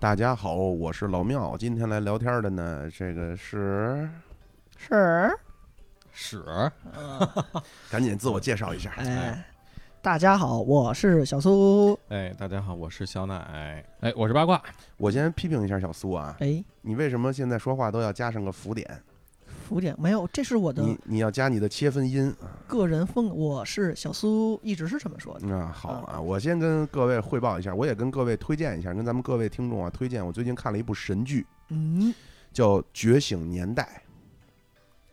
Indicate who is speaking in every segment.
Speaker 1: 大家好，我是老庙，今天来聊天的呢，这个是
Speaker 2: 是，
Speaker 3: 屎，
Speaker 1: 赶紧自我介绍一下。
Speaker 2: 哎，大家好，我是小苏。
Speaker 4: 哎，大家好，我是小奶。
Speaker 3: 哎，我是八卦，
Speaker 1: 我先批评一下小苏啊，
Speaker 2: 哎，
Speaker 1: 你为什么现在说话都要加上个浮点？
Speaker 2: 浮点没有，这是我的
Speaker 1: 你你要加你的切分音
Speaker 2: 个人风格。我是小苏，一直是这么说的。
Speaker 1: 嗯啊！好啊，我先跟各位汇报一下，我也跟各位推荐一下，跟咱们各位听众啊推荐，我最近看了一部神剧，
Speaker 2: 嗯，
Speaker 1: 叫《觉醒年代》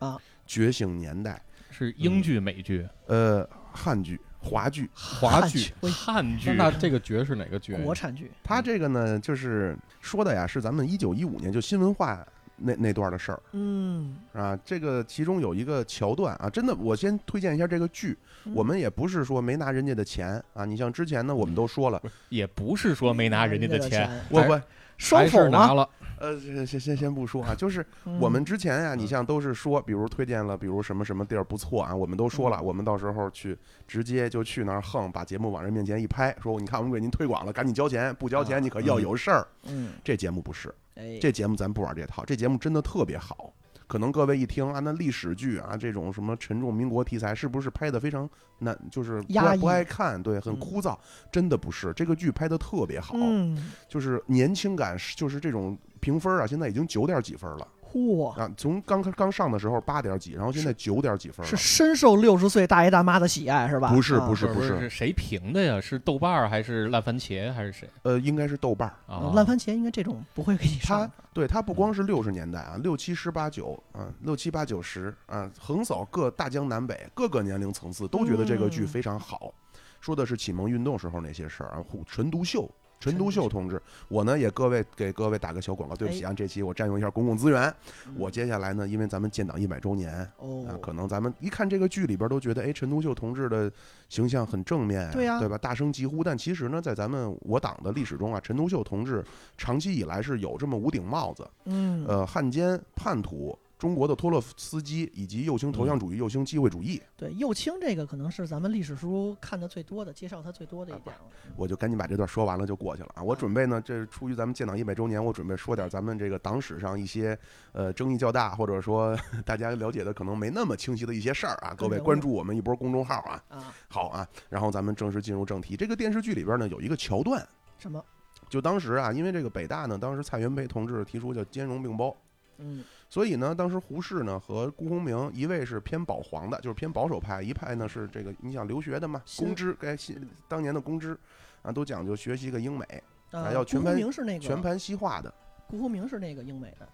Speaker 2: 啊，
Speaker 1: 《觉醒年代》
Speaker 3: 是英
Speaker 4: 嗯
Speaker 3: 剧、美剧、
Speaker 1: 呃，汉剧、华剧，
Speaker 3: 华剧、
Speaker 2: 喂
Speaker 3: 汉剧
Speaker 4: 那。那这个角是哪个角？
Speaker 2: 国产剧
Speaker 1: 它这个呢，就是说的呀，是咱们一九一五年就新文化那那段的事儿
Speaker 2: 嗯，
Speaker 1: 啊。这个其中有一个桥段啊，真的，我先推荐一下这个剧。
Speaker 2: 嗯
Speaker 1: 我们也不是说没拿人家的钱啊，你像之前呢，我们都说了，
Speaker 3: 也不是说没拿人家的钱，
Speaker 2: 钱，
Speaker 1: 我
Speaker 3: 还
Speaker 1: 我
Speaker 2: 双
Speaker 3: 还
Speaker 2: 否
Speaker 3: 是拿
Speaker 2: 吗？
Speaker 3: 了。
Speaker 1: 呃，先先先先不说啊，就是
Speaker 2: 嗯
Speaker 1: 我们之前呀、你像都是说，比如推荐了，比如什么什么地儿不错啊，我们都说
Speaker 2: 嗯
Speaker 1: 了，我们到时候去直接就去那儿横，把节目往人面前一拍，说你看我们给您推广了，赶紧交钱，不交
Speaker 2: 啊
Speaker 1: 钱你可要有事儿。
Speaker 2: 嗯，
Speaker 1: 这节目不是，
Speaker 2: 哎，
Speaker 1: 这节目咱不玩这套，这节目真的特别好。可能各位一听啊，那历史剧啊，这种什么沉重民国题材，是不是拍的非常难，就是不
Speaker 2: 压
Speaker 1: 爱
Speaker 2: 抑
Speaker 1: 不爱看，对，很
Speaker 2: 嗯
Speaker 1: 枯燥？真的不是，这个剧拍的特别好，
Speaker 2: 嗯，
Speaker 1: 就是年轻感，是就是这种评分啊，现在已经九点几分了。
Speaker 2: 嚯，
Speaker 1: 啊，从刚开刚上的时候八点几，然后现在九点几分
Speaker 2: 是
Speaker 1: 了。
Speaker 2: 深受六十岁大爷大妈的喜爱是吧？
Speaker 1: 嗯不是不
Speaker 2: 是，
Speaker 1: 是不
Speaker 3: 是
Speaker 1: 是，
Speaker 3: 谁评的呀？是豆瓣儿还是烂番茄还是谁
Speaker 1: 呃，应该是豆瓣儿。
Speaker 3: 啊？
Speaker 2: 嗯烂番茄应该这种不会给你上
Speaker 1: 它对它不光是六十年代啊，六七十八九啊，六七八九十啊，横扫各大江南北各个年龄层次，都觉得这个剧
Speaker 2: 嗯
Speaker 1: 非常好。说的是启蒙运动时候那些事儿啊，胡陈独秀。陈
Speaker 2: 陈
Speaker 1: 独
Speaker 2: 独
Speaker 1: 秀
Speaker 2: 秀
Speaker 1: 同志，我呢也各位给各位打个小广告，对不起啊，这期我占用一下公共资源。
Speaker 2: 嗯
Speaker 1: 我接下来呢，因为咱们建党一百周年，啊
Speaker 2: 哦，，
Speaker 1: 可能咱们一看这个剧里边都觉得，哎，陈独秀同志的形象很正面，
Speaker 2: 对啊呀
Speaker 1: 吧？大声疾呼，但其实呢，在咱们我党的历史中啊，陈独秀同志长期以来是有这么五顶帽子，
Speaker 2: 嗯，
Speaker 1: 呃，汉奸、叛徒、中国的托洛夫斯基，以及右倾
Speaker 2: 嗯
Speaker 1: 投降主义、右倾机会主义。
Speaker 2: 对，右倾这个可能是咱们历史书看的最多的，介绍它最多的一点了。
Speaker 1: 我就赶紧把这段说完了就过去了啊！我准备呢，这是出于咱们建党一百周年，我准备说点咱们这个党史上一些呃争议较大，或者说 大家了解的可能没那么清晰的一些事儿啊。各位
Speaker 2: 对我
Speaker 1: 关注我们一波公众号啊。
Speaker 2: 啊，
Speaker 1: 好啊，然后咱们正式进入正题。这个电视剧里边呢有一个桥段，
Speaker 2: 什么？
Speaker 1: 就当时啊，因为这个北大呢，当时蔡元培同志提出叫兼容并包，
Speaker 2: 嗯
Speaker 1: 所以呢，当时胡适呢和辜鸿铭一位是偏保皇的，就是偏保守派；一派呢是这个你想留学的嘛，
Speaker 2: 新
Speaker 1: 公知该新当年的公知啊，都讲究学习个英美，
Speaker 2: 啊，
Speaker 1: 要
Speaker 2: 辜
Speaker 1: 全
Speaker 2: 鸿
Speaker 1: 盘
Speaker 2: 铭是那个
Speaker 1: 全盘西化的。
Speaker 2: 辜鸿铭是那个英美的，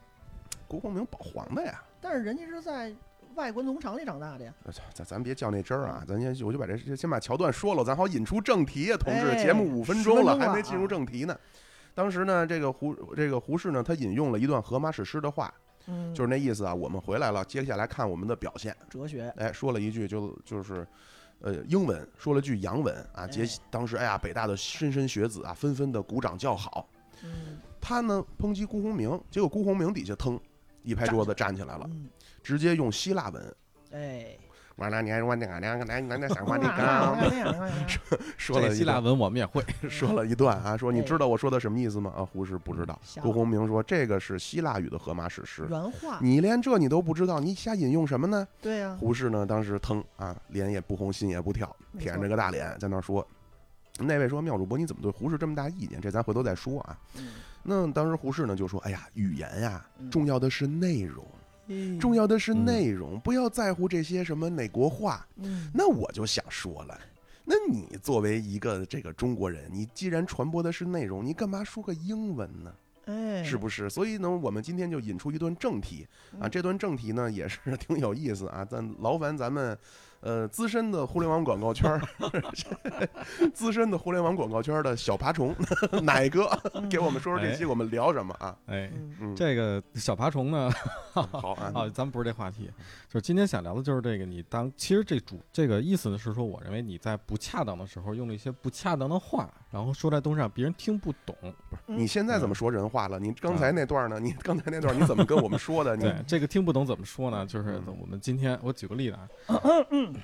Speaker 1: 辜鸿铭保皇的呀，
Speaker 2: 但是人家是在外国农场里长大的呀。
Speaker 1: 呃咱咱咱别较那真儿啊，咱先我就把这先把桥段说了，咱好引出正题啊，同志，
Speaker 2: 哎
Speaker 1: 节目五分钟了，
Speaker 2: 10分钟了
Speaker 1: 还没进入正题呢。当时呢，这个胡这个胡适呢，他引用了一段荷马史诗的话，
Speaker 2: 嗯，
Speaker 1: 就是那意思啊，我们回来了，接下来看我们的表现。
Speaker 2: 哲学。
Speaker 1: 哎，说了一句就就是，呃，英文说了句洋文啊，
Speaker 2: 哎
Speaker 1: 结当时哎呀，北大的莘莘学子啊，纷纷的鼓掌叫好。
Speaker 2: 嗯
Speaker 1: 他呢抨击辜鸿铭，结果辜鸿铭底下腾一拍桌子站起来了，
Speaker 2: 嗯，
Speaker 1: 直接用希腊文。
Speaker 2: 哎，
Speaker 1: 完了，你还说那个那个那个那个啥话你啊刚
Speaker 2: 那 样那样
Speaker 1: 说
Speaker 4: 这
Speaker 1: 了
Speaker 4: 个
Speaker 1: 一
Speaker 4: 希
Speaker 1: 段
Speaker 4: 腊文我们也会。
Speaker 1: 说了一段啊，说你
Speaker 2: 哎
Speaker 1: 知道我说的什么意思吗？啊，胡适不知道
Speaker 2: 瞎。
Speaker 1: 顾鸿明说这个是希腊语的荷马史诗，
Speaker 2: 原话。
Speaker 1: 你连这你都不知道，你瞎引用什么呢？
Speaker 2: 对啊呀，
Speaker 1: 胡适呢，当时腾啊，脸也不红，心也不跳，
Speaker 2: 没错
Speaker 1: 舔着个大脸在那儿说。那位说：“妙主播，你怎么对胡适这么大意见？这咱回头再说啊。
Speaker 2: 嗯”
Speaker 1: 那当时胡适呢就说：“哎呀，语言呀、
Speaker 2: 嗯
Speaker 1: 重要的是内容，
Speaker 2: 嗯
Speaker 1: 重要的是内容，不要在乎这些什么哪国话，
Speaker 2: 嗯
Speaker 1: 那我就想说了，那你作为一个这个中国人，你既然传播的是内容，你干嘛说个英文呢？
Speaker 2: 哎，
Speaker 1: 是不是？所以呢，我们今天就引出一段正题啊，
Speaker 2: 嗯
Speaker 1: 这段正题呢也是 挺有意思啊，但劳烦咱们。呃，资深的互联网广告圈儿， 资深的互联网广告圈儿的小爬虫 奶哥，
Speaker 2: 嗯
Speaker 1: 给我们说说这期我们聊什么啊？
Speaker 4: 哎，
Speaker 2: 嗯
Speaker 1: 嗯，
Speaker 4: 这个小爬虫呢？
Speaker 1: 好啊，
Speaker 4: 啊，咱们不是这话题，就是今天想聊的就是这个。你当其实这主这个意思呢是说，我认为你在不恰当的时候用了一些不恰当的话，然后说在东西让别人听不懂。
Speaker 1: 你现在
Speaker 4: 嗯
Speaker 1: 怎么说人话了？你刚才那段儿呢？你刚才那段儿你怎么跟我们说的？你
Speaker 4: 对，这个听不懂怎么说呢？就是
Speaker 1: 嗯
Speaker 4: 我们今天我举个例子啊，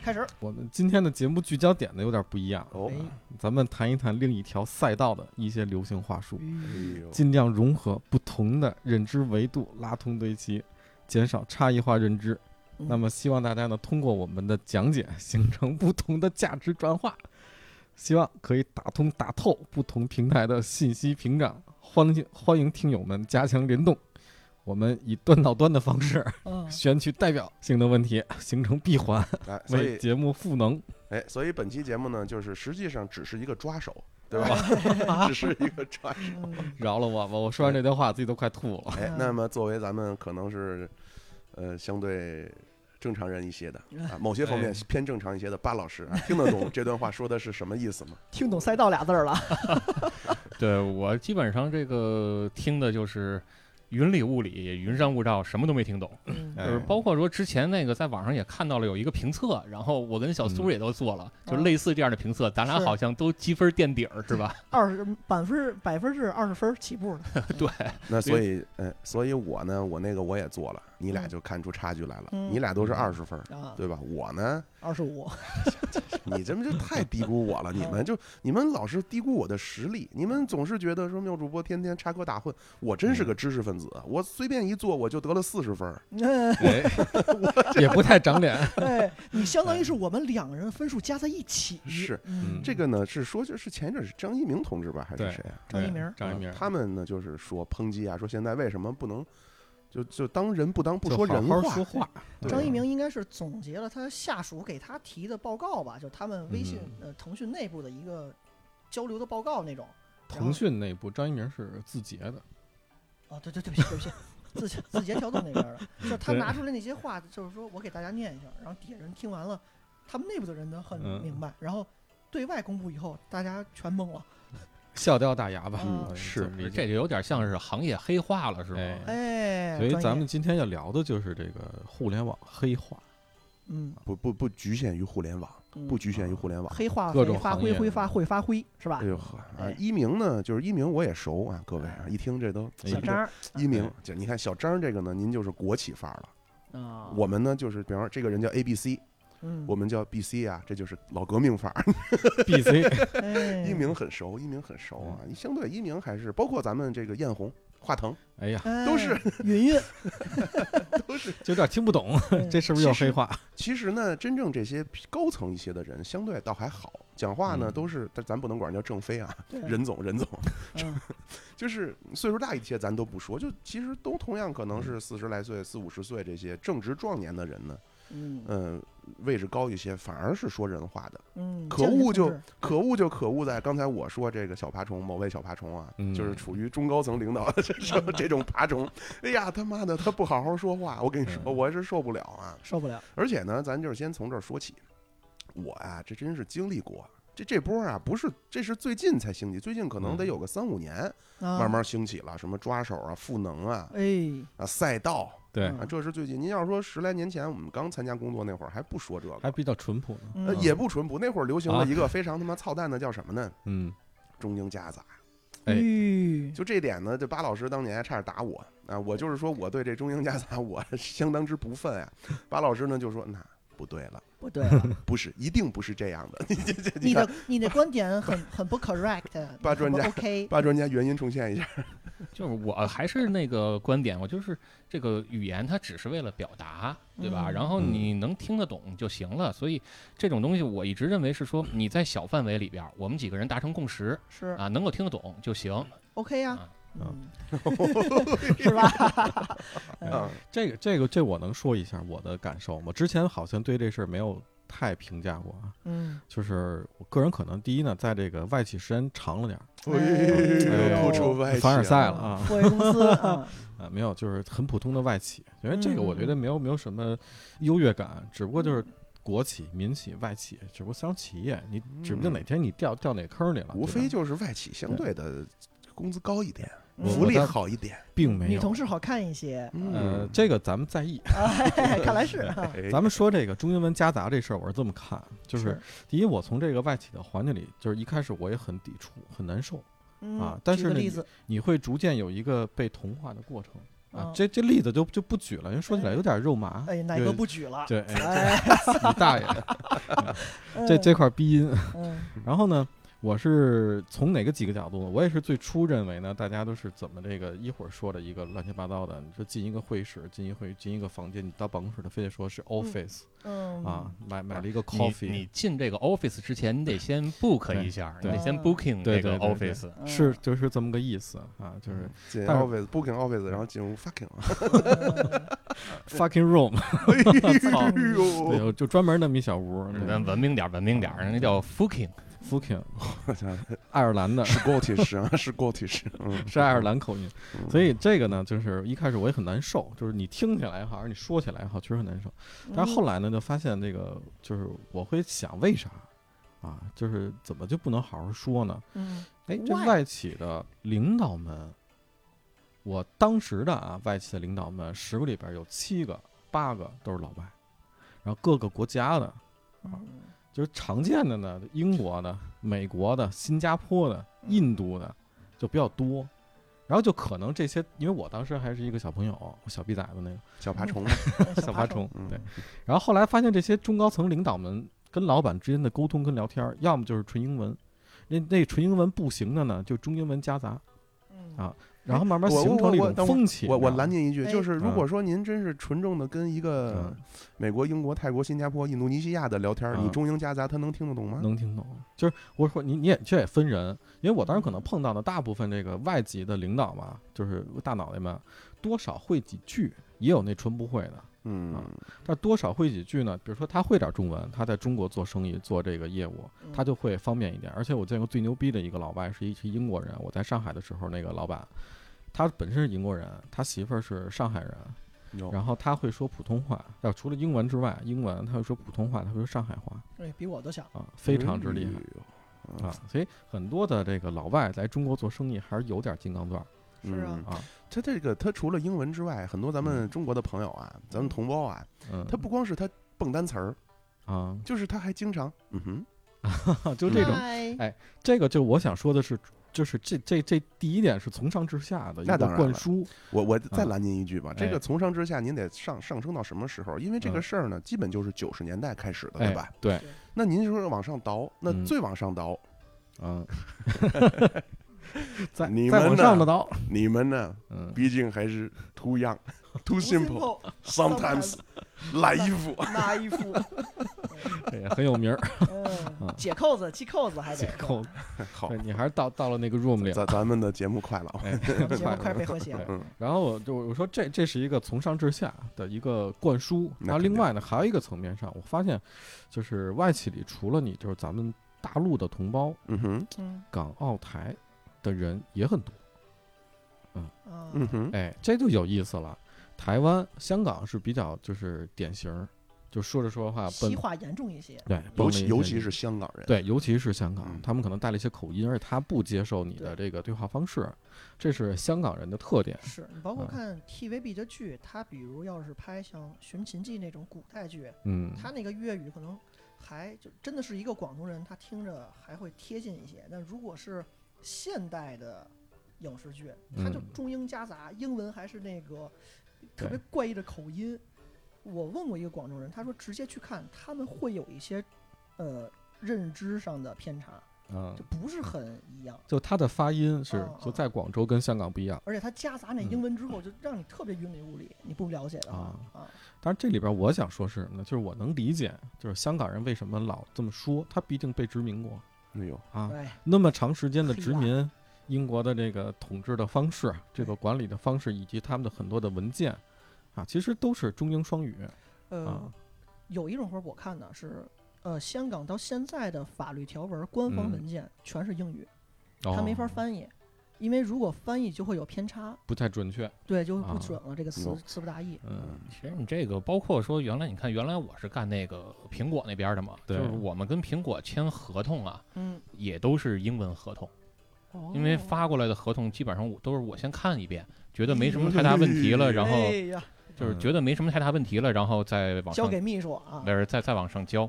Speaker 2: 开始。
Speaker 4: 我们今天的节目聚焦点呢有点不一样。
Speaker 1: 哦，
Speaker 2: 哎，
Speaker 4: 咱们谈一谈另一条赛道的一些流行话术，
Speaker 2: 嗯
Speaker 1: 哎呦
Speaker 4: 尽量融合不同的认知维度，拉通对齐，减少差异化认知。
Speaker 2: 嗯
Speaker 4: 那么，希望大家呢通过我们的讲解，形成不同的价值转化，希望可以打通打透不同平台的信息屏障。欢迎欢迎听友们加强联动，我们以端到端的方式
Speaker 2: 嗯，
Speaker 4: 选取代表性的问题，形成闭环，
Speaker 1: 哎，所
Speaker 4: 为
Speaker 1: 以
Speaker 4: 节目赋能。
Speaker 1: 哎，所以本期节目呢，就是实际上只是一个抓手，对吧？ 只是一个抓手。
Speaker 2: 嗯
Speaker 4: 饶了我吧！我 说完这段话，自己都快吐了。
Speaker 1: 哎
Speaker 2: 嗯，
Speaker 1: 那么作为咱们可能是，呃，相对正常人一些的啊，某些方面
Speaker 4: 哎
Speaker 1: 偏正常一些的巴老师、啊，听得懂这段话说的是什么意思吗？
Speaker 2: 听懂赛道俩字儿了，
Speaker 3: 对我基本上这个听的就是云里雾里、云山雾罩，什么都没听懂。
Speaker 2: 嗯
Speaker 4: 哎
Speaker 3: 就是包括说之前那个在网上也看到了有一个评测，然后我跟小
Speaker 4: 嗯
Speaker 3: 苏也都做了，
Speaker 2: 啊
Speaker 3: 就类似这样的评测，咱俩
Speaker 2: 是
Speaker 3: 好像都积分垫底儿是吧？
Speaker 2: 二十百分之百分制二十分起步呢。
Speaker 3: 对，
Speaker 1: 那所以，呃，所以我呢，我那个我也做了，你俩就看出差距来了，
Speaker 2: 嗯
Speaker 1: 你俩都是二十分儿。
Speaker 2: 啊，
Speaker 1: 对吧？我呢，
Speaker 2: 二 十五，
Speaker 1: 你这么就太低估我了。你们就你们老是低估我的实力，你们总是觉得说妙主播天天插科打诨，我真是
Speaker 4: 嗯
Speaker 1: 个知识分子，我随便一做我就得了四十分儿。
Speaker 2: 哎
Speaker 4: 哎，也不太长脸。
Speaker 2: 哎，你相当于是我们两个人分数加在一起。
Speaker 1: 是
Speaker 2: 嗯，
Speaker 1: 这个呢，是说就是前一阵儿是张一鸣同志吧，还是
Speaker 4: 对
Speaker 1: 谁啊？
Speaker 2: 张一鸣，
Speaker 4: 哎张一鸣，
Speaker 1: 他们呢就是说抨击啊，说现在为什么不能就就当人不当不
Speaker 4: 就
Speaker 1: 说
Speaker 4: 好
Speaker 1: 人
Speaker 4: 好
Speaker 1: 话
Speaker 4: 说，话。对
Speaker 2: 张一鸣应该是总结了他下属给他提的报告吧，就他们微信、呃腾讯内部的一个交流的报告那种。嗯
Speaker 4: 腾讯内部，张一鸣是字节的，
Speaker 2: 哦，对对对不起对不起，字节字节跳动那边的，就是他
Speaker 4: 对
Speaker 2: 拿出来那些话，就是说我给大家念一下，然后底下人听完了，他们内部的人呢很
Speaker 4: 嗯
Speaker 2: 明白，然后对外公布以后，大家全懵了。
Speaker 4: 笑掉大牙吧。
Speaker 2: 嗯
Speaker 4: 对
Speaker 1: 是
Speaker 4: 这么理解
Speaker 3: 这就有点像是行业黑化了是吗？
Speaker 4: 哎
Speaker 2: 哎，
Speaker 4: 所以
Speaker 2: 专业
Speaker 4: 咱们今天要聊的就是这个互联网黑化，
Speaker 2: 嗯
Speaker 1: 不不不局限于互联网，
Speaker 2: 嗯
Speaker 1: 不局限于互联网。
Speaker 2: 黑化
Speaker 4: 各
Speaker 2: 会
Speaker 4: 种
Speaker 2: 发
Speaker 4: 行
Speaker 2: 挥
Speaker 4: 业
Speaker 2: 会发会发挥是吧
Speaker 1: 哎？呦呵啊
Speaker 2: 哎！
Speaker 1: 一鸣呢，就是一鸣，我也熟啊，各位啊，一听这都
Speaker 4: 哎
Speaker 2: 小张儿
Speaker 1: 一鸣。就你看小张这个呢，您就是国企范儿了。
Speaker 2: 啊，
Speaker 1: 我们呢，就是比方说这个人叫 A B C，
Speaker 2: 嗯
Speaker 1: 我们叫 B C 啊，这就是老革命范儿。
Speaker 4: B C
Speaker 2: 哎
Speaker 1: 一鸣很熟，一鸣很熟啊。相对一鸣还是包括咱们这个艳红、华腾，
Speaker 4: 哎呀，
Speaker 1: 都是
Speaker 2: 哎云 云，
Speaker 4: 就有点听不懂，
Speaker 2: 嗯
Speaker 4: 这是不是又黑化？
Speaker 1: 其实呢，真正这些高层一些的人，相对倒还好，讲话呢
Speaker 4: 嗯
Speaker 1: 都是，但咱不能管人叫郑飞啊，
Speaker 2: 对
Speaker 1: 任总，任总，
Speaker 2: 嗯
Speaker 1: 就是岁数大一些，咱都不说，就其实都同样可能是四十来岁、四五十岁这些正值壮年的人呢，
Speaker 2: 嗯
Speaker 1: 嗯、位置高一些，反而是说人话的。
Speaker 2: 嗯，
Speaker 1: 可
Speaker 2: 见仁
Speaker 1: 恶
Speaker 2: 见
Speaker 1: 就
Speaker 2: 智
Speaker 1: 可恶就可恶在刚才我说这个小爬虫，某位小爬虫啊，
Speaker 4: 嗯
Speaker 1: 就是处于中高层领导的 这种这种爬虫，哎呀他妈的，他不好好说话，我跟你说，
Speaker 4: 嗯
Speaker 1: 我是受不了啊！
Speaker 2: 受不了，
Speaker 1: 而且呢，咱就是先从这儿说起。我啊，这真是经历过这这波啊，不是这是最近才兴起，最近可能
Speaker 4: 嗯
Speaker 1: 得有个三五年，慢
Speaker 2: 慢，
Speaker 1: 慢兴起了。什么抓手啊、赋能啊、
Speaker 2: 啊哎，嗯
Speaker 1: 啊赛道
Speaker 4: 对，
Speaker 1: 啊，这是最近。您要说十来年前我们刚参加工作那会儿，还不说这个，
Speaker 4: 还比较淳朴呢。
Speaker 2: 嗯
Speaker 1: 呃也不淳朴。那会儿流行了
Speaker 4: 啊
Speaker 1: 一个非常他妈操蛋的，叫什么呢？
Speaker 4: 嗯，
Speaker 1: 中英夹杂。
Speaker 4: 哎
Speaker 2: 吁
Speaker 1: 就这点呢，这巴老师当年还差点打我啊！我就是说我对这中英夹杂我相当之不忿啊。巴老师呢就说那不对了，
Speaker 2: 不对 了，
Speaker 1: 不是，一定不是这样的。你 这这
Speaker 2: 你
Speaker 1: 看
Speaker 2: 的你的观 点很很不 correct，
Speaker 1: 八专
Speaker 2: 很不
Speaker 1: 家
Speaker 2: OK，
Speaker 1: 巴专家原因重现一下，
Speaker 3: 就是我还是那个观点，我就是这个语言它只是为了表达，对吧？
Speaker 2: 嗯
Speaker 3: 然后你能听得懂就行了。所以这种东西我一直认为是说你在小范围里边儿，我们几个人达成共识
Speaker 2: 是
Speaker 3: 啊，能够听得懂就行。
Speaker 2: OK 呀
Speaker 3: 啊，
Speaker 2: 嗯，是吧？
Speaker 1: 啊
Speaker 4: 哎
Speaker 2: 嗯，
Speaker 4: 这个这个这我能说一下我的感受吗？之前好像对这事儿没有太评价过啊。
Speaker 2: 嗯，
Speaker 4: 就是我个人可能第一呢，在这个外企时间长了点儿，
Speaker 1: 哎呦
Speaker 4: 哎
Speaker 1: 突出外
Speaker 4: 凡尔
Speaker 1: 企
Speaker 4: 赛了啊。
Speaker 2: 富贵 公司，啊
Speaker 4: 啊，没有，就是很普通的外企，因为这个
Speaker 2: 嗯
Speaker 4: 我觉得没有没有什么优越感，只不过就是国企、民企、外企，只不过相企业，你
Speaker 2: 嗯
Speaker 4: 指不定哪天你掉掉哪坑里了，
Speaker 1: 无
Speaker 4: 对吧
Speaker 1: 非就是外企相对的工资高一点，
Speaker 2: 嗯
Speaker 1: 福利
Speaker 4: 我
Speaker 1: 好一点。
Speaker 4: 并没有。
Speaker 2: 女同事好看 一些，
Speaker 4: 呃
Speaker 1: 嗯，，
Speaker 4: 这个咱们在意。
Speaker 2: 哎看来是啊
Speaker 1: 哎
Speaker 4: 咱们说这个中英文夹杂这事儿，我是这么看，就是
Speaker 2: 是
Speaker 4: 第一，我从这个外企的环境里，就是一开始我也很抵触，很难受。
Speaker 2: 嗯
Speaker 4: 啊但
Speaker 2: 举
Speaker 4: 是
Speaker 2: 个
Speaker 4: 呢
Speaker 2: 例
Speaker 4: 你
Speaker 2: 子
Speaker 4: 你会逐渐有一个被同化的过程啊
Speaker 2: 嗯。
Speaker 4: 这这例子就就不举了，因为说起来有点肉麻。
Speaker 2: 哎，哪
Speaker 4: 就
Speaker 2: 个不举了？
Speaker 4: 对，哎
Speaker 2: 哎，
Speaker 4: 你大爷！这这块儿逼音。
Speaker 2: 嗯，
Speaker 4: 然后呢，我是从哪个几个角度呢？我也是最初认为呢，大家都是怎么这个一会儿说的一个乱七八糟的，你说进一个会议室，进一会进一个房间，你到办公室，他非得说是 office、
Speaker 2: 嗯
Speaker 4: 啊，买买了一个
Speaker 3: 你
Speaker 4: coffee，
Speaker 3: 你进这个 office 之前，你得先 book
Speaker 4: 对
Speaker 3: 一下，你
Speaker 4: 对
Speaker 3: 得先
Speaker 2: 哦
Speaker 3: booking
Speaker 4: 对
Speaker 3: 这个
Speaker 4: 对对对
Speaker 3: office。
Speaker 2: 嗯
Speaker 4: 是就是这么个意思啊，就是
Speaker 1: 进
Speaker 4: 但是哦
Speaker 1: office booking office，然后进入 fucking 啊，
Speaker 4: fucking room，
Speaker 1: 哎
Speaker 4: 对，
Speaker 1: 呦，
Speaker 4: 我就专门那么一小屋，对嗯
Speaker 3: 咱文明点儿，文明点儿，人家叫 fucking。
Speaker 4: fucking
Speaker 1: 我操
Speaker 4: 爱尔兰的，
Speaker 1: 是 Scottish 啊，是 Scottish，嗯，
Speaker 4: 是爱尔兰口音，
Speaker 1: 嗯，
Speaker 4: 所以这个呢，就是一开始我也很难受，就是你听起来也好，还是你说起来也好，确实很难受。但
Speaker 2: 嗯
Speaker 4: 是后来呢，就发现这个就是我会想为啥啊，就是怎么就不能好好说呢？
Speaker 2: 嗯
Speaker 4: 哎，这
Speaker 2: Why？
Speaker 4: 外企的领导们，我当时的啊，外企的领导们十个里边有七个、八个都是老外，然后各个国家的，啊
Speaker 2: 嗯
Speaker 4: 就是常见的呢，英国的、美国的、新加坡的、
Speaker 2: 嗯
Speaker 4: 印度的就比较多。然后就可能这些，因为我当时还是一个小朋友，小逼崽子那个
Speaker 1: 小爬 虫，
Speaker 2: 嗯
Speaker 4: 小
Speaker 2: 爬
Speaker 4: 爬虫，
Speaker 1: 嗯
Speaker 4: 对。然后后来发现这些中高层领导们跟老板之间的沟通跟聊天儿，要么就是纯英文，那那纯英文不行的呢，就中英文夹杂，
Speaker 2: 嗯
Speaker 4: 啊然后慢慢
Speaker 1: 我
Speaker 4: 形
Speaker 1: 我
Speaker 4: 成了一
Speaker 1: 我
Speaker 4: 种
Speaker 1: 等会儿
Speaker 4: 风气。
Speaker 1: 我我
Speaker 4: 你知道吗
Speaker 1: 拦您一句，
Speaker 2: 哎
Speaker 1: 就是如
Speaker 4: 嗯
Speaker 1: 果说您真是纯正的跟一个
Speaker 4: 嗯
Speaker 1: 美国、英国、泰国、新加坡、印度尼西亚的聊天儿，
Speaker 4: 嗯
Speaker 1: 你中英夹杂，他能听得懂吗？
Speaker 4: 能听懂，就是我说你你也这也分人，因为我当时可能碰到的大部分这个外籍的领导嘛，就是大脑袋们，多少会几句，也有那纯不会的，
Speaker 1: 嗯
Speaker 4: 啊但多少会几句呢？比如说他会点中文，他在中国做生意做这个业务，
Speaker 1: 嗯
Speaker 2: 嗯
Speaker 4: 他就会方便一点。而且我见过最牛逼的一个老外是一是英国人，我在上海的时候那个老板，他本身是英国人，他媳妇儿是上海人，
Speaker 1: 有
Speaker 4: 然后他会说普通话，要除了英文之外，英文他会说普通话，他会说上海话
Speaker 2: 对比我都小，
Speaker 4: 啊，非常之厉害。
Speaker 1: 哎呦
Speaker 4: 啊，所以很多的这个老外来中国做生意还是有点金刚钻儿
Speaker 2: 是啊
Speaker 1: 嗯
Speaker 4: 啊，
Speaker 1: 他这个他除了英文之外，很多咱们中国的朋友啊，咱们同胞啊，
Speaker 4: 嗯，
Speaker 1: 他不光是他蹦单词儿，
Speaker 4: 啊，
Speaker 1: 就是他还经常嗯哼，
Speaker 4: 就这
Speaker 1: 嗯
Speaker 4: 种，
Speaker 2: 嗨
Speaker 4: 哎这个就我想说的是，就是这这这第一点是从上至下的一
Speaker 1: 那
Speaker 4: 个
Speaker 1: 当然
Speaker 4: 灌
Speaker 1: 了
Speaker 4: 输，
Speaker 1: 我我再
Speaker 4: 啊
Speaker 1: 拦您一句吧，这
Speaker 4: 哎
Speaker 1: 个从上至下您得上上升到什么时候？因为这个
Speaker 4: 嗯
Speaker 1: 事儿呢，基本就是九十年代开始的，
Speaker 4: 哎
Speaker 1: 对吧？，
Speaker 4: 对，
Speaker 1: 那您说往上倒，那
Speaker 4: 嗯
Speaker 1: 最往上倒，
Speaker 4: 嗯，再
Speaker 1: 你
Speaker 4: 再
Speaker 1: 们
Speaker 4: 往
Speaker 1: 呢
Speaker 4: 上的刀，
Speaker 1: 你们呢，
Speaker 4: 嗯，
Speaker 1: 毕竟还是 too young。Too simple,
Speaker 2: simple
Speaker 1: sometimes life。
Speaker 2: 拉衣 服，
Speaker 4: 这也哎很有名儿，啊
Speaker 2: 嗯，解扣子系扣子还得
Speaker 4: 结构，
Speaker 1: 好
Speaker 4: 对，你还是到到了那个 room 里了，
Speaker 1: 咱咱们的节目快了啊，
Speaker 4: 哎，
Speaker 2: 我们节目
Speaker 4: 快
Speaker 2: 快
Speaker 4: 了
Speaker 2: 被和谐了，
Speaker 1: 嗯
Speaker 4: 然后我就我说这这是一个从上至下的一个灌输，
Speaker 1: 那
Speaker 4: 然后
Speaker 1: 肯定
Speaker 4: 另外呢还有一个层面上，我发现就是外企里除了你就是咱们大陆的同胞，
Speaker 1: 嗯哼，
Speaker 2: 嗯
Speaker 4: 港澳台的人也很多，
Speaker 2: 啊
Speaker 1: 嗯哼，
Speaker 4: 哎，这就有意思了。台湾、香港是比较就是典型儿，就说着说着话奔
Speaker 2: 西化严重一些，
Speaker 4: 对，奔
Speaker 1: 尤
Speaker 4: 了
Speaker 1: 其
Speaker 4: 一
Speaker 1: 尤
Speaker 4: 些
Speaker 1: 其是香港人，
Speaker 4: 对，尤其是香港
Speaker 1: 嗯，
Speaker 4: 他们可能带了一些口音，而且他不接受你的这个对话方式，这是香港人的特点。
Speaker 2: 是你包括
Speaker 4: 嗯
Speaker 2: 看 TVB 的剧，它比如要是拍像《寻秦记》那种古代剧，
Speaker 4: 嗯，
Speaker 2: 它那个粤语可能还就真的是一个广东人，他听着还会贴近一些。但如果是现代的影视剧，它就
Speaker 4: 嗯
Speaker 2: 中英夹杂，英文还是那个特
Speaker 4: 对
Speaker 2: 别怪异的口音。我问过一个广州人，他说直接去看，他们会有一些呃认知上的偏差，
Speaker 4: 嗯
Speaker 2: 就，不是很一样。
Speaker 4: 就他的发音是
Speaker 2: 哦哦
Speaker 4: 就在广州跟香港不一样。
Speaker 2: 而且他夹杂那英文之后，就让你特别云里雾里，你不了解的话
Speaker 4: 嗯啊
Speaker 2: 啊，
Speaker 4: 但是这里边我想说是什么呢？就是我能理解，就是香港人为什么老这么说，他毕竟被殖民过
Speaker 1: 哎呦，
Speaker 4: 啊，
Speaker 2: 哎，
Speaker 4: 那么长 时间的
Speaker 2: 黑
Speaker 4: 殖
Speaker 2: 暗
Speaker 4: 民，英国的这个统治的方式、这个管理的方式，以及他们的很多的文件，啊，其实都是中英双语
Speaker 2: 呃
Speaker 4: 啊，
Speaker 2: 有一种活儿我看呢是，呃，香港到现在的法律条文、官方
Speaker 4: 嗯
Speaker 2: 文件全是英语，
Speaker 4: 哦，
Speaker 3: 嗯
Speaker 2: 它没法翻译，因为如果翻译就会有偏差，
Speaker 4: 不太准确。
Speaker 2: 对，就
Speaker 4: 啊
Speaker 2: 不准了，这个词
Speaker 1: 有
Speaker 2: 词不达意。
Speaker 4: 嗯，
Speaker 3: 其实你这个包括说，原来你看，原来我是干那个苹果那边的嘛，就
Speaker 4: 对
Speaker 3: 是我们跟苹果签合同啊，
Speaker 2: 嗯，
Speaker 3: 也都是英文合同，
Speaker 2: 哦
Speaker 3: 因为发过来的合同基本上我都是我先看一遍，觉得没什么太大问题了，然后
Speaker 2: 哎呀，
Speaker 3: 就是觉得没什么太大问题了，然后再往
Speaker 2: 交
Speaker 3: 上
Speaker 2: 给秘书啊，
Speaker 3: 那是再再往上交，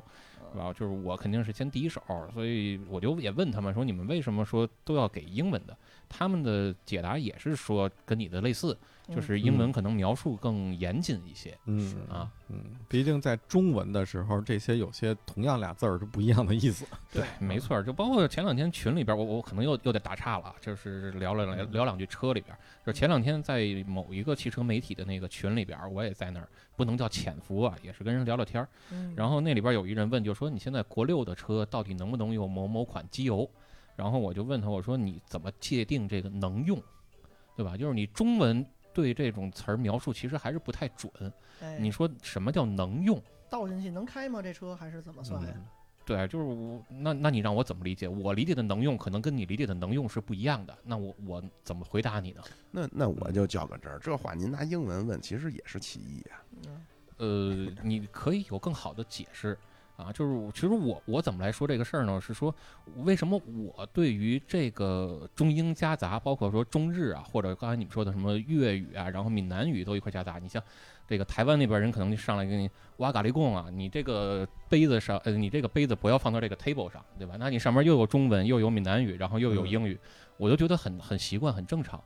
Speaker 3: 是吧？就是我肯定是先第一手，所以我就也问他们说，你们为什么说都要给英文的？他们的解答也是说跟你的类似，就
Speaker 2: 嗯
Speaker 3: 是英文可能描述更严谨一些
Speaker 4: 嗯
Speaker 3: 啊。
Speaker 4: 嗯，毕竟在中文的时候，这些有些同样俩字儿是不一样的意思。
Speaker 2: 对，
Speaker 3: 没错儿，就包括前两天群里边儿，我我可能又又得打岔了，啊就是聊了聊聊两句车里边儿，就是前两天在某一个汽车媒体的那个群里边儿，我也在那儿，不能叫潜伏啊，也是跟人聊聊天儿。
Speaker 2: 嗯
Speaker 3: 然后那里边儿有一人问，就说你现在国六的车到底能不能用某某款机油？然后我就问他，我说你怎么界定这个能用，对吧？就是你中文对这种词儿描述其实还是不太准。
Speaker 2: 哎
Speaker 3: 你说什么叫能用？
Speaker 2: 倒进去能开吗？这车还是怎么
Speaker 3: 嗯
Speaker 2: 算呀？
Speaker 3: 对，就是我那那你让我怎么理解？我理解的能用可能跟你理解的能用是不一样的，那我我怎么回答你呢？
Speaker 1: 那那我就较个真儿，这话您拿英文问，其实也是歧义啊。
Speaker 2: 嗯
Speaker 3: 呃，你可以有更好的解释啊。就是我其实我我怎么来说这个事儿呢？是说为什么我对于这个中英夹杂，包括说中日啊，或者刚才你们说的什么粤语啊，然后闽南语都一块夹杂。你像这个台湾那边人可能就上来给你哇嘎利贡啊，你这个杯子上，呃，你这个杯子不要放到这个 table 上，对吧？那你上面又有中文，又有闽南语，然后又有英语，我就觉得很很习惯，很正常。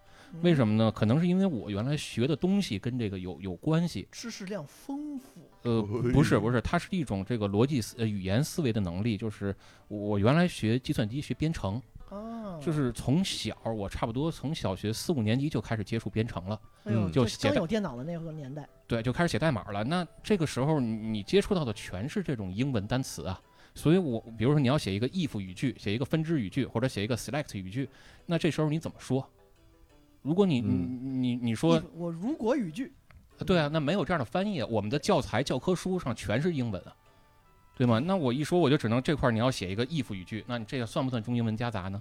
Speaker 3: 为什
Speaker 2: 么？
Speaker 3: 么呢？可能是因为我原来学的东西跟这个有有关系，
Speaker 2: 知识量丰富，
Speaker 3: 呃，
Speaker 1: 哎
Speaker 3: 不是不是，它是一种这个逻辑思呃语言思维的能力。就是我原来学计算机学编程，
Speaker 2: 啊，
Speaker 3: 就是从小我差不多从小学四五年级就开始接触编程了，
Speaker 2: 哎呦
Speaker 4: 嗯
Speaker 3: 就
Speaker 2: 这
Speaker 3: 写
Speaker 2: 刚
Speaker 3: 代
Speaker 2: 有电脑的那个年代，
Speaker 3: 对，就开始写代码了。那这个时候你你接触到的全是这种英文单词啊。所以我，比如说你要写一个 if 语句，写一个分支语句，或者写一个 select 语句，那这时候你怎么说？如果你、你你你说
Speaker 2: 一我如果语句，
Speaker 3: 对啊，那没有这样的翻译，我们的教材教科书上全是英文啊，对吗？那我一说我就只能这块儿你要写一个 if 语句，那你这个算不算中英文夹杂呢？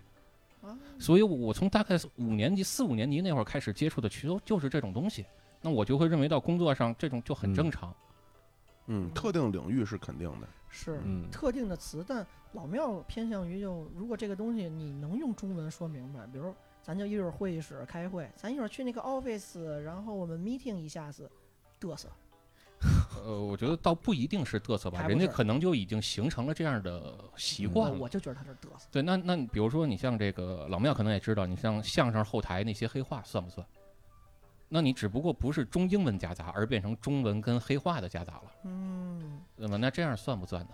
Speaker 2: 啊，
Speaker 3: 所以我，我从大概五年级、四五年级那会儿开始接触的，其实就是这种东西。那我就会认为到工作上这种就很正常。
Speaker 1: 嗯，特定领域是肯定的。
Speaker 2: 是
Speaker 4: 嗯，
Speaker 2: 特定的词，但老庙偏向于就如果这个东西你能用中文说明白，比如咱就一会儿会议室开会，咱一会儿去那个 office，然后我们 meeting 一下子，嘚瑟，
Speaker 3: 呃，我觉得倒不一定是嘚瑟吧，
Speaker 2: 还不
Speaker 3: 人家
Speaker 2: 是
Speaker 3: 可能就已经形成了这样的习
Speaker 4: 嗯
Speaker 3: 惯
Speaker 2: 我
Speaker 3: 了。
Speaker 2: 我就觉得他是嘚瑟，
Speaker 3: 对，那那你比如说你像这个老庙可能也知道，你像相声后台那些黑话算不算？那你只不过不是中英文夹杂，而变成中文跟黑话的夹杂了，
Speaker 2: 嗯，
Speaker 3: 对吧？那这样算不算呢？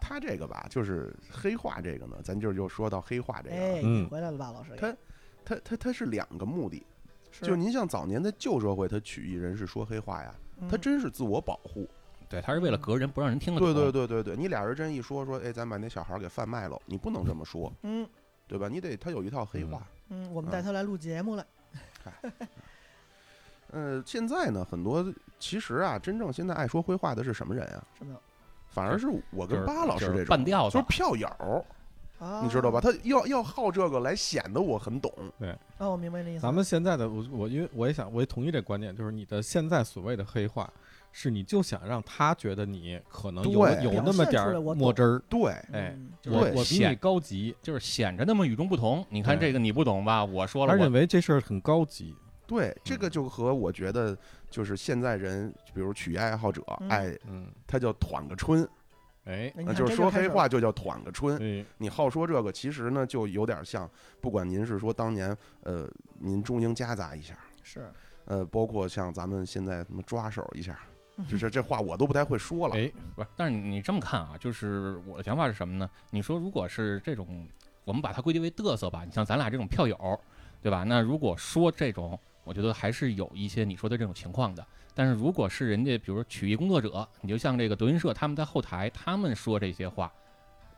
Speaker 1: 他这个吧，就是黑化这个呢，咱就是又说到黑化这个
Speaker 2: 哎，
Speaker 1: 啊，
Speaker 2: 你
Speaker 4: 嗯
Speaker 2: 回来了吧，老师也？
Speaker 1: 他它它它是两个目的。
Speaker 2: 是嗯
Speaker 1: 就您像早年的旧社会，他曲艺人是说黑话呀，他
Speaker 2: 嗯
Speaker 1: 真是自我保护。
Speaker 3: 对，他是为了隔人，不让人听得
Speaker 1: 对
Speaker 3: 懂。
Speaker 1: 对对对对，你俩人真一说说，哎，咱把那小孩儿给贩卖喽，你不能这么说，
Speaker 2: 嗯
Speaker 1: 对吧？你得他有一套黑话。
Speaker 2: 嗯，我们带他来录节目了，
Speaker 1: 呃，现在呢，很多其实啊，真正现在爱说黑话的是什么人啊？
Speaker 2: 什么
Speaker 1: 反而是我
Speaker 3: 就
Speaker 1: 跟
Speaker 3: 是
Speaker 1: 巴老师
Speaker 3: 就是
Speaker 1: 这种
Speaker 3: 半，吊
Speaker 1: 就是
Speaker 3: 子，
Speaker 1: 票友儿，
Speaker 2: 啊？
Speaker 1: 你知道吧？？他要要好这个来显得我很懂。
Speaker 2: 啊，我明白那意思。
Speaker 4: 咱们现在的我我因为我也想我也同意这观点，就是你的现在所谓的黑化，是你就想让他觉得你可能有
Speaker 1: 对
Speaker 4: 有那么点
Speaker 2: 表现出来
Speaker 4: 儿
Speaker 2: 我懂
Speaker 4: 墨汁儿，
Speaker 1: 对，
Speaker 4: 哎
Speaker 2: 嗯
Speaker 3: 就是
Speaker 4: 我
Speaker 1: 对
Speaker 4: 我比你
Speaker 3: 显
Speaker 4: 高级，
Speaker 3: 就是显着那么与众不同。你看
Speaker 4: 对
Speaker 3: 这个你不懂吧？我说了
Speaker 4: 他认
Speaker 3: 我，
Speaker 4: 为这事儿很高级，
Speaker 1: 对，这
Speaker 3: 嗯
Speaker 1: 个就和我觉得就是现在人，比如曲艺爱好者
Speaker 2: 嗯，
Speaker 1: 哎，
Speaker 4: 嗯，
Speaker 1: 他叫团个春，
Speaker 4: 哎，
Speaker 2: 哎
Speaker 1: 呃
Speaker 2: 你看
Speaker 1: 就是
Speaker 2: 这
Speaker 1: 说
Speaker 2: 开
Speaker 1: 黑
Speaker 2: 始
Speaker 1: 话就叫团个春。
Speaker 2: 嗯
Speaker 4: 对，
Speaker 1: 你好说这个，其实呢就有点像，不管您是说当年呃您中英夹杂一下，
Speaker 2: 是
Speaker 1: 呃，包括像咱们现在什么抓手一下，就是这话我都不太会说了。
Speaker 4: 哎，
Speaker 3: 不是，但是你这么看啊，就是我的想法是什么呢？你说如果是这种，我们把它归结为嘚瑟吧，你像咱俩这种票友，对吧？那如果说这种，我觉得还是有一些你说的这种情况的。但是如果是人家，比如说曲艺工作者，你就像这个德云社，他们在后台，他们说这些话，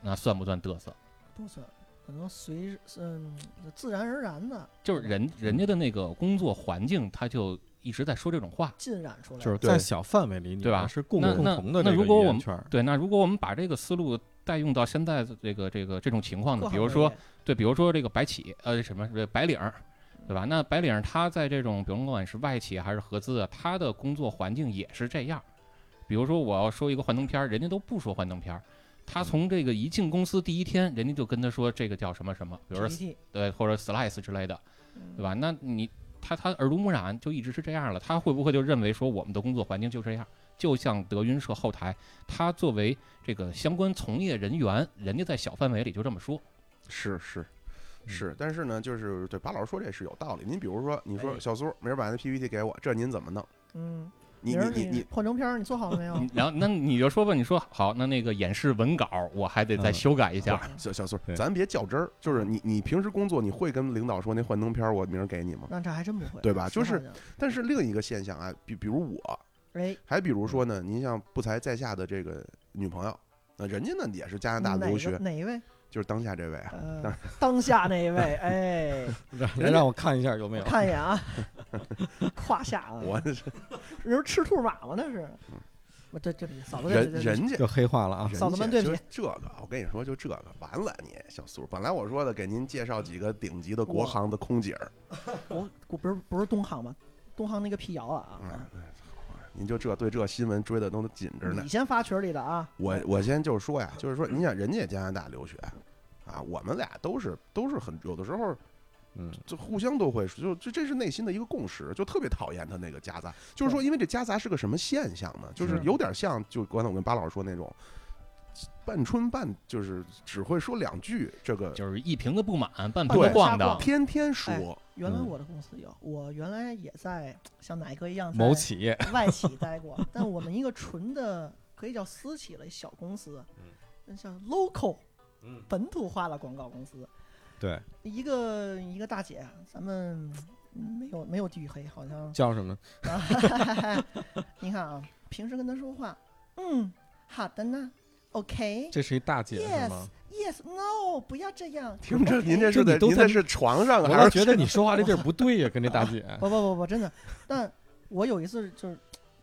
Speaker 3: 那算不算嘚瑟？
Speaker 2: 不算，可能随嗯自然而然的
Speaker 3: 就是人人家的那个工作环境，他就一直在说这种话。
Speaker 2: 浸染出来的，
Speaker 4: 就是
Speaker 1: 对
Speaker 4: 在小范围里，你
Speaker 3: 对吧
Speaker 4: 们是共
Speaker 3: 那
Speaker 4: 共
Speaker 3: 那
Speaker 4: 同的
Speaker 3: 那
Speaker 4: 这个
Speaker 3: 如果
Speaker 4: 语
Speaker 3: 我
Speaker 4: 言
Speaker 3: 们
Speaker 4: 圈儿，
Speaker 3: 对，那如果我们把这个思路带用到现在的这个这个这种情况
Speaker 2: 各
Speaker 3: 呢，
Speaker 2: 行
Speaker 3: 比如
Speaker 2: 各
Speaker 3: 说
Speaker 2: 业
Speaker 3: 对，比如说这个白起，呃，什么这白领儿，对吧？那白领儿他在这种，比如不管是外企还是合资啊，他的工作环境也是这样。比如说我要说一个幻灯片儿，人家都不说幻灯片儿，他从这个一进公司第一天，人家就跟他说这个叫什么什么，比如说
Speaker 2: PPT，
Speaker 3: 对或者 slice 之类的，
Speaker 2: 嗯
Speaker 3: 对吧？那你他他耳濡目染就一直是这样了，他会不会就认为说我们的工作环境就这样？就像德云社后台，他作为这个相关从业人员，人家在小范围里就这么说。
Speaker 1: 是是
Speaker 4: 嗯
Speaker 1: 是，但是呢，就是对巴老师说这是有道理。您比如说，你说
Speaker 3: 哎
Speaker 1: 小苏，明儿把那 PPT 给我，这您怎么弄？
Speaker 2: 嗯，
Speaker 1: 你
Speaker 2: 明儿
Speaker 1: 你你
Speaker 2: 破成片儿你做好了没有？
Speaker 3: 嗯然后那你就说吧，你说好，那那个演示文稿我还得再
Speaker 4: 嗯
Speaker 3: 修改一下。
Speaker 1: 小小苏，
Speaker 4: 对
Speaker 1: 咱别较真儿，就是你你平时工作你会跟领导说那幻灯片儿我明儿给你吗？
Speaker 2: 那这还真不会，
Speaker 1: 对吧
Speaker 2: 实
Speaker 1: 就是
Speaker 2: 话讲
Speaker 1: 但是另一个现象啊，比比如我，
Speaker 2: 哎，
Speaker 1: 还比如说呢，您像不才在下的这个女朋友，那人家呢也是加拿大
Speaker 2: 哪
Speaker 1: 留
Speaker 2: 个
Speaker 1: 学，
Speaker 2: 哪一 位？
Speaker 1: 就是当下这位啊，
Speaker 2: 呃，当下那 一位，哎，
Speaker 4: 来让我看一下有没有。
Speaker 2: 看一眼啊， 胯下啊，
Speaker 1: 我是嗯
Speaker 2: 人是赤兔马吗？那是， 我对对不起，嫂子，对
Speaker 1: 人
Speaker 2: 不起对不起
Speaker 1: 人家。
Speaker 4: 又黑化了啊！
Speaker 2: 嫂子们
Speaker 1: 人家就
Speaker 2: 对不起
Speaker 1: 这个，我跟你说，就这个完了你，小苏。本来我说的给您介绍几个顶级的国
Speaker 2: 哇
Speaker 1: 航的空姐儿，
Speaker 2: 我我不是不是东航吗？东航那个辟谣了啊
Speaker 1: 嗯！您就这对这新闻追的都紧着呢
Speaker 2: 你。先发群里的啊，
Speaker 1: 我我先就说呀，就是说，你想人家也加拿大留学，啊，我们俩都是都是很有的时候
Speaker 4: 嗯，
Speaker 1: 就互相都会，就这这是内心的一个共识，就特别讨厌他那个夹杂。就是说，因为这夹杂是个什么现象呢？就是
Speaker 4: 是
Speaker 1: 有点像，就刚才我跟巴老师说那种。半春半就是只会说两句，这个
Speaker 3: 就是一瓶子不满，半瓶
Speaker 1: 对
Speaker 3: 子晃
Speaker 2: 瞎
Speaker 3: 荡
Speaker 2: 逛。
Speaker 1: 天天说，
Speaker 2: 原来
Speaker 4: 嗯
Speaker 2: 我的公司有，我原来也在像奶哥一样
Speaker 4: 某
Speaker 2: 在
Speaker 4: 企业，
Speaker 2: 外企待过，但我们一个纯的可以叫私企了，小公司
Speaker 4: 嗯，
Speaker 2: 那像 local
Speaker 4: 嗯，
Speaker 2: 本土化的广告公司，
Speaker 4: 对，
Speaker 2: 一个一个大姐，啊咱们嗯没有没有地域黑，好像
Speaker 4: 叫什么？
Speaker 2: 啊，你看啊，平时跟他说话，嗯，好的呢，OK。
Speaker 4: 这是一大姐是
Speaker 2: Yes
Speaker 4: 吗？
Speaker 2: Yes, no，不要哎这样。
Speaker 1: 听着您这
Speaker 2: OK
Speaker 1: 是在
Speaker 4: 这你都
Speaker 1: 您
Speaker 4: 在
Speaker 1: 这是床上
Speaker 4: 我
Speaker 1: 还
Speaker 4: 倒
Speaker 1: 是
Speaker 4: 觉得你说话这地儿不对呀，跟这大姐。
Speaker 2: 不不不不，真的。但我有一次就是，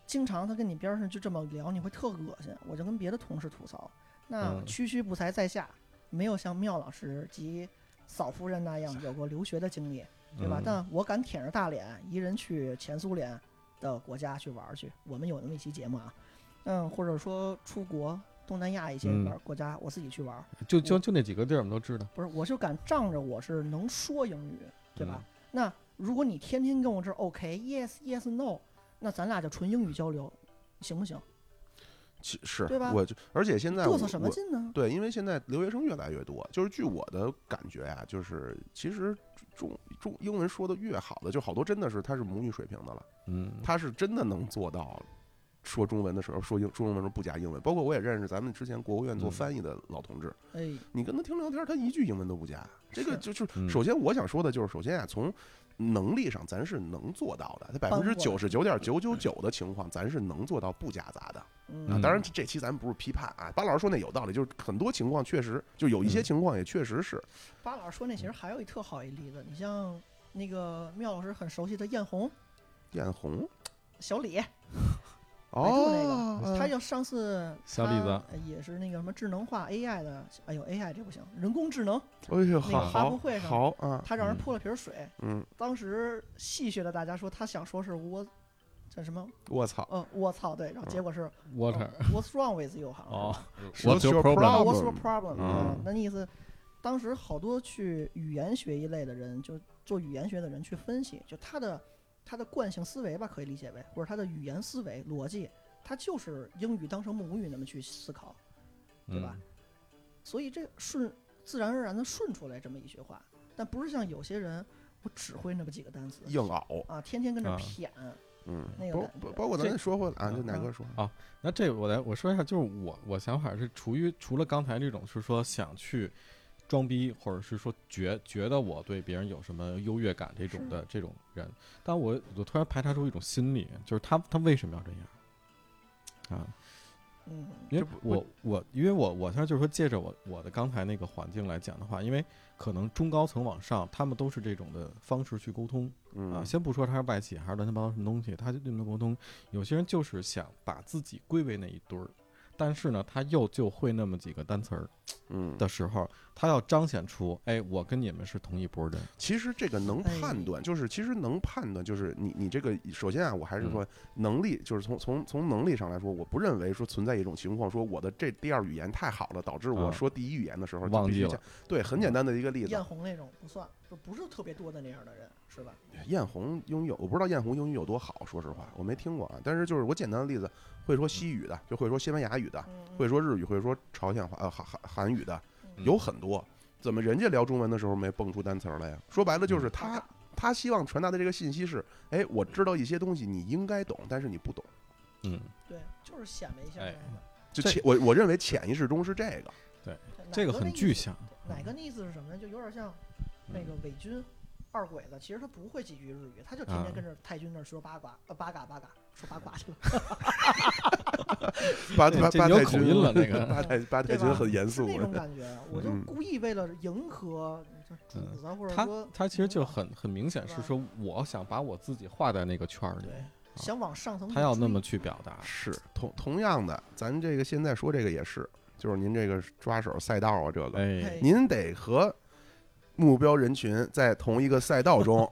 Speaker 2: 经常他跟你边上就这么聊，你会特恶心。我就跟别的同事吐槽，那
Speaker 4: 嗯
Speaker 2: 区区不才在下，没有像妙老师及嫂夫人那样有过留学的经历，对吧？
Speaker 4: 嗯
Speaker 2: 但我敢舔着大脸，一人去前苏联的国家去玩儿去。我们有那么一期节目啊，嗯，或者说出国东南亚一些
Speaker 4: 嗯
Speaker 2: 玩儿国家，我自己去玩儿。
Speaker 4: 就就就那几个地儿，我们都知道。
Speaker 2: 不是，我就敢仗着我是能说英语，对
Speaker 1: 嗯
Speaker 2: 吧？那如果你天天跟我这儿 OK yes yes no，那咱俩就纯英语交流，行不行？
Speaker 1: 其是
Speaker 2: 对吧
Speaker 1: 我就而且现在
Speaker 2: 嘚
Speaker 1: 我
Speaker 2: 瑟什么
Speaker 1: 我
Speaker 2: 劲呢？
Speaker 1: 对，因为现在留学生越来越多，就是据我的感觉啊，就是其实中中英文说的越好的，就好多真的是他是母语水平的了，
Speaker 4: 嗯，
Speaker 1: 他是真的能做到说中文的时候说英说中文的时候不加英文。包括我也认识咱们之前国务院做
Speaker 4: 嗯
Speaker 1: 翻译的老同志，
Speaker 2: 哎，
Speaker 1: 你跟他听聊天，他一句英文都不加。这个
Speaker 2: 是
Speaker 1: 就是
Speaker 4: 嗯
Speaker 1: 首先我想说的就是，首先啊，从能力上咱是能做到的，他百
Speaker 2: 搬
Speaker 1: 分
Speaker 2: 过
Speaker 1: 之
Speaker 2: 来
Speaker 1: 九十九点九九九的情况，咱是能做到不夹杂的。啊，
Speaker 2: 嗯
Speaker 4: 嗯，
Speaker 1: 当然这期咱们不是批判啊，巴老师说那有道理，就是很多情况确实，就有一些
Speaker 4: 嗯
Speaker 1: 情况也确实是，
Speaker 2: 巴老师说那其实还有一特好一例子，你像那个妙老师很熟悉的艳红
Speaker 1: 艳红
Speaker 2: 小李，
Speaker 1: 哦，
Speaker 2: 他
Speaker 1: 嗯
Speaker 2: 就上次
Speaker 4: 小李子
Speaker 2: 他也是那个什么智能化 AI 的，哎呦 AI 这不行，人工智能，
Speaker 1: 哎呦，
Speaker 2: 那个
Speaker 1: 好
Speaker 2: 发布
Speaker 1: 好
Speaker 2: 会上
Speaker 1: 好啊，
Speaker 2: 他让人
Speaker 4: 嗯
Speaker 2: 泼了瓶水，
Speaker 1: 嗯，
Speaker 2: 当时戏谑的大家说他想说是我叫什么
Speaker 1: 我操
Speaker 2: 呃，我操，对，然后结果是
Speaker 4: ，water，
Speaker 2: 呃 What's wrong with you？好像
Speaker 3: 哦
Speaker 2: 是啊
Speaker 3: ，What's your
Speaker 1: your
Speaker 3: problem？
Speaker 4: 哦
Speaker 1: problem？
Speaker 2: What's your problem？
Speaker 1: 嗯
Speaker 2: 嗯那意思，当时好多去语言学一类的人，就做语言学的人去分析，就他的他的惯性思维吧，可以理解为，或者他的语言思维逻辑，他就是英语当成母语那么去思考，对吧？所以这顺自然而然的顺出来这么一句话，但不是像有些人，我只会那么几个单词
Speaker 1: 硬熬，
Speaker 2: 啊，天天跟着
Speaker 4: 啊
Speaker 2: 谝，
Speaker 1: 嗯
Speaker 2: 那，个
Speaker 1: 包
Speaker 2: 感
Speaker 1: 包
Speaker 2: 觉
Speaker 1: 包括咱
Speaker 4: 这
Speaker 1: 再说回来啊，就
Speaker 4: 嗯
Speaker 1: 奶哥
Speaker 2: 嗯
Speaker 1: 说，
Speaker 4: 那这我来我说一下，就是我我想法是，除于除了刚才这种是说想去装逼，或者是说觉觉得我对别人有什么优越感这种的这种人，但我我突然排查出一种心理，就是他他为什么要这样啊？
Speaker 2: 嗯，
Speaker 4: 因为
Speaker 1: 这不
Speaker 4: 我我因为我我现在就是说，借着我我的刚才那个环境来讲的话，因为可能中高层往上，他们都是这种的方式去沟通啊。
Speaker 1: 嗯，
Speaker 4: 先不说他是外企还是乱七八糟什么东西，他就这么沟通。有些人就是想把自己归为那一堆儿，但是呢，他又就会那么几个单词儿，
Speaker 1: 嗯，
Speaker 4: 的时候，他要彰显出，哎，我跟你们是同一波人。
Speaker 1: 其实这个能
Speaker 2: 哎
Speaker 1: 判断，就是其实能判断，就是你你这个首先啊，我还是
Speaker 4: 嗯
Speaker 1: 说能力，就是从从从能力上来说，我不认为说存在一种情况，说我的这第二语言太好了，导致我
Speaker 4: 啊
Speaker 1: 说第一语言的时候就
Speaker 4: 忘
Speaker 1: 必须
Speaker 4: 记
Speaker 1: 加
Speaker 4: 了。
Speaker 1: 对，很简单的一个例子
Speaker 2: 艳，红那种不算，就不是特别多的那样的人，是吧？
Speaker 1: 艳红英语有我不知道艳红英语有多好，说实话我没听过啊。但是就是我简单的例子，会说西语的，就会说西班牙语的，
Speaker 2: 嗯，
Speaker 1: 会说日语，会说朝鲜话呃韩韩韩语的，
Speaker 2: 嗯
Speaker 1: 有很多。怎么人家聊中文的时候没蹦出单词儿来呀？说白了就是
Speaker 4: 嗯
Speaker 1: 他、他希望传达的这个信息是：哎，我知道一些东西你应该懂，但是你不懂。
Speaker 4: 嗯，
Speaker 2: 对，就是显摆一下
Speaker 4: 哎
Speaker 2: 那个。
Speaker 1: 就
Speaker 4: 这
Speaker 1: 潜我我认为潜意识中是这 个，
Speaker 2: 哪
Speaker 4: 这个
Speaker 2: 的
Speaker 4: 很
Speaker 2: 意
Speaker 4: 具
Speaker 2: 思
Speaker 4: 象。嗯
Speaker 2: 对哪个的意思是什么呢？就有点像那个伪军二鬼子，其实他不会几句日语，他就天
Speaker 4: 啊
Speaker 2: 天跟着太君那儿说八卦，呃，八嘎八嘎，说八卦 去了。
Speaker 1: 八
Speaker 4: 这
Speaker 1: 八
Speaker 4: 哎这
Speaker 1: 八
Speaker 4: 有
Speaker 1: 太
Speaker 4: 口
Speaker 1: 君
Speaker 4: 音了 那个
Speaker 1: 八太八太
Speaker 2: 对
Speaker 1: 君
Speaker 2: 吧
Speaker 1: 很严
Speaker 2: 是
Speaker 1: 肃，
Speaker 4: 啊
Speaker 2: 那种感觉， 我就
Speaker 1: 嗯
Speaker 2: 故意为了迎合主子啊，或者
Speaker 4: 嗯他
Speaker 2: 说嗯
Speaker 4: 他其实就
Speaker 2: 领导
Speaker 4: 很很明显是说，我想把我自己画在那个圈儿里，
Speaker 2: 对，想往上层去追。
Speaker 4: 嗯他要那么去哎表达。
Speaker 1: 是同同样的，咱这个现在说这个也是，就是您这个抓手赛道啊，这个
Speaker 4: 哎，
Speaker 1: 您得和目标人群在同一个赛道 中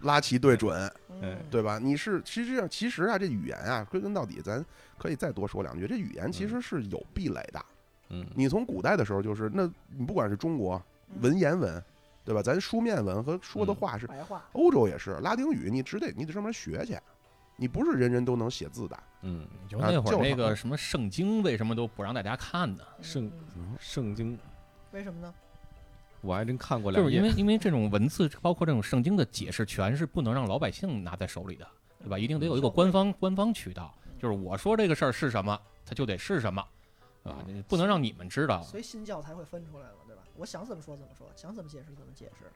Speaker 1: 拉齐对准，
Speaker 4: 哎
Speaker 2: 嗯，
Speaker 1: 对吧？你是其实上其实啊，这语言啊，归根到底，咱可以再多说两句。这语言其实是有壁垒的。
Speaker 4: 嗯，
Speaker 1: 你从古代的时候就是，那你不管是中国
Speaker 2: 嗯
Speaker 1: 文言文，对吧？咱书面文和说的话是，
Speaker 2: 白话，
Speaker 1: 欧洲也是拉丁语，你只得你得上面学去，你不是人人都能写字的。
Speaker 4: 嗯，
Speaker 3: 有
Speaker 1: 啊
Speaker 3: 那会儿
Speaker 1: 教
Speaker 3: 那
Speaker 1: 堂
Speaker 3: 个什么圣经为什么都不让大家看呢？
Speaker 2: 嗯
Speaker 4: 圣
Speaker 2: 嗯
Speaker 4: 圣经
Speaker 2: 为什么呢？
Speaker 4: 我还真看过两
Speaker 3: 就是
Speaker 4: 页，
Speaker 3: 因为因为这种文字，包括这种圣经的解释权是不能让老百姓拿在手里的，对吧？一定得有一个官方官方渠道，就是我说这个事儿是什么，它就得是什么，对
Speaker 4: 啊
Speaker 3: 吧？你不能让你们知道。
Speaker 2: 所以新教才会分出来嘛，对吧？我想怎么说怎么说，想怎么解释怎么解释。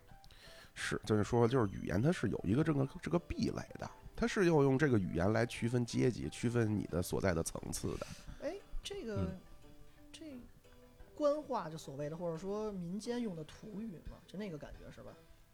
Speaker 1: 是，就是说，就是语言它是有一个这个这个壁垒的，它是要用这个语言来区分阶级、区分你的所在的层次的。
Speaker 2: 哎，这个、
Speaker 4: 嗯
Speaker 2: 这官话就所谓的，或者说民间用的土语嘛，就那个感觉是吧？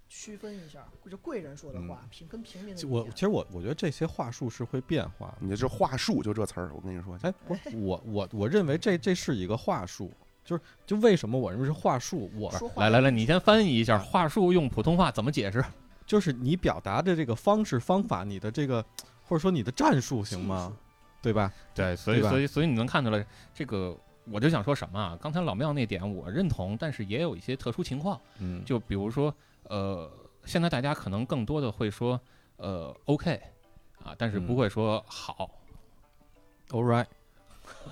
Speaker 2: 区分一下，就贵人说的话，
Speaker 3: 嗯
Speaker 2: 平跟平民的
Speaker 4: 就
Speaker 2: 语
Speaker 4: 我
Speaker 2: 言
Speaker 4: 其实我我觉得这些话术是会变化的。
Speaker 1: 你这话术就这词儿，我跟你说，
Speaker 4: 哎，不是我我我认为这这是一个话术，就是就为什么我认为是话术，我
Speaker 2: 说话
Speaker 3: 来来来，你先翻译一下话术用普通话怎么解释？
Speaker 4: 就是你表达的这个方式方法，你的这个或者说你的战术行
Speaker 2: 技
Speaker 4: 吗
Speaker 2: 术？
Speaker 4: 对吧？
Speaker 3: 对，
Speaker 4: 嗯
Speaker 3: 所
Speaker 4: 对
Speaker 3: 以
Speaker 4: 吧
Speaker 3: 所以所以你能看出来，这个我就想说什么啊？刚才老庙那点我认同，但是也有一些特殊情况，
Speaker 4: 嗯，
Speaker 3: 就比如说，呃，现在大家可能更多的会说，呃，OK，啊，但是
Speaker 4: 嗯
Speaker 3: 不会说好。
Speaker 4: all right，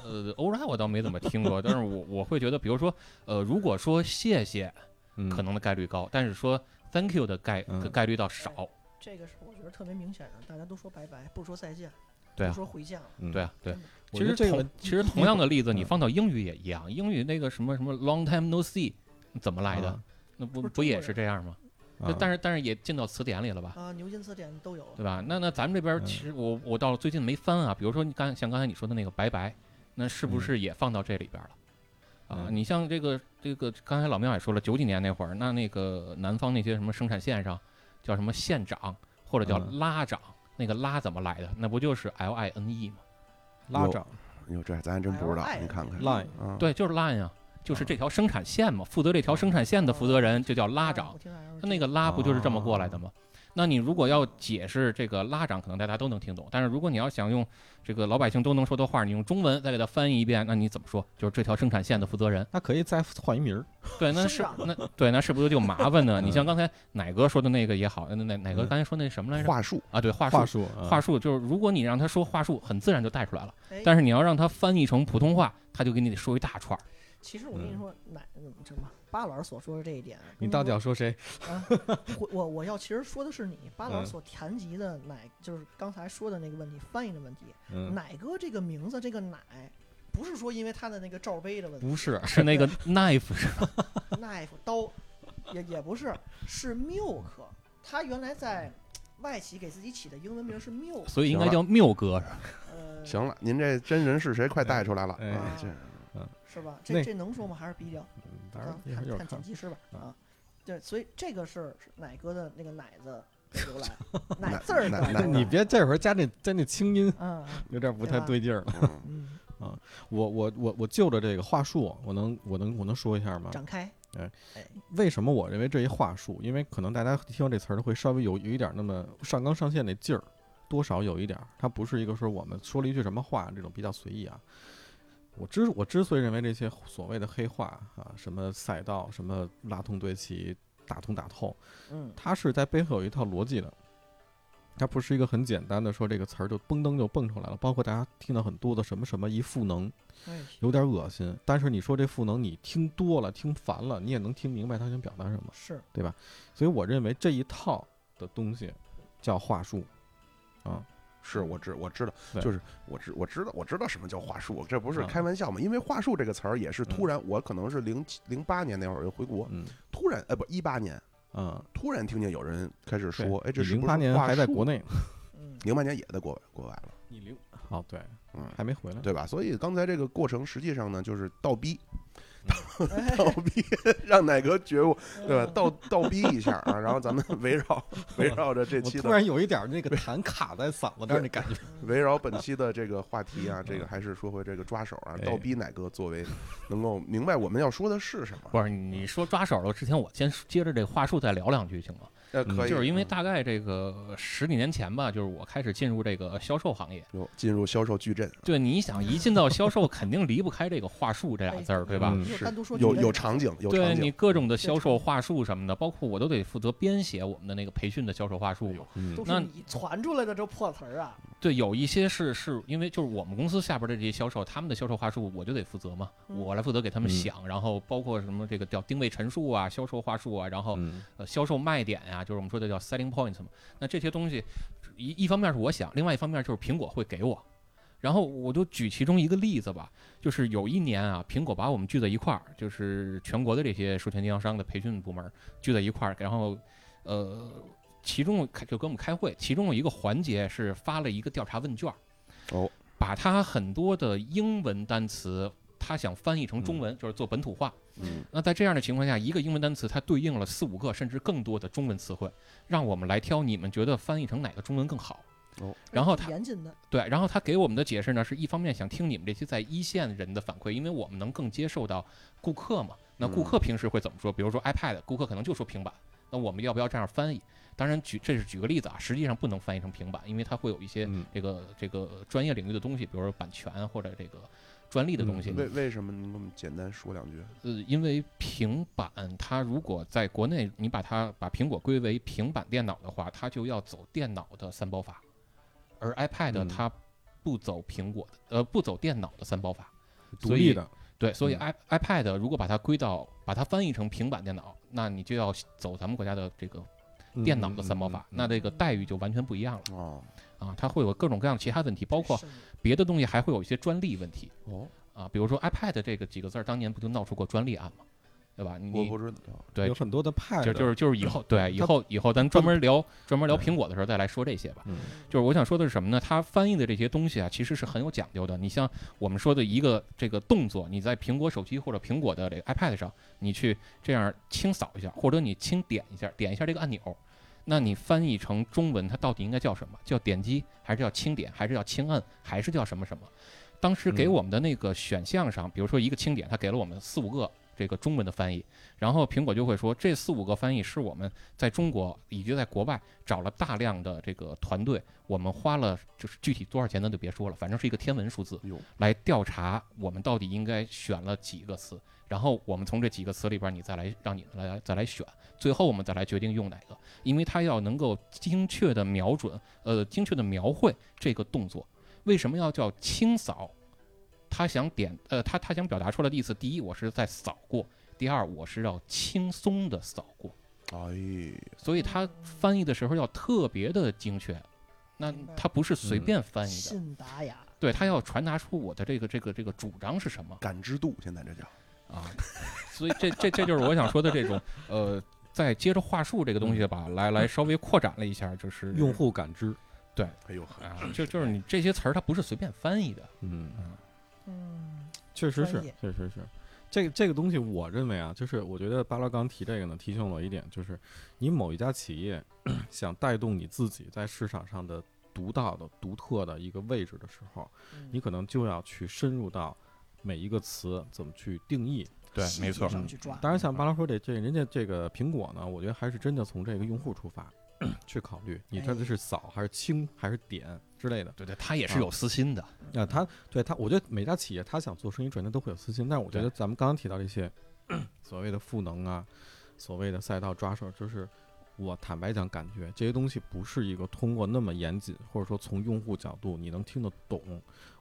Speaker 3: 呃，all right 我倒没怎么听过，但是我我会觉得，比如说，呃，如果说谢谢，
Speaker 4: 嗯，
Speaker 3: 可能的概率高，但是说 thank you 的概
Speaker 4: 嗯
Speaker 3: 的概率倒少。
Speaker 2: 这个是我觉得特别明显的，大家都说拜拜，不说再见，
Speaker 3: 对啊
Speaker 2: 不说回见了。
Speaker 4: 嗯
Speaker 3: 对啊，对啊。
Speaker 4: 我觉
Speaker 3: 其实
Speaker 4: 得这个
Speaker 3: 同其实同样的例子，
Speaker 4: 嗯
Speaker 3: 你放到英语也一样，英语那个什么什么 long time no see 怎么来的
Speaker 4: 啊？
Speaker 3: 那不
Speaker 2: 不是
Speaker 3: 不
Speaker 2: 中
Speaker 3: 也
Speaker 2: 国
Speaker 3: 是
Speaker 2: 人
Speaker 3: 这样吗？
Speaker 4: 啊
Speaker 3: 但是但是也进到词典里了吧？
Speaker 2: 啊，牛津词典都有，
Speaker 3: 对吧？那那咱们这边儿
Speaker 4: 嗯
Speaker 3: 其实我我到最近没翻啊，比如说你刚像刚才你说的那个拜拜，那是不是也放到这里边儿了？啊，
Speaker 4: 嗯
Speaker 3: 你像这个这个刚才老苗也说了，九几年那会儿，那那个南方那些什么生产线上叫什么县长或者叫
Speaker 4: 嗯
Speaker 3: 拉长，那个拉怎么来的？那不就是 L I N E 吗？
Speaker 4: 拉
Speaker 1: 有
Speaker 4: 长
Speaker 1: 哟，这咱还真不知道
Speaker 2: LI，
Speaker 1: 你看看
Speaker 4: line
Speaker 2: 嗯
Speaker 1: 啊，
Speaker 3: 对，就是拉呀，就是这条生产线嘛，负责这条生产线的负责人就叫拉长
Speaker 2: 我。听
Speaker 3: 他那
Speaker 2: 个
Speaker 3: 个拉不就是这么过来的吗？那你如果要解释这个拉长，可能大家都能听懂。但是如果你要想用这个老百姓都能说的话，你用中文再给它翻译一遍，那你怎么说？就是这条生产线的负责人。
Speaker 4: 那可以再换一名儿，
Speaker 3: 对，那
Speaker 2: 生
Speaker 3: 是
Speaker 2: 长
Speaker 3: 那对，那是不是就麻烦呢？
Speaker 4: 嗯
Speaker 3: 你像刚才奶哥说的那个也好，那奶奶哥
Speaker 4: 嗯
Speaker 3: 刚才说那什么来着？
Speaker 1: 话术
Speaker 3: 啊，对，话
Speaker 4: 话
Speaker 3: 术，
Speaker 4: 术啊
Speaker 3: 话术就是如果你让他说话术，很自然就带出来了。
Speaker 2: 哎
Speaker 3: 但是你要让他翻译成普通话，他就给你得说一大串儿。
Speaker 2: 其实我跟你
Speaker 4: 嗯
Speaker 2: 说，奶什么巴老师所说的这一点，
Speaker 4: 你到底
Speaker 2: 要
Speaker 4: 要说谁？
Speaker 2: 我我我要其实说的是你巴老
Speaker 4: 嗯
Speaker 2: 师所谈及的奶，就是刚才说的那个问题，翻译的问题。
Speaker 4: 嗯，
Speaker 2: 奶哥这个名字，这个奶，不是说因为他的那个罩杯的问题
Speaker 4: 不是，
Speaker 3: 是那个 knife 是吧？
Speaker 2: ，knife 刀，也也不是，是 milk。他原来在外企给自己起的英文名是 milk。
Speaker 3: 所以应该叫缪哥。
Speaker 2: 呃，
Speaker 1: 行了，您这真人是谁快带出来了
Speaker 4: 哎
Speaker 1: 啊
Speaker 2: 啊！
Speaker 1: 这
Speaker 2: 是吧？
Speaker 4: 那
Speaker 2: 这这能说吗？还是逼掉？
Speaker 4: 嗯当然
Speaker 2: 啊
Speaker 4: 一会儿一会
Speaker 2: 看
Speaker 4: 儿
Speaker 2: 看剪。
Speaker 4: 看
Speaker 2: 辑师吧
Speaker 4: 啊
Speaker 2: 啊。对，所以这个是是奶哥的那个奶字的由来，
Speaker 1: 奶
Speaker 2: 奶字儿的
Speaker 1: 奶
Speaker 2: 由来。
Speaker 4: 你别这会儿加那加那清音，
Speaker 2: 嗯嗯
Speaker 4: 有点不太对劲儿了。
Speaker 1: 嗯
Speaker 2: 嗯，
Speaker 4: 啊，我我我我就着这个话术，我能我能我能说一下吗？
Speaker 2: 展开，
Speaker 4: 为什么我认为这一话术？因为可能大家听到这词儿会稍微有有一点那么上纲上线那劲儿，多少有一点儿。它不是一个说我们说了一句什么话这种比较随意啊。我之我之所以认为这些所谓的黑话啊，什么赛道，什么拉通对齐，打通打透，
Speaker 2: 嗯，
Speaker 4: 它是在背后有一套逻辑的，它不是一个很简单的说这个词儿就嘣噔就蹦出来了。包括大家听到很多的什么什么一赋能，
Speaker 2: 哎
Speaker 4: 有点恶心，但是你说这赋能你听多了、听烦了，你也能听明白他想表达什么。
Speaker 2: 是
Speaker 4: 所以我认为这一套的东西叫话术，啊，
Speaker 1: 是我知我知道，
Speaker 4: 对
Speaker 1: 就是我知我知道我知道什么叫话术，这不是
Speaker 4: 啊
Speaker 1: 开玩笑嘛？因为话术这个词儿也是突
Speaker 4: 嗯
Speaker 1: 然，我可能是零零八年那会儿就回国，
Speaker 4: 嗯
Speaker 1: 突然呃不一八年，
Speaker 4: 啊，
Speaker 1: 突然听见有人开始说，哎，这是
Speaker 4: 零八年还在国内，
Speaker 2: 嗯，
Speaker 1: 零八年也在国外国外了，
Speaker 4: 你零哦对，
Speaker 1: 嗯，
Speaker 4: 还没回来，
Speaker 1: 对吧？所以刚才这个过程实际上呢，就是倒逼
Speaker 2: 哎
Speaker 4: 嗯
Speaker 1: 倒逼， 让奶哥觉悟，对吧？
Speaker 2: 嗯
Speaker 1: 倒倒逼一下啊，然后咱们 围绕围绕着这
Speaker 4: 我
Speaker 1: 期
Speaker 4: 突
Speaker 1: 的
Speaker 4: 然有一点那个痰卡在嗓子这儿那感觉，
Speaker 1: 围绕本期的这个话题
Speaker 3: 嗯
Speaker 1: 啊，这个还是说回这个抓手啊，
Speaker 4: 哎
Speaker 1: 倒逼奶哥作为能够明白我们要说的是什么，
Speaker 3: 不是你说抓手了之前，我先接着这话术再聊两句行吗？
Speaker 1: 呃，
Speaker 4: 嗯
Speaker 1: 可以，
Speaker 3: 就是因为
Speaker 1: 嗯
Speaker 3: 大概这个十几年前吧，就是我开始进入这个销售行业。
Speaker 1: 哟嗯进入销售矩阵，
Speaker 3: 对，你想一进到销售， 肯定离不开这个话术这俩字儿，对吧？
Speaker 4: 嗯
Speaker 2: 你有
Speaker 1: 是
Speaker 2: 哎单独说
Speaker 1: 有
Speaker 2: 你
Speaker 1: 有场景，哎有
Speaker 3: 对
Speaker 1: 场
Speaker 3: 你
Speaker 1: 景，
Speaker 3: 各种的销售话术什么的，包括我都得负责编写我们的那个培训的销售话
Speaker 1: 哎
Speaker 3: 术嘛。
Speaker 4: 嗯
Speaker 2: 都
Speaker 3: 那
Speaker 2: 是你传出来的这破词儿啊，
Speaker 3: 对，有一些是是因为就是我们公司下边的这些销售，他们的销售话术我就得负责嘛，
Speaker 2: 嗯
Speaker 3: 我来负责给他们
Speaker 4: 嗯
Speaker 3: 想，然后包括什么这个叫定位陈述啊、销售话术啊，然后
Speaker 4: 嗯
Speaker 3: 呃销售卖点呀、就是我们说的叫 selling point 嘛。那这些东西一一方面是我想，另外一方面就是苹果会给我。然后我就举其中一个例子吧，就是有一年啊，苹果把我们聚在一块儿，就是全国的这些授权经销商的培训部门儿聚在一块儿，然后呃，其中开就跟我们开会，其中有一个环节是发了一个调查问卷儿，
Speaker 1: 哦，
Speaker 3: 把他很多的英文单词。他想翻译成中文，就是做本土化。
Speaker 1: 嗯，
Speaker 3: 那在这样的情况下，一个英文单词它对应了四五个甚至更多的中文词汇，让我们来挑你们觉得翻译成哪个中文更好。
Speaker 1: 哦，
Speaker 3: 然后
Speaker 2: 挺
Speaker 3: 他
Speaker 2: 严谨的，
Speaker 3: 对，然后他给我们的解释呢，是一方面想听你们这些在一线人的反馈，因为我们能更接受到顾客嘛。那顾客平时会怎么说？比如说 iPad，顾客可能就说平板，那我们要不要这样翻译？当然举这是举个例子啊，实际上不能翻译成平板，因为它会有一些
Speaker 4: 嗯
Speaker 3: 这个这个专业领域的东西，比如说版权啊或者这个专利的东西。
Speaker 1: 为为什么您给我们简单说两句？
Speaker 3: 呃，因为平板它如果在国内你把它把苹果归为平板电脑的话，它就要走电脑的三包法，而 iPad
Speaker 4: 嗯
Speaker 3: 它不走苹果的、呃不走电脑的三包法，
Speaker 4: 独立的，
Speaker 3: 对，所以
Speaker 4: 嗯
Speaker 3: i iPad 如果把它归到把它翻译成平板电脑，那你就要走咱们国家的这个
Speaker 4: 嗯
Speaker 3: 电脑的三包法，那这个待遇就完全不一样了
Speaker 1: 哦
Speaker 3: 啊！它会有各种各样其他问题，包括
Speaker 2: 是
Speaker 3: 别的东西还会有一些专利问题
Speaker 1: 哦，
Speaker 3: 啊，比如说 iPad 这个几个字儿，当年不就闹出过专利案吗？对吧？你
Speaker 1: 我不知道，
Speaker 3: 对
Speaker 4: 有很多的派
Speaker 3: 就
Speaker 4: 的，
Speaker 3: 就是就是以后对以
Speaker 4: 它
Speaker 3: 后以后咱专门聊专门聊
Speaker 4: 对
Speaker 3: 苹果的时候再来说这些吧。
Speaker 4: 嗯
Speaker 3: 就是我想说的是什么呢？它翻译的这些东西啊，其实是很有讲究的。你像我们说的一个这个动作，你在苹果手机或者苹果的这个 iPad 上，你去这样轻扫一下，或者你轻点一下，点一下这个按钮，那你翻译成中文，它到底应该叫什么？叫点击，还是叫轻点，还是叫轻按，还是叫什么什么？当时给
Speaker 4: 嗯
Speaker 3: 我们的那个选项上，比如说一个轻点，它给了我们四五个这个中文的翻译，然后苹果就会说，这四五个翻译是我们在中国以及在国外找了大量的这个团队，我们花了就是具体多少钱咱就别说了，反正是一个天文数字
Speaker 1: 哟，
Speaker 3: 来调查我们到底应该选了几个词，然后我们从这几个词里边你再来让你来再来选，最后我们再来决定用哪个，因为它要能够精确的瞄准，呃，精确的描绘这个动作。为什么要叫清扫？他想点，呃，他他想表达出来的意思，第一，我是在扫过；第二，我是要轻松的扫过。
Speaker 1: 哎，
Speaker 3: 所以他翻译的时候要特别的精确，那
Speaker 2: 明白
Speaker 3: 他不是随
Speaker 4: 嗯
Speaker 3: 便翻译的，
Speaker 2: 信达雅，
Speaker 3: 对他要传达出我的这个这个这个主张是什么
Speaker 1: 感知度现在这叫
Speaker 3: 啊， 所以这这这就是我想说的这 种呃，再接着话术这个东西吧，来来稍微扩展了一下，就是
Speaker 4: 用户感知，
Speaker 1: 哎呦，
Speaker 3: 啊，就就是你这些词儿它不是随便翻译的，
Speaker 4: 嗯。
Speaker 2: 嗯，
Speaker 4: 确实是
Speaker 2: 专业，
Speaker 4: 确实是。这个这个东西，我认为啊，就是我觉得巴拉刚提这个呢，提 醒我一点，就是你某一家企业想带动你自己在市场上的独到的、独特的一个位置的时候，
Speaker 2: 嗯
Speaker 4: 你可能就要去深入到每一个词怎么去定义。
Speaker 3: 对，
Speaker 2: 细
Speaker 3: 没
Speaker 2: 节
Speaker 3: 错，嗯
Speaker 2: 上去抓。
Speaker 4: 当然，像巴拉说这这人家这个苹果呢，我觉得还是真的从这个用户出发 去考虑，你这
Speaker 2: 哎
Speaker 4: 是扫还是清还是点之类的。
Speaker 3: 对对，他也是有私心的，
Speaker 4: 啊，他对他，我觉得每家企业他想做生意赚钱都会有私心，但是我觉得咱们刚刚提到这些所谓的赋能啊，所谓的赛道抓手，就是我坦白讲，感觉这些东西不是一个通过那么严谨，或者说从用户角度你能听得懂。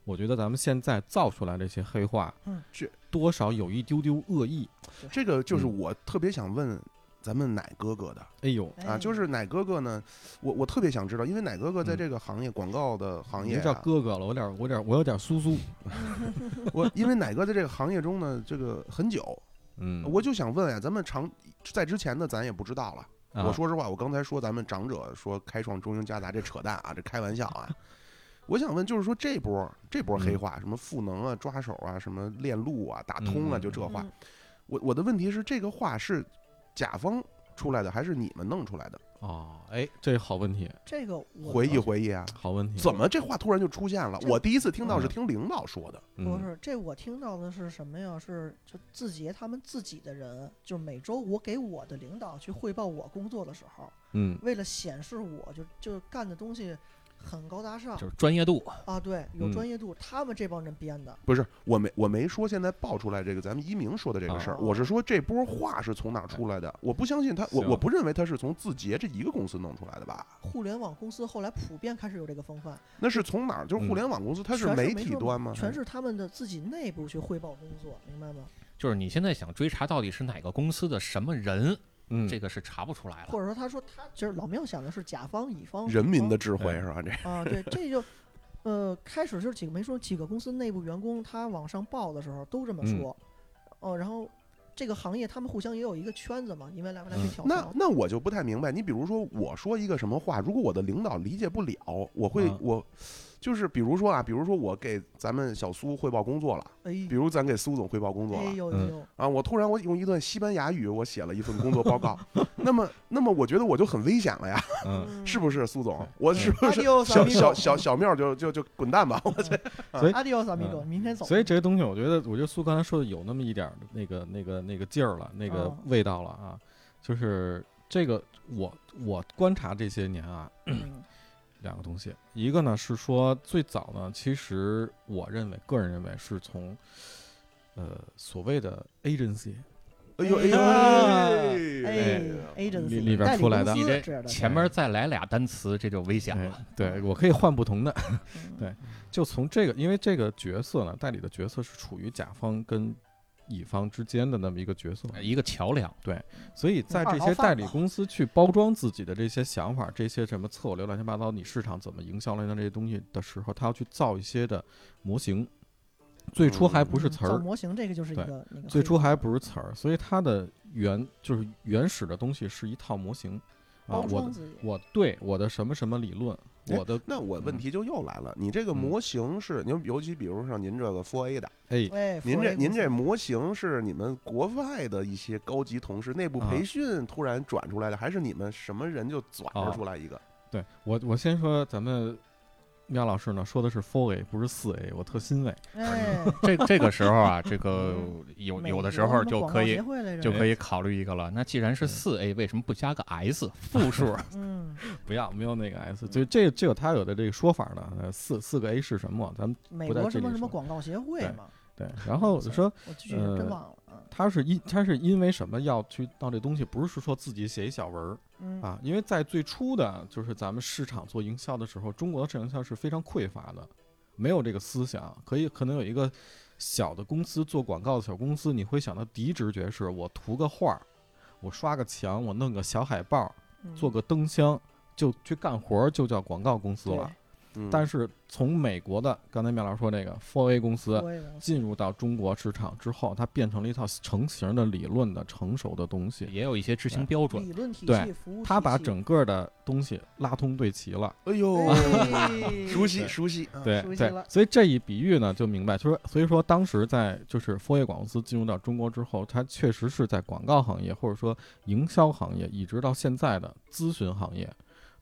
Speaker 4: 我觉得咱们现在造出来这些黑话，
Speaker 2: 嗯
Speaker 1: 这
Speaker 4: 多少有一丢丢恶意。
Speaker 1: 这个就是我特别想问咱们奶哥哥的
Speaker 4: 哎呦，
Speaker 1: 啊，
Speaker 2: 哎
Speaker 1: 就是奶哥哥呢，我我特别想知道，因为奶哥哥在
Speaker 4: 嗯
Speaker 1: 这个行业广告的行
Speaker 4: 你
Speaker 1: 业
Speaker 4: 就
Speaker 1: 啊，
Speaker 4: 叫哥哥了，我有点我有点我有点酥酥。
Speaker 1: 我因为奶哥在这个行业中呢，这个很久，
Speaker 4: 嗯，
Speaker 1: 我就想问呀，啊咱们长在之前的咱也不知道了。
Speaker 4: 啊
Speaker 1: 我说实话，我刚才说咱们长者说开创中英夹杂，这扯淡啊，这开玩笑啊。我想问，就是说这波这
Speaker 4: 嗯
Speaker 1: 波黑话，什么赋能啊、抓手啊、什么链路啊、打通啊，
Speaker 4: 嗯
Speaker 1: 就这话
Speaker 2: 嗯。
Speaker 1: 我我的问题是，这个话是甲方出来的，还是你们弄出来的？
Speaker 4: 哦，哎，这好问题，
Speaker 2: 这个我
Speaker 1: 回忆回忆啊，
Speaker 4: 好问题。
Speaker 1: 怎么这话突然就出现了？
Speaker 2: 这
Speaker 1: 我第一次听到是
Speaker 4: 嗯
Speaker 1: 听领导说的。
Speaker 2: 不
Speaker 4: 嗯
Speaker 2: 是，这我听到的是什么呀？是就字节他们自己的人，就每周我给我的领导去汇报我工作的时候，
Speaker 4: 嗯
Speaker 2: 为了显示我就就干的东西很高大上
Speaker 3: 就是专业度，
Speaker 2: 啊，对，有
Speaker 4: 嗯
Speaker 2: 专业度，他们这帮人编的。
Speaker 1: 不是，我没我没说现在爆出来这个咱们一鸣说的这个事儿，
Speaker 2: 哦
Speaker 1: 我是说这波话是从哪儿出来的？我不相信他，我
Speaker 4: 行
Speaker 1: 我不认为他是从字节这一个公司弄出来的吧？
Speaker 2: 互联网公司后来普遍开始有这个风范，
Speaker 1: 那是从哪儿？就是
Speaker 4: 嗯
Speaker 1: 互联网公司，它是
Speaker 2: 全是
Speaker 1: 媒
Speaker 2: 没
Speaker 1: 体
Speaker 2: 错
Speaker 3: 嗯
Speaker 1: 端吗？
Speaker 2: 全是他们的自己内部去汇报工作，明白吗？
Speaker 3: 就是你现在想追查到底是哪个公司的什么人，
Speaker 4: 嗯，
Speaker 3: 这个是查不出来
Speaker 2: 或
Speaker 3: 了。
Speaker 2: 者说，他说他其实老庙想的是甲方、乙方、
Speaker 1: 人民
Speaker 2: 方
Speaker 1: 的智慧
Speaker 4: 哎
Speaker 1: 是吧？这
Speaker 2: 啊，对，这就，呃，开始就是几个没说几个公司内部员工他往上报的时候都这么
Speaker 4: 嗯
Speaker 2: 说，哦、然后这个行业他们互相也有一个圈子嘛，因为来回来去
Speaker 4: 嗯
Speaker 2: 跳槽
Speaker 1: 那，那我就不太明白。你比如说，我说一个什么话，如果我的领导理解不了，我会
Speaker 4: 嗯
Speaker 1: 我就是比如说啊，比如说我给咱们小苏汇报工作了，
Speaker 2: 哎
Speaker 1: 比如咱给苏总汇报工作
Speaker 2: 哎
Speaker 1: 了
Speaker 2: 呦
Speaker 4: 嗯
Speaker 2: 哎呦，
Speaker 1: 啊，我突然我用一段西班牙语我写了一份工作报告， 那么那么我觉得我就很危险了呀，
Speaker 4: 嗯，
Speaker 1: 是
Speaker 2: 不
Speaker 1: 不是苏总？我是不是
Speaker 2: Adios,
Speaker 1: 小
Speaker 2: amigo
Speaker 1: 小小小妙就就就滚蛋 吧？
Speaker 4: 所以
Speaker 2: ？Adios amigo，
Speaker 4: 嗯
Speaker 2: 明天走。
Speaker 4: 所以这些东西，我觉得，我觉得苏刚才说的有那么一点儿那个、那个、那个劲儿了，那个
Speaker 2: 嗯
Speaker 4: 味道了啊。就是这个，我我观察这些年啊，
Speaker 2: 嗯
Speaker 4: 两个东西，一个呢是说最早呢，其实我认为，个人认为是从，呃，所谓的 agency
Speaker 1: 哎呦哎
Speaker 4: 啊
Speaker 1: 呦
Speaker 4: 哎
Speaker 2: 哎，agency
Speaker 1: 嗯
Speaker 4: 里里边
Speaker 2: 代理
Speaker 4: 出来
Speaker 2: 公
Speaker 4: 的
Speaker 2: 司
Speaker 3: 你这
Speaker 2: 这样的
Speaker 3: 前面再来俩单词，这就危险
Speaker 4: 哎
Speaker 3: 了。
Speaker 4: 对我可以换不同的，
Speaker 2: 嗯
Speaker 4: 对就从这个，因为这个角色呢，代理的角色是处于甲方跟乙方之间的那么一个角色，
Speaker 3: 哎一个桥梁，
Speaker 4: 所以在这
Speaker 2: 二
Speaker 4: 些
Speaker 2: 号
Speaker 4: 代
Speaker 2: 贩
Speaker 4: 理
Speaker 2: 嘛
Speaker 4: 公司去包装自己的这些想法、这些什么策略、乱七八糟，你市场怎么营销类的这些东西的时候，他要去造一些的模型。最初还不是
Speaker 2: 嗯
Speaker 4: 词
Speaker 2: 造
Speaker 4: 儿，
Speaker 2: 模型这个就是一
Speaker 4: 对
Speaker 2: 个那个
Speaker 4: 最
Speaker 2: 黑
Speaker 4: 初
Speaker 2: 幕
Speaker 4: 还不是词儿，所以它的原就是原始的东西是一套模型啊。
Speaker 2: 包
Speaker 4: 我
Speaker 2: 装
Speaker 4: 的
Speaker 2: 自己，
Speaker 4: 我对我的什么什么理论，
Speaker 1: 哎
Speaker 4: 我的
Speaker 1: 那我问
Speaker 4: 嗯
Speaker 1: 题就又来了，你这个
Speaker 4: 嗯
Speaker 1: 模型是您，尤其比如像您这个 Four A 的，
Speaker 4: 哎
Speaker 2: 哎，
Speaker 1: 您
Speaker 2: 4A
Speaker 1: 这您
Speaker 2: 公
Speaker 1: 这
Speaker 2: 司
Speaker 1: 模型是你们国外的一些高级同事内部
Speaker 4: 啊
Speaker 1: 培训突然转出来的，还是你们什么人就转
Speaker 4: 哦
Speaker 1: 着出来一个？
Speaker 4: 对我，我先说咱们妙老师呢说的是 four A 不是四 A，我特欣慰。
Speaker 2: 哎，
Speaker 3: 这这个时候啊，这个有
Speaker 2: 美
Speaker 3: 有的
Speaker 2: 国
Speaker 3: 时候
Speaker 2: 什么
Speaker 3: 就
Speaker 2: 广
Speaker 3: 可
Speaker 2: 告
Speaker 3: 以
Speaker 2: 协会来着
Speaker 3: 就
Speaker 4: 哎
Speaker 3: 可以考虑一个了。那既然是四 A，为什么不加个 S 复数？
Speaker 2: 嗯，
Speaker 4: 不要没有那个 S，就这这有它有的这个说法呢。呃四四个 A 是什么？咱们
Speaker 2: 美
Speaker 4: 不在
Speaker 2: 国
Speaker 4: 这
Speaker 2: 什么
Speaker 4: 里
Speaker 2: 什么
Speaker 4: 说
Speaker 2: 广告协会
Speaker 4: 对
Speaker 2: 嘛，
Speaker 4: 对，然后
Speaker 2: 所以
Speaker 4: 说
Speaker 2: 我具体是
Speaker 4: 呃
Speaker 2: 真忘了啊。
Speaker 4: 他是因他是因为什么要去闹这东西？不是说自己写一小文儿
Speaker 2: 嗯
Speaker 4: 啊，因为在最初的就是咱们市场做营销的时候，中国的市场营销是非常匮乏的，没有这个思想，可以可能有一个小的公司做广告的小公司，你会想到第一直觉是我涂个画儿，我刷个墙，我弄个小海报，
Speaker 2: 嗯
Speaker 4: 做个灯箱。就去干活儿就叫广告公司了，
Speaker 1: 嗯
Speaker 4: 但是从美国的刚才妙老师说那个 Four A 公司，
Speaker 2: 我也忘了
Speaker 4: 进入到中国市场之后，它变成了一套成型的理论的成熟的东
Speaker 2: 哎
Speaker 4: 西。
Speaker 3: 也有一些执
Speaker 4: 哎
Speaker 3: 行标准，
Speaker 2: 理论体
Speaker 4: 对
Speaker 2: 系、服务体系，
Speaker 4: 它把整个的东西拉通对齐了，
Speaker 1: 哎 呦，
Speaker 2: 哎
Speaker 1: 熟悉
Speaker 4: 对
Speaker 1: 熟悉，啊
Speaker 4: 对
Speaker 2: 啊熟悉
Speaker 4: 对
Speaker 2: 了，
Speaker 4: 所以这一比喻呢就明白，就是所以说当时在就是枫叶广告公司进入到中国之后，它确实是在广告行业或者说营销行业，一直到现在的咨询行业，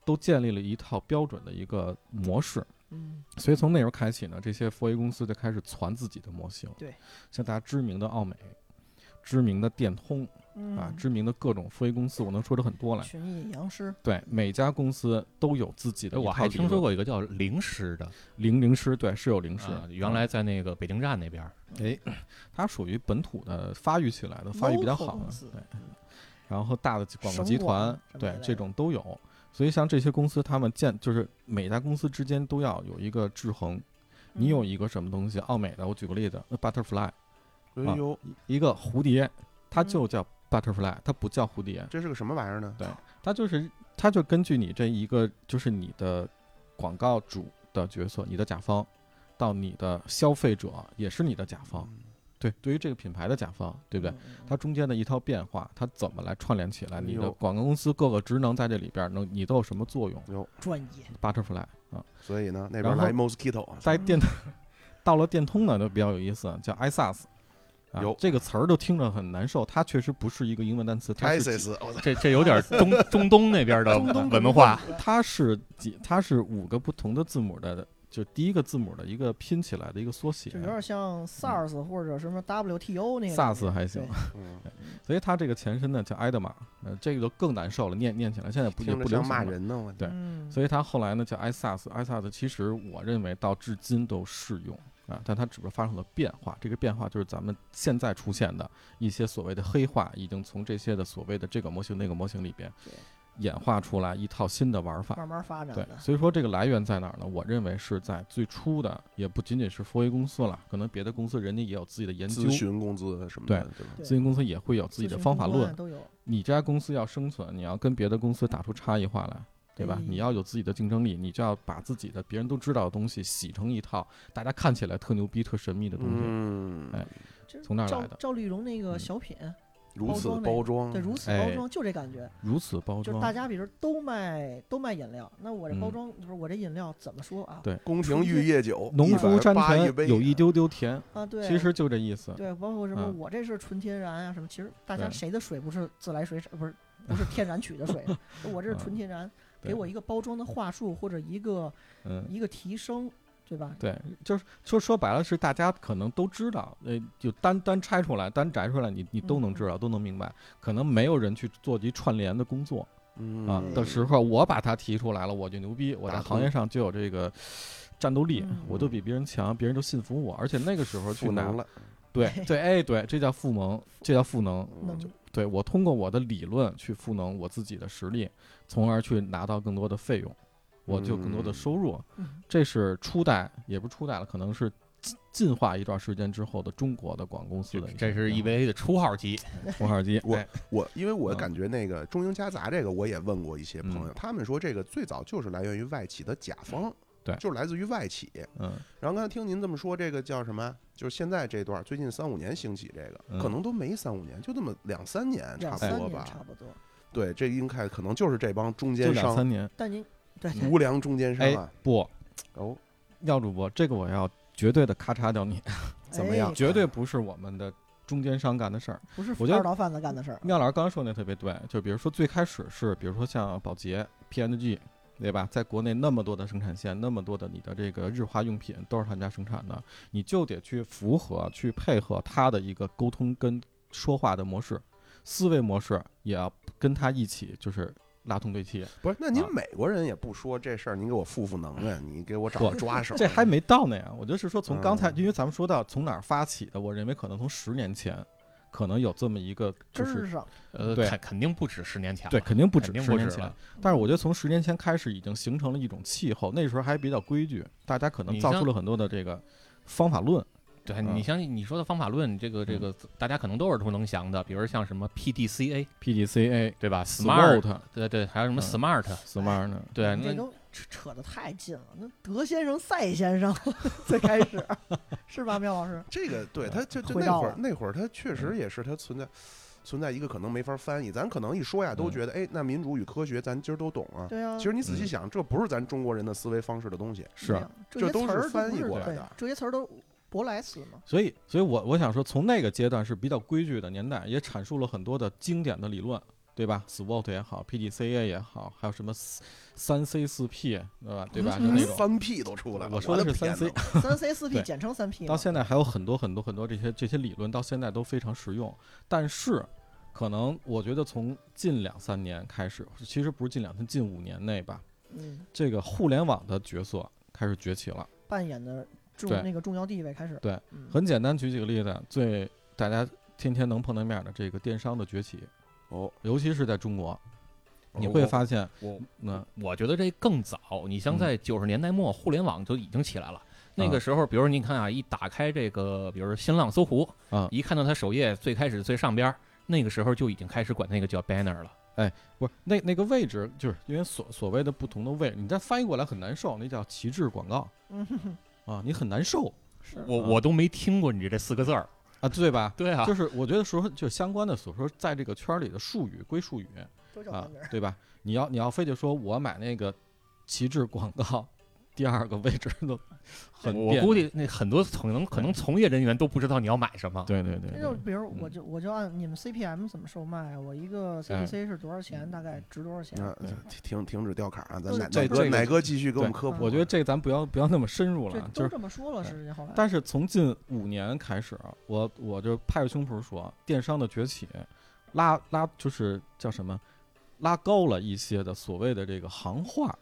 Speaker 4: 都建立了一套标准的一个模式。
Speaker 2: 嗯，
Speaker 4: 所以从那时候开启呢，这些 4A 公司就开始传自己的模型。
Speaker 2: 对，
Speaker 4: 像大家知名的奥美、知名的电通啊、
Speaker 2: 嗯
Speaker 4: 知名的各种 4A 公司，我能说出很多来。
Speaker 2: 群艺杨师，
Speaker 4: 对，每家公司都有自己的
Speaker 3: 哎
Speaker 4: 一
Speaker 3: 我
Speaker 4: 套
Speaker 3: 还
Speaker 4: 理
Speaker 3: 听说
Speaker 4: 论
Speaker 3: 过一个叫灵师的，
Speaker 4: 零零师，对，是有零嗯师
Speaker 3: 啊，原来在那个北京站那边儿，
Speaker 4: 哎，它属于本土的发育起来的，发育比较
Speaker 2: Local
Speaker 4: 好的
Speaker 2: 公司，
Speaker 4: 对。然后大的广告
Speaker 2: 省
Speaker 4: 集
Speaker 2: 广
Speaker 4: 团
Speaker 2: 什么，
Speaker 4: 对
Speaker 2: 之类
Speaker 4: 这
Speaker 2: 的
Speaker 4: 种都有。所以像这些公司，他们建就是每家公司之间都要有一个制衡。
Speaker 2: 嗯
Speaker 4: 你有一个什么东西，奥美的，我举个例子呃，butterfly，
Speaker 1: 哎呦，
Speaker 4: 一个蝴蝶，它
Speaker 1: 嗯
Speaker 4: 就叫 butterfly，它不叫蝴蝶，
Speaker 1: 这是个什么玩意儿呢？
Speaker 4: 它就是它就根据你这一个就是你的广告主的角色，你的甲方，到你的消费者也是你的甲
Speaker 1: 嗯
Speaker 4: 方，对，对于这个品牌的甲方，对不对？
Speaker 2: 嗯？嗯
Speaker 4: 它中间的一套变化，它怎么来串联起来？你
Speaker 1: 哎
Speaker 4: 的
Speaker 1: 呦
Speaker 4: 广告公司各个职能在这里边儿能你都有什么作用
Speaker 2: 嗯专业，
Speaker 4: ？Butterfly 啊，
Speaker 1: 所以呢，那
Speaker 4: 然
Speaker 1: 边
Speaker 4: 后
Speaker 1: 来 mosquito 啊，
Speaker 4: 在电 到了电通呢就比较有意思，叫 ISAS。啊
Speaker 1: 有、
Speaker 4: 这个词儿都听着很难受，它确实不是一个英文单词，它是
Speaker 1: ISIS，我操，
Speaker 3: 这这有点 中中东那边的
Speaker 2: 中东
Speaker 3: 文化，
Speaker 4: 它是几，它是五个不同的字母的，就第一个字母的一个拼起来的一个缩写
Speaker 2: 就有点像 SARS 或者什么 WTO 那个感觉
Speaker 4: 嗯，SARS 还行
Speaker 2: 对。
Speaker 1: 嗯，
Speaker 4: 所以它这个前身呢叫埃德玛，呃，这个就更难受了，念念起来现在不也
Speaker 1: 听
Speaker 4: 不
Speaker 1: 着
Speaker 4: 流
Speaker 1: 像
Speaker 4: 行
Speaker 1: 骂
Speaker 4: 了
Speaker 1: 人呢，我
Speaker 4: 对
Speaker 2: 嗯
Speaker 4: 所以它后来呢叫 ISAS，ISAS 其实我认为到至今都适用啊，但它只不过发生了变化，这个变化就是咱们现在出现的一些所谓的黑化，已经从这些的所谓的这个模型那个模型里边
Speaker 2: 对
Speaker 4: 演化出来一套新的玩法。
Speaker 2: 慢慢发展
Speaker 4: 对，
Speaker 2: 的，
Speaker 4: 所以说这个来源在哪儿呢？我认为是在最初的，也不仅仅是 4A 公司了，可能别的公司人家也有自己的研究，
Speaker 1: 咨
Speaker 4: 咨
Speaker 1: 询工资什么的，对吧？
Speaker 2: 对
Speaker 4: 询公司也会有自己的
Speaker 2: 咨询
Speaker 4: 方法
Speaker 2: 公关
Speaker 4: 论。
Speaker 2: 都有，
Speaker 4: 你这家公司要生存，你要跟别的公司打出差异化来，对吧？
Speaker 2: 嗯
Speaker 4: 你要有自己的竞争力，你就要把自己的别人都知道的东西洗成一套大家看起来特牛逼、特神秘的东西。
Speaker 1: 嗯，
Speaker 4: 哎
Speaker 2: 这是
Speaker 4: 从那儿来
Speaker 2: 赵
Speaker 4: 的
Speaker 2: 赵丽蓉那个
Speaker 4: 嗯
Speaker 2: 小品，
Speaker 1: 如此
Speaker 2: 包装那
Speaker 1: 包装，
Speaker 2: 对，如此包
Speaker 4: 哎
Speaker 2: 装就这感觉，
Speaker 4: 如此包
Speaker 2: 就是大
Speaker 4: 装，
Speaker 2: 家比如都卖都卖饮料，那我这包
Speaker 4: 嗯
Speaker 2: 装就是我这饮料怎么说啊？
Speaker 4: 对
Speaker 1: 宫廷玉液酒，
Speaker 4: 农夫山
Speaker 1: 180一
Speaker 4: 泉
Speaker 1: 杯
Speaker 4: 有一丢丢甜，
Speaker 2: 啊，对，
Speaker 4: 其实就这意思。
Speaker 2: 对，包括什么
Speaker 4: 嗯
Speaker 2: 我这是纯天然啊什么，其实大家
Speaker 4: 对
Speaker 2: 谁的水不是自来水呃不是不是天然取的 水，我这是纯天然，
Speaker 4: 嗯对
Speaker 2: 给我一个包装的话术或者一个
Speaker 4: 嗯，
Speaker 2: 一个提升，对吧？
Speaker 4: 对，就是说说白了是大家可能都知道，呃，就单单拆出来、单摘出来，你你
Speaker 1: 嗯
Speaker 4: 都能知道，都能明白。可能没有人去做一串联的工作啊
Speaker 1: 嗯
Speaker 4: 的时候，我把它提出来了，我就牛逼，我在
Speaker 1: 打
Speaker 4: 行业上就有这个战斗力
Speaker 2: 嗯，
Speaker 4: 我就比别人强，别人都信服我。而且那个时候去
Speaker 1: 赋
Speaker 4: 拿
Speaker 1: 能，了，
Speaker 4: 对对，哎对，这叫赋能，这叫赋能。
Speaker 1: 嗯
Speaker 2: 能
Speaker 4: 对我通过我的理论去赋能我自己的实力，从而去拿到更多的费用，我就有更多的
Speaker 1: 嗯
Speaker 4: 收入。
Speaker 2: 嗯
Speaker 4: 这是初代，也不是初代了，可能是进进化一段时间之后的中国的广告公司的一个
Speaker 3: 这是
Speaker 4: 变
Speaker 3: EVA 的初号机，
Speaker 4: 化红耳机，
Speaker 1: 我
Speaker 4: 哎
Speaker 1: 我因为我
Speaker 4: 嗯
Speaker 1: 感觉那个中英夹杂这个，我也问过一些朋友，
Speaker 4: 嗯
Speaker 1: 他们说这个最早就是来源于外企的甲方，
Speaker 4: 对
Speaker 1: 就是来自于外企。
Speaker 4: 嗯，
Speaker 1: 然后刚才听您这么说，这个叫什么？就是现在这段最近三五年兴起这
Speaker 4: 嗯
Speaker 1: 个，可能都没三五年，就这么两三年差
Speaker 2: 两
Speaker 1: 不
Speaker 2: 三
Speaker 1: 多
Speaker 2: 年
Speaker 1: 吧
Speaker 2: 差。不多，
Speaker 1: 对，这应该可能就是这帮中
Speaker 4: 就
Speaker 1: 间
Speaker 4: 两
Speaker 1: 商、
Speaker 4: 三年。
Speaker 2: 但您对
Speaker 1: 无良中间商
Speaker 4: 哎
Speaker 1: 啊。，
Speaker 4: 不，
Speaker 1: 哦，
Speaker 4: 廖主播，这个我要绝对的咔嚓掉你，
Speaker 1: 怎么样
Speaker 2: 哎
Speaker 4: 绝对不是我们的中间商干的事儿。
Speaker 2: 不是
Speaker 4: 我觉得嗯
Speaker 2: 二道贩子干的事儿，
Speaker 4: 妙老师刚刚说那特别对，就比如说最开始是，比如说像宝洁、P&G，对吧？在国内那么多的生产线，那么多的你的这个日化用品都是他们家生产的，你就得去符合、去配合他的一个沟通跟说话的模式、思维模式，也要跟他一起就是拉通对齐。
Speaker 1: 不是，那您
Speaker 4: 啊
Speaker 1: 美国人也不说这事儿，您给我赋赋能啊，你给我找
Speaker 4: 不
Speaker 1: 个抓手。
Speaker 4: 这还没到呢呀，我就是说从刚才，
Speaker 1: 嗯
Speaker 4: 因为咱们说到从哪儿发起的，我认为可能从十年前，可能有这么一个就
Speaker 2: 根
Speaker 4: 是
Speaker 2: 儿上
Speaker 3: 呃，
Speaker 4: 对
Speaker 3: 肯肯定不止十年前了，
Speaker 4: 对，肯定不止
Speaker 3: 肯定
Speaker 4: 十
Speaker 3: 不止
Speaker 4: 年前
Speaker 3: 了。。
Speaker 4: 但是我觉得从十年前开始已经形成了一种气候，那时候还比较规矩，大家可能
Speaker 3: 你
Speaker 4: 造
Speaker 3: 像
Speaker 4: 出了很多的这个方法论。
Speaker 3: 对
Speaker 4: 嗯
Speaker 3: 你像你说的方法论，这个这个大家可能都耳熟能详的，比如像什么 PDCA
Speaker 4: PDCA、
Speaker 3: 对吧？Smart
Speaker 4: Smart、
Speaker 3: 对对，还有什么
Speaker 4: 嗯
Speaker 3: Smart，
Speaker 4: Smart 呢？
Speaker 3: 对，
Speaker 2: 这
Speaker 3: 那
Speaker 2: 都扯扯得太近了。那德先生、赛先生 最开 始是吧，苗老师？
Speaker 1: 这个对
Speaker 4: 嗯
Speaker 1: 他就就
Speaker 2: 回
Speaker 1: 那
Speaker 2: 到
Speaker 1: 会儿
Speaker 2: 了
Speaker 1: 那会儿他确实也是他存在存在一个可能没法翻译，咱可能一说呀都
Speaker 4: 嗯
Speaker 1: 觉得哎，那民主与科学咱今儿都懂啊。
Speaker 2: 对啊，
Speaker 1: 其实你仔细
Speaker 4: 嗯
Speaker 1: 想，这不是咱中国人的思维方式的东西。
Speaker 2: 对
Speaker 4: 是
Speaker 2: 呀，
Speaker 1: 这
Speaker 2: 些
Speaker 1: 都
Speaker 2: 词
Speaker 1: 是
Speaker 2: 儿
Speaker 1: 翻
Speaker 2: 不
Speaker 1: 译
Speaker 2: 是
Speaker 1: 过来
Speaker 2: 对
Speaker 1: 的
Speaker 2: 这些词儿都舶来词嘛。
Speaker 4: 所以，所以我我想说，从那个阶段是比较规矩的年代，也阐述了很多的经典的理论。对吧？SWOT 也好，PDCA 也好，还有什么三 C 四 P，对吧？对吧？就那种。
Speaker 1: 嗯三 P 都出来了，
Speaker 4: 我说的
Speaker 1: 的
Speaker 4: 是三
Speaker 1: 天
Speaker 4: C，
Speaker 1: 哪
Speaker 2: 三 C 四 P
Speaker 4: 对
Speaker 2: 简称三 P 嘛。
Speaker 4: 到现在还有很多很多很多这些这些理论，到现在都非常实用。但是，可能我觉得从近两三年开始，其实不是近两年，近五年内吧，
Speaker 2: 嗯，
Speaker 4: 这个互联网的角色开始崛起了。
Speaker 2: 扮演的重
Speaker 4: 对
Speaker 2: 那个重要地位开始。
Speaker 4: 对
Speaker 2: 嗯，
Speaker 4: 很简单，举几个例子，最大家天天能碰到面的这个电商的崛起，
Speaker 1: 哦，
Speaker 4: 尤其是在中国，你
Speaker 3: 哦
Speaker 4: 会发现，
Speaker 3: 我
Speaker 4: 那
Speaker 3: 嗯我觉得这更早，你像在九十年代末，互联网就已经起来了。那
Speaker 4: 啊
Speaker 3: 个时候，比如你看啊，一打开这个，比如新浪、搜狐
Speaker 4: 啊
Speaker 3: 一看到它首页最开始最上边儿，那个时候就已经开始管那个叫 banner 了。
Speaker 4: 不是那那个位置，就是因为所所谓的不同的位，你再翻译过来很难受，那叫旗帜广告
Speaker 2: 嗯哼哼
Speaker 4: 啊，你很难受
Speaker 2: 是
Speaker 3: 我我都没听过你这四个字儿。
Speaker 4: 啊，对吧？
Speaker 3: 对啊
Speaker 4: 就是我觉得说，就相关的所说，在这个圈儿里的术语归术语
Speaker 2: 都叫
Speaker 4: 啊
Speaker 2: 三名。，
Speaker 4: 对吧？你要你要非得说我买那个旗帜广告，第二个位置都很
Speaker 3: 我
Speaker 4: 别
Speaker 3: 估
Speaker 4: 扭
Speaker 3: 计那很多可能可能从业人员都不知道你要买什么。
Speaker 4: 对对对
Speaker 2: 那
Speaker 4: 对
Speaker 2: 就比如我
Speaker 4: 嗯
Speaker 2: 就我就按你们 CPM 怎么售卖啊，我一个 CPC 是多少钱，大概值多少钱？
Speaker 1: 啊停停止掉卡啊！咱
Speaker 2: 对
Speaker 1: 奶
Speaker 4: 嗯这
Speaker 1: 奶
Speaker 4: 这
Speaker 1: 哥
Speaker 4: 个
Speaker 1: 奶哥继续给我们科普。啊
Speaker 4: 我觉得这咱不要不要那么深入
Speaker 2: 这
Speaker 4: 了，啊就
Speaker 2: 都
Speaker 4: 是
Speaker 2: 这么说了，是后来。
Speaker 4: 但是从近五年开始，啊我我就拍着胸脯说，电商的崛起，拉拉就是叫什么，拉高了一些的所谓的这个行话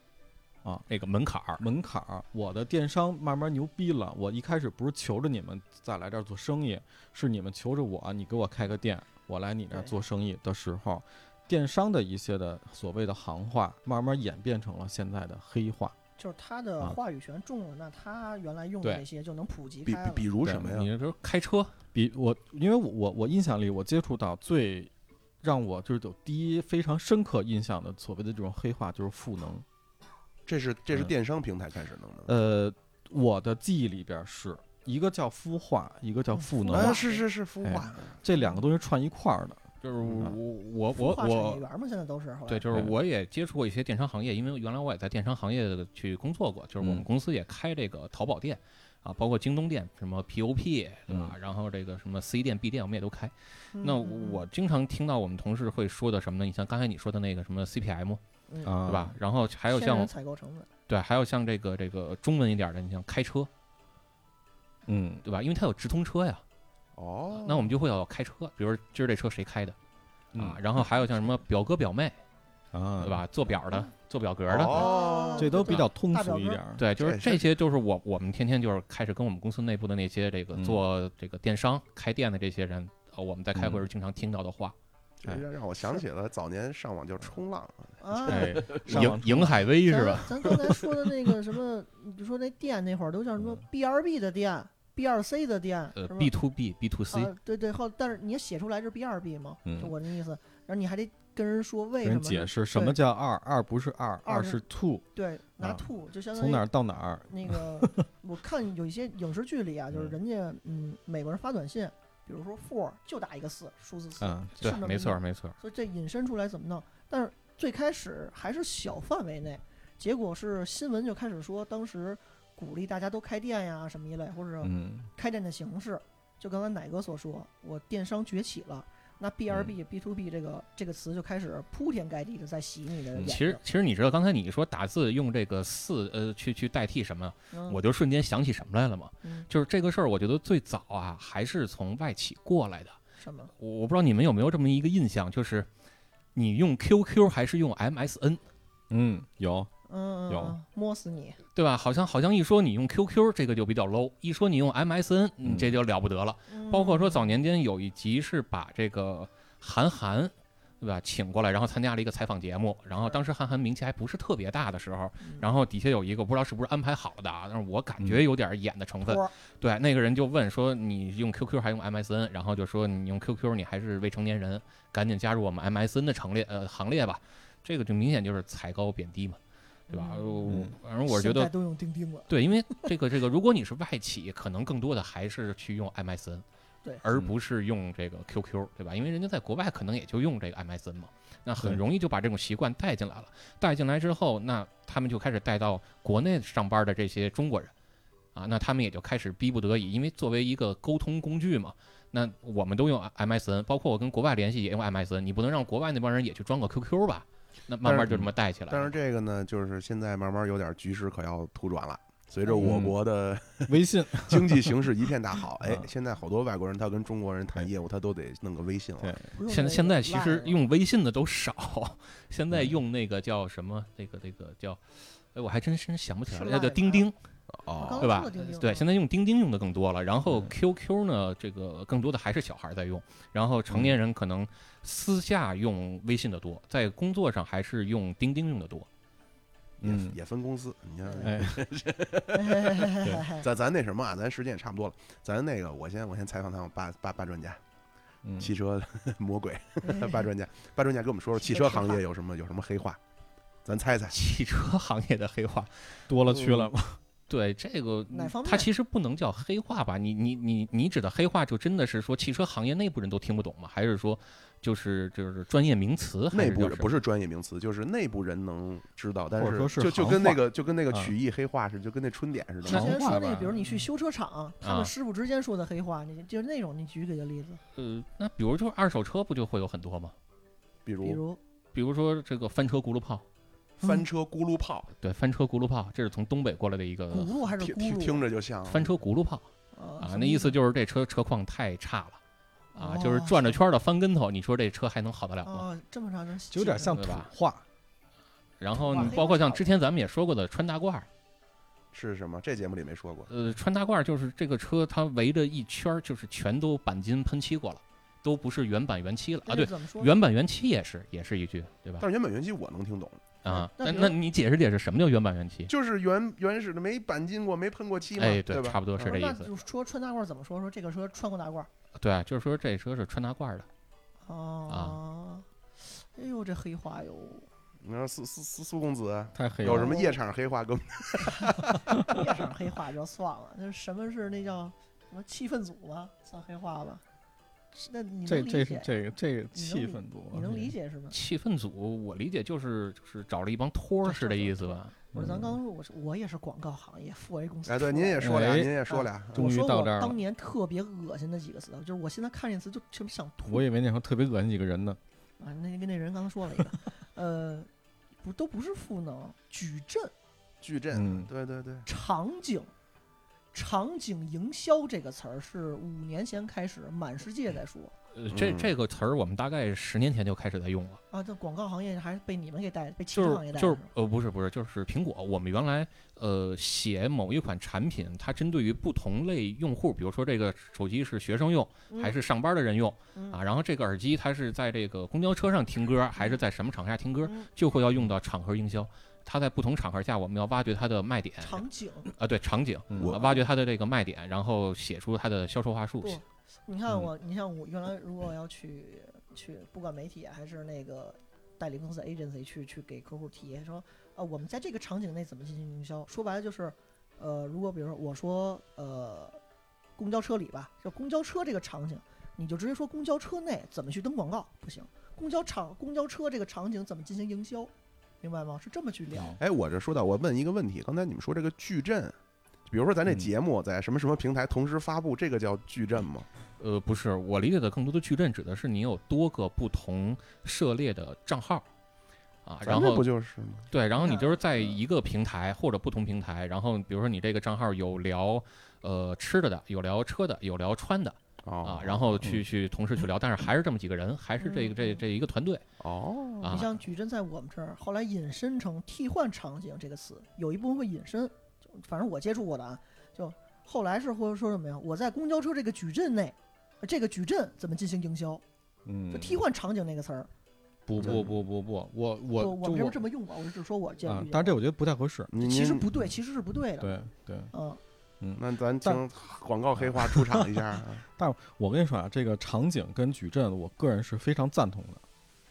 Speaker 3: 那个门槛儿，
Speaker 4: 门槛儿。我的电商慢慢牛逼了，我一开始不是求着你们再来这儿做生意，是你们求着我，你给我开个店，我来你那儿
Speaker 2: 对
Speaker 4: 做生意的时候，电商的一些的所谓的行话，慢慢演变成了现在的黑话。
Speaker 2: 就是他的
Speaker 4: 啊
Speaker 2: 话语权重了，那他原来用的
Speaker 4: 对
Speaker 2: 那些就能普及
Speaker 1: 比
Speaker 2: 开了。
Speaker 1: 比如什么
Speaker 3: 你
Speaker 1: 哎呀？
Speaker 3: 这比如开车，
Speaker 4: 比我，因为我我我印象里，我接触到最让我就是有第一非常深刻印象的所谓的这种黑话，就是赋能。
Speaker 1: 这是这是
Speaker 4: 嗯
Speaker 1: 电商平台开始弄的。
Speaker 4: 呃，我的记忆里边是一个叫孵化，一个叫赋能，
Speaker 2: 嗯
Speaker 1: 啊，
Speaker 2: 啊
Speaker 1: 是是是，孵
Speaker 4: 哎
Speaker 1: 化。
Speaker 4: 这两个东西串一块儿的。
Speaker 3: 就是
Speaker 4: 嗯
Speaker 3: 我我
Speaker 2: 孵
Speaker 3: 我
Speaker 2: 化产业
Speaker 3: 我
Speaker 2: 园嘛，现在都是后来
Speaker 3: 对，就是
Speaker 4: 对
Speaker 3: 我也接触过一些电商行业，因为原来我也在电商行业的去工作过，就是
Speaker 4: 嗯
Speaker 3: 我们公司也开这个淘宝店啊，包括京东店，什么 POP 对
Speaker 4: 嗯
Speaker 3: 吧？然后这个什么 C 店、B 店，我们也都开。
Speaker 2: 嗯
Speaker 3: 那
Speaker 2: 嗯
Speaker 3: 我经常听到我们同事会说的什么呢？你像刚才你说的那个什么 CPM
Speaker 2: 嗯
Speaker 4: 啊，
Speaker 3: 对吧？？然后还有
Speaker 2: 天然
Speaker 3: 像
Speaker 2: 采购成本，
Speaker 3: 对，还有像这个这个中文一点的，你像开车
Speaker 4: 嗯，
Speaker 3: 对吧？因为它有直通车呀，
Speaker 4: 啊
Speaker 2: 嗯
Speaker 1: 哦，
Speaker 3: 那我们就会要开车，比如说今儿这车谁开的啊？
Speaker 4: 嗯
Speaker 3: 然后还有像什么表哥表妹
Speaker 4: 啊，
Speaker 3: 对？吧？做表的、
Speaker 2: 嗯
Speaker 3: 做表格的。
Speaker 1: 哦，
Speaker 4: 这都比较通
Speaker 2: 大表
Speaker 4: 俗一
Speaker 2: 哥
Speaker 4: 点儿。
Speaker 3: 对，就是
Speaker 1: 这
Speaker 3: 这
Speaker 1: 是
Speaker 3: 些，就是我我们天天就是开始跟我们公司内部的那些这个
Speaker 4: 嗯
Speaker 3: 做这个电商开店的这些人，呃，我们在开会时经常听到的话，
Speaker 1: 这让让我想起了早年上网叫冲浪，
Speaker 2: 啊，
Speaker 4: 哎，上网
Speaker 3: 迎迎海威
Speaker 2: 咱
Speaker 3: 是吧？
Speaker 2: 咱刚才说的那个什么，你就说那店那会儿都叫什么 BRB 的店、B2C 的店，
Speaker 3: 呃
Speaker 2: 是吧
Speaker 3: ，B to B、B to C，
Speaker 2: 啊，对对，后但是你写出来是 BRB 吗？
Speaker 4: 嗯
Speaker 2: 就我那意思，然后你还得跟人说为
Speaker 4: 给
Speaker 2: 什
Speaker 4: 人
Speaker 2: 么
Speaker 4: 解
Speaker 2: 呢？
Speaker 4: 释什么叫二，二不是二，
Speaker 2: 二
Speaker 4: 二
Speaker 2: 是
Speaker 4: 是 two，
Speaker 2: 对，拿
Speaker 4: 啊
Speaker 2: to 就相当于哦
Speaker 4: 从哪儿到哪儿？
Speaker 2: 那个，我看有一些影视剧里啊，就是
Speaker 4: 嗯
Speaker 2: 人家嗯美国人发短信，比如说 four 就打一个四，数字四，
Speaker 4: 嗯，
Speaker 3: 对
Speaker 2: 是那，么
Speaker 3: 没错
Speaker 2: 弄
Speaker 3: 儿没错儿，
Speaker 2: 所以这引申出来怎么弄？但是最开始还是小范围内，结果是新闻就开始说，当时鼓励大家都开店呀什么一类，或者
Speaker 4: 嗯，
Speaker 2: 开店的形式。就刚才奶哥所说，我电商崛起了，那 B
Speaker 3: 嗯
Speaker 2: 2 B、B to B 这个这个词就开始铺天盖地的在洗你的眼
Speaker 3: 嗯
Speaker 2: 睛。
Speaker 3: 其实，其实你知道刚才你说打字用这个四呃去去代替什么，
Speaker 2: 嗯，
Speaker 3: 我就瞬间想起什么来了嘛，
Speaker 2: 嗯
Speaker 3: 就是这个事儿，我觉得最早啊还是从外企过来的。
Speaker 2: 什么？
Speaker 3: 我我不知道你们有没有这么一个印象，就是你用 QQ 还是用 MSN，
Speaker 4: 嗯， 有，
Speaker 2: 嗯，嗯
Speaker 4: 有
Speaker 2: 嗯摸死你，
Speaker 3: 对吧？好像好像一说你用 QQ 这个就比较 low，一说你用 MSN，
Speaker 4: 嗯
Speaker 3: 你这就了不得了。包括说
Speaker 2: 嗯
Speaker 3: 早年间有一集是把这个韩寒。对吧？请过来，然后参加了一个采访节目。然后当时韩寒名气还不是特别大的时候，
Speaker 2: 嗯
Speaker 3: 然后底下有一个不知道是不是安排好的啊，但是我感觉有点演的成分。
Speaker 2: 托儿
Speaker 3: 对，那个人就问说：“你用 QQ 还用 MSN？” 然后就说：“你用 QQ 你还是未成年人，赶紧加入我们 MSN 的行列呃行列吧。”这个就明显就是踩高贬低嘛，对吧？呃
Speaker 2: 嗯
Speaker 3: 我
Speaker 4: 嗯
Speaker 3: 反正我是觉
Speaker 2: 现在
Speaker 3: 得
Speaker 2: 都用钉钉了，
Speaker 3: 对，因为这个这个，如果你是外企，可能更多的还是去用 MSN，
Speaker 2: 对
Speaker 3: 而
Speaker 1: 嗯
Speaker 3: 不是用这个 QQ，对吧？因为人家在国外可能也就用这个 MSN 嘛，那很
Speaker 4: 对
Speaker 3: 容易就把这种习惯带进来了。带进来之后，那他们就开始带到国内上班的这些中国人，啊，那他们也就开始逼不得已，因为作为一个沟通工具嘛，那我们都用 MSN，包括我跟国外联系也用 MSN，你不能让国外那帮人也去装个 QQ 吧？那慢慢就这么带起来了。
Speaker 1: 但是这个呢，就是现在慢慢有点局势可要突转了。随着我
Speaker 4: 嗯
Speaker 1: 国的
Speaker 4: 微信，
Speaker 1: 经济形势一片大好，哎
Speaker 4: 啊，
Speaker 1: 现在好多外国人他跟中国人谈业务，他都得弄个微信了
Speaker 4: 对。
Speaker 2: 不用那
Speaker 3: 现在现
Speaker 2: 个
Speaker 3: 在其实
Speaker 2: Line 了
Speaker 3: 用微信的都少， 现在
Speaker 4: 嗯
Speaker 3: 用那个叫什么？这个这个叫，哎，我还真真想不起来
Speaker 2: 是
Speaker 3: 了，那叫
Speaker 2: Line 吧
Speaker 3: 钉钉，
Speaker 2: 我刚
Speaker 1: 哦
Speaker 3: 对吧
Speaker 2: 说了钉钉
Speaker 3: 对，
Speaker 2: 了
Speaker 3: 现在用钉钉用的更多了，然后
Speaker 4: 嗯
Speaker 3: QQ 呢，这个更多的还是小孩儿在用，然后
Speaker 4: 嗯
Speaker 3: 成年人可能私下用微信的多，在工作上还是用钉钉用的多。
Speaker 1: 也
Speaker 4: 嗯
Speaker 1: 也分公司，你看。
Speaker 4: 哎，
Speaker 3: 嗯
Speaker 1: 咱咱那什么啊，咱时间也差不多了，咱那个我先我先采访采访霸霸霸专家，
Speaker 4: 嗯
Speaker 1: 汽车 魔鬼
Speaker 3: 嗯
Speaker 1: 霸专家，霸专家给我们说说汽
Speaker 2: 汽
Speaker 1: 车
Speaker 2: 车
Speaker 1: 行
Speaker 2: 黑
Speaker 1: 业
Speaker 2: 化
Speaker 1: 有什么有什么黑话，咱猜猜。
Speaker 3: 汽车行业的黑化，
Speaker 4: 多了去了吧，
Speaker 3: 对这个
Speaker 2: 哪方
Speaker 3: 它
Speaker 2: 面
Speaker 3: 其实不能叫黑化吧？你你你你指的黑化，就真的是说汽车行业内部人都听不懂吗？还是说就是就是专业名词？还
Speaker 1: 内
Speaker 3: 是
Speaker 1: 部
Speaker 3: 叫
Speaker 1: 人
Speaker 3: 什
Speaker 1: 不
Speaker 3: 么
Speaker 1: 是专业名词，就是内部人能知道，但
Speaker 4: 或者说是
Speaker 1: 就就
Speaker 4: 行
Speaker 1: 跟那
Speaker 4: 话
Speaker 1: 个就跟那个
Speaker 4: 啊
Speaker 1: 曲艺黑话似的，就跟那春典似
Speaker 3: 嗯
Speaker 2: 之
Speaker 1: 的
Speaker 4: 那
Speaker 1: 嘛。
Speaker 2: 前
Speaker 4: 行话
Speaker 2: 说那
Speaker 4: 吧
Speaker 2: 个，比如你去修车厂，他
Speaker 3: 啊
Speaker 2: 们师傅之间说的黑话，你就是那种，你举几个例子，
Speaker 3: 呃，那比如就是二手车不就会有很多吗？
Speaker 1: 比
Speaker 2: 比
Speaker 1: 如
Speaker 2: 如
Speaker 3: 比如说这个翻车轱辘炮，
Speaker 1: 翻车轱辘炮，
Speaker 3: 对，翻车轱辘炮，这是从东北过来的一个
Speaker 2: 轱辘还哦是呃
Speaker 1: 听
Speaker 2: 轱
Speaker 1: 听
Speaker 2: 辘
Speaker 1: 听着就像
Speaker 3: 翻车轱辘炮啊，那意思就是这车车况太差了啊，就是
Speaker 2: 哦
Speaker 3: 转着圈儿的翻跟头，你说这车还能好得了吗？
Speaker 2: 啊，这么长时
Speaker 4: 就有点像
Speaker 3: 对
Speaker 4: 土
Speaker 3: 吧
Speaker 4: 话，
Speaker 3: 然后
Speaker 2: 哇
Speaker 3: 你
Speaker 2: 黑
Speaker 3: 包括
Speaker 2: 怕
Speaker 3: 像
Speaker 2: 了
Speaker 3: 之前咱们也说过的穿大褂儿，
Speaker 1: 是什么？这节目里没说过。
Speaker 3: 呃，穿大褂儿就是这个车它围着一圈儿，就是全都钣金喷漆过了，都不是原版原漆了啊，对，
Speaker 2: 怎么说呢？
Speaker 3: 原版原漆也是也是一句对吧
Speaker 1: 但？是原本原漆我能听懂，
Speaker 3: 啊，
Speaker 2: 那
Speaker 3: 那
Speaker 2: 比
Speaker 3: 那
Speaker 2: 如
Speaker 3: 你解释解释什么叫原版原漆？
Speaker 1: 就是原原始的没钣金过，没喷过漆嘛，
Speaker 3: 哎，
Speaker 1: 对
Speaker 3: 差
Speaker 1: 吧？
Speaker 3: 不多是这意
Speaker 2: 嗯哦那
Speaker 3: 思。
Speaker 2: 就是说穿大褂怎么说？说这个车穿过大褂
Speaker 3: 对啊，就是说这车是穿大褂儿的，
Speaker 2: 啊。哎呦，这黑话哟！
Speaker 1: 你说苏苏苏苏公子
Speaker 3: 哎
Speaker 4: 太黑
Speaker 1: 有
Speaker 4: 了
Speaker 1: 什，么夜场黑话给我们？
Speaker 2: 夜场黑话就算了，那什么是那叫什么气氛组吗？算黑话吧？那你
Speaker 4: 这
Speaker 2: 能
Speaker 4: 这
Speaker 2: 理
Speaker 4: 是
Speaker 2: 解？
Speaker 4: 这个这个
Speaker 2: 你能
Speaker 4: 气
Speaker 2: 理
Speaker 4: 氛多，
Speaker 2: 你能理解是吗？
Speaker 3: 气氛组我理解就是就是找了一帮托儿
Speaker 2: 就是
Speaker 3: 这
Speaker 2: 这
Speaker 3: 意
Speaker 2: 个
Speaker 3: 思吧？
Speaker 2: 我说咱
Speaker 4: 嗯
Speaker 2: 刚入，我是我也是广告行业，富维公司 出
Speaker 1: 哎，
Speaker 2: 来的。
Speaker 1: 对，您也说俩，
Speaker 4: 哎
Speaker 1: 您也说俩。嗯
Speaker 4: 终
Speaker 2: 我
Speaker 4: 于
Speaker 2: 说
Speaker 4: 到
Speaker 2: 我
Speaker 4: 这儿了
Speaker 2: 当年特别恶心的几个词，就是我现在看见词就就想吐。
Speaker 4: 我以为那时候特别恶心几个人呢，
Speaker 2: 啊，那跟那人刚才说了一个，呃，不都不是赋能，矩阵、
Speaker 1: 矩阵
Speaker 4: 嗯，
Speaker 1: 对对对，
Speaker 2: 场景、场景营销这个词儿是五年前开始满世界在说
Speaker 3: 呃，这
Speaker 1: 嗯
Speaker 3: 这个词儿我们大概十年前就开始在用了，
Speaker 2: 啊，这广告行业还是被你们给带，被汽
Speaker 3: 就
Speaker 2: 车行业
Speaker 3: 是
Speaker 2: 带
Speaker 3: 就是
Speaker 2: 吧
Speaker 3: 呃不是不是就是苹果，我们原来呃写某一款产品，它针对于不同类用户，比如说这个手机是学生用还是上班的人用
Speaker 2: 嗯
Speaker 3: 啊，然后这个耳机它是在这个公交车上听歌还是在什么场合下听歌，
Speaker 2: 嗯
Speaker 3: 就会要用到场合营销。它在不同场合下，我们要挖掘它的卖点
Speaker 4: 哎
Speaker 2: 场景
Speaker 3: 啊，对场景，
Speaker 4: 嗯
Speaker 1: 我
Speaker 3: 啊挖掘它的这个卖点，然后写出它的销售话术
Speaker 2: 不。你看
Speaker 4: 嗯
Speaker 2: 我，你像我原来如果要去去，不管媒体啊还是那个代理公司 agency 去去给客户提说，啊，我们在这个场景内怎么进行营销？说白了就是，呃，如果比如说我说呃，公交车里吧，就公交车这个场景，你就直接说公交车内怎么去登广告不行，公交场公交车这个场景怎么进行营销，明白吗？是这么去聊。
Speaker 1: 哎，我这说到，我问一个问题，刚才你们说这个矩阵，比如说咱这
Speaker 4: 嗯
Speaker 1: 节目在什么什么平台同时发布，这个叫矩阵吗？
Speaker 3: 呃，不是，我理解的更多的矩阵指的是你有多个不同涉猎的账号啊，
Speaker 1: 咱
Speaker 3: 然
Speaker 1: 这不
Speaker 3: 后
Speaker 1: 就是吗？
Speaker 3: 对，然后你就是在
Speaker 4: 嗯
Speaker 3: 一个平台或者不同平台，然后比如说你这个账号有聊呃吃的的，有聊车的，有聊穿的
Speaker 1: 哦
Speaker 3: 啊，然后去去同时去聊，但是还是这么几个人，还是这个这
Speaker 2: 嗯
Speaker 3: 这一个团队
Speaker 1: 哦，
Speaker 3: 啊
Speaker 2: 你，像矩阵在我们这儿，后来引申成替换场景这个词，有一部分会引申，就反正我接触过的啊，就后来是或者说什么呀？我在公交车这个矩阵内，呃这个矩阵怎么进行营销？
Speaker 4: 嗯
Speaker 2: 就，替换场景那个词儿，
Speaker 4: 不不不不不，我我
Speaker 2: 我我
Speaker 4: 就
Speaker 2: 没有这么用过，我是只说我见
Speaker 4: 啊
Speaker 2: 遇，
Speaker 4: 但是这
Speaker 2: 见
Speaker 4: 我觉得不太合适，
Speaker 1: 您
Speaker 2: 其实
Speaker 1: 您
Speaker 2: 不对，其实是不对的。
Speaker 4: 对对，
Speaker 2: 嗯，
Speaker 1: 那咱听广告黑话出场一下啊，
Speaker 4: 我跟你说啊，这个场景跟矩阵，我个人是非常赞同的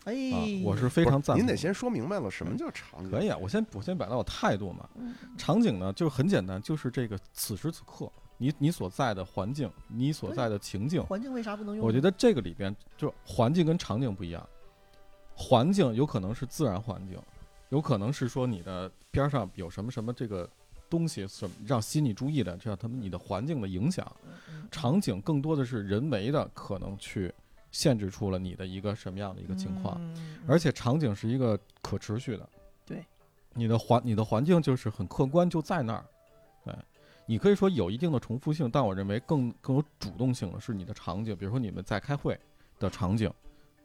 Speaker 2: 哎
Speaker 4: 啊，，我是 非
Speaker 1: 不是
Speaker 4: 常赞同
Speaker 1: 您
Speaker 4: 的。
Speaker 1: 得先说明白了什么叫场景
Speaker 4: 可。以啊，我先我先表达我态度嘛。
Speaker 2: 嗯
Speaker 4: 场景呢，就是很简单，就是这个此时此刻，你你所在的环境，你所
Speaker 2: 对
Speaker 4: 在的情境，
Speaker 2: 环境为啥不能用呢？
Speaker 4: 我觉得这个里边就环境跟场景不一样，环境有可能是自然环境，有可能是说你的边儿上有什么什么这个东西怎么让吸引你注意的，这叫他们你的环境的影响。
Speaker 2: 嗯
Speaker 4: 场景更多的是人为的可能去限制出了你的一个什么样的一
Speaker 2: 一
Speaker 4: 个情况，，
Speaker 2: 嗯
Speaker 4: 而且场景是一个可持续的。
Speaker 2: 对，
Speaker 4: 你的环你的环境就是很客观，就在那儿。对，你可以说有一定的重复性，但我认为更更有主动性的是你的场景，比如说你们在开会的场景，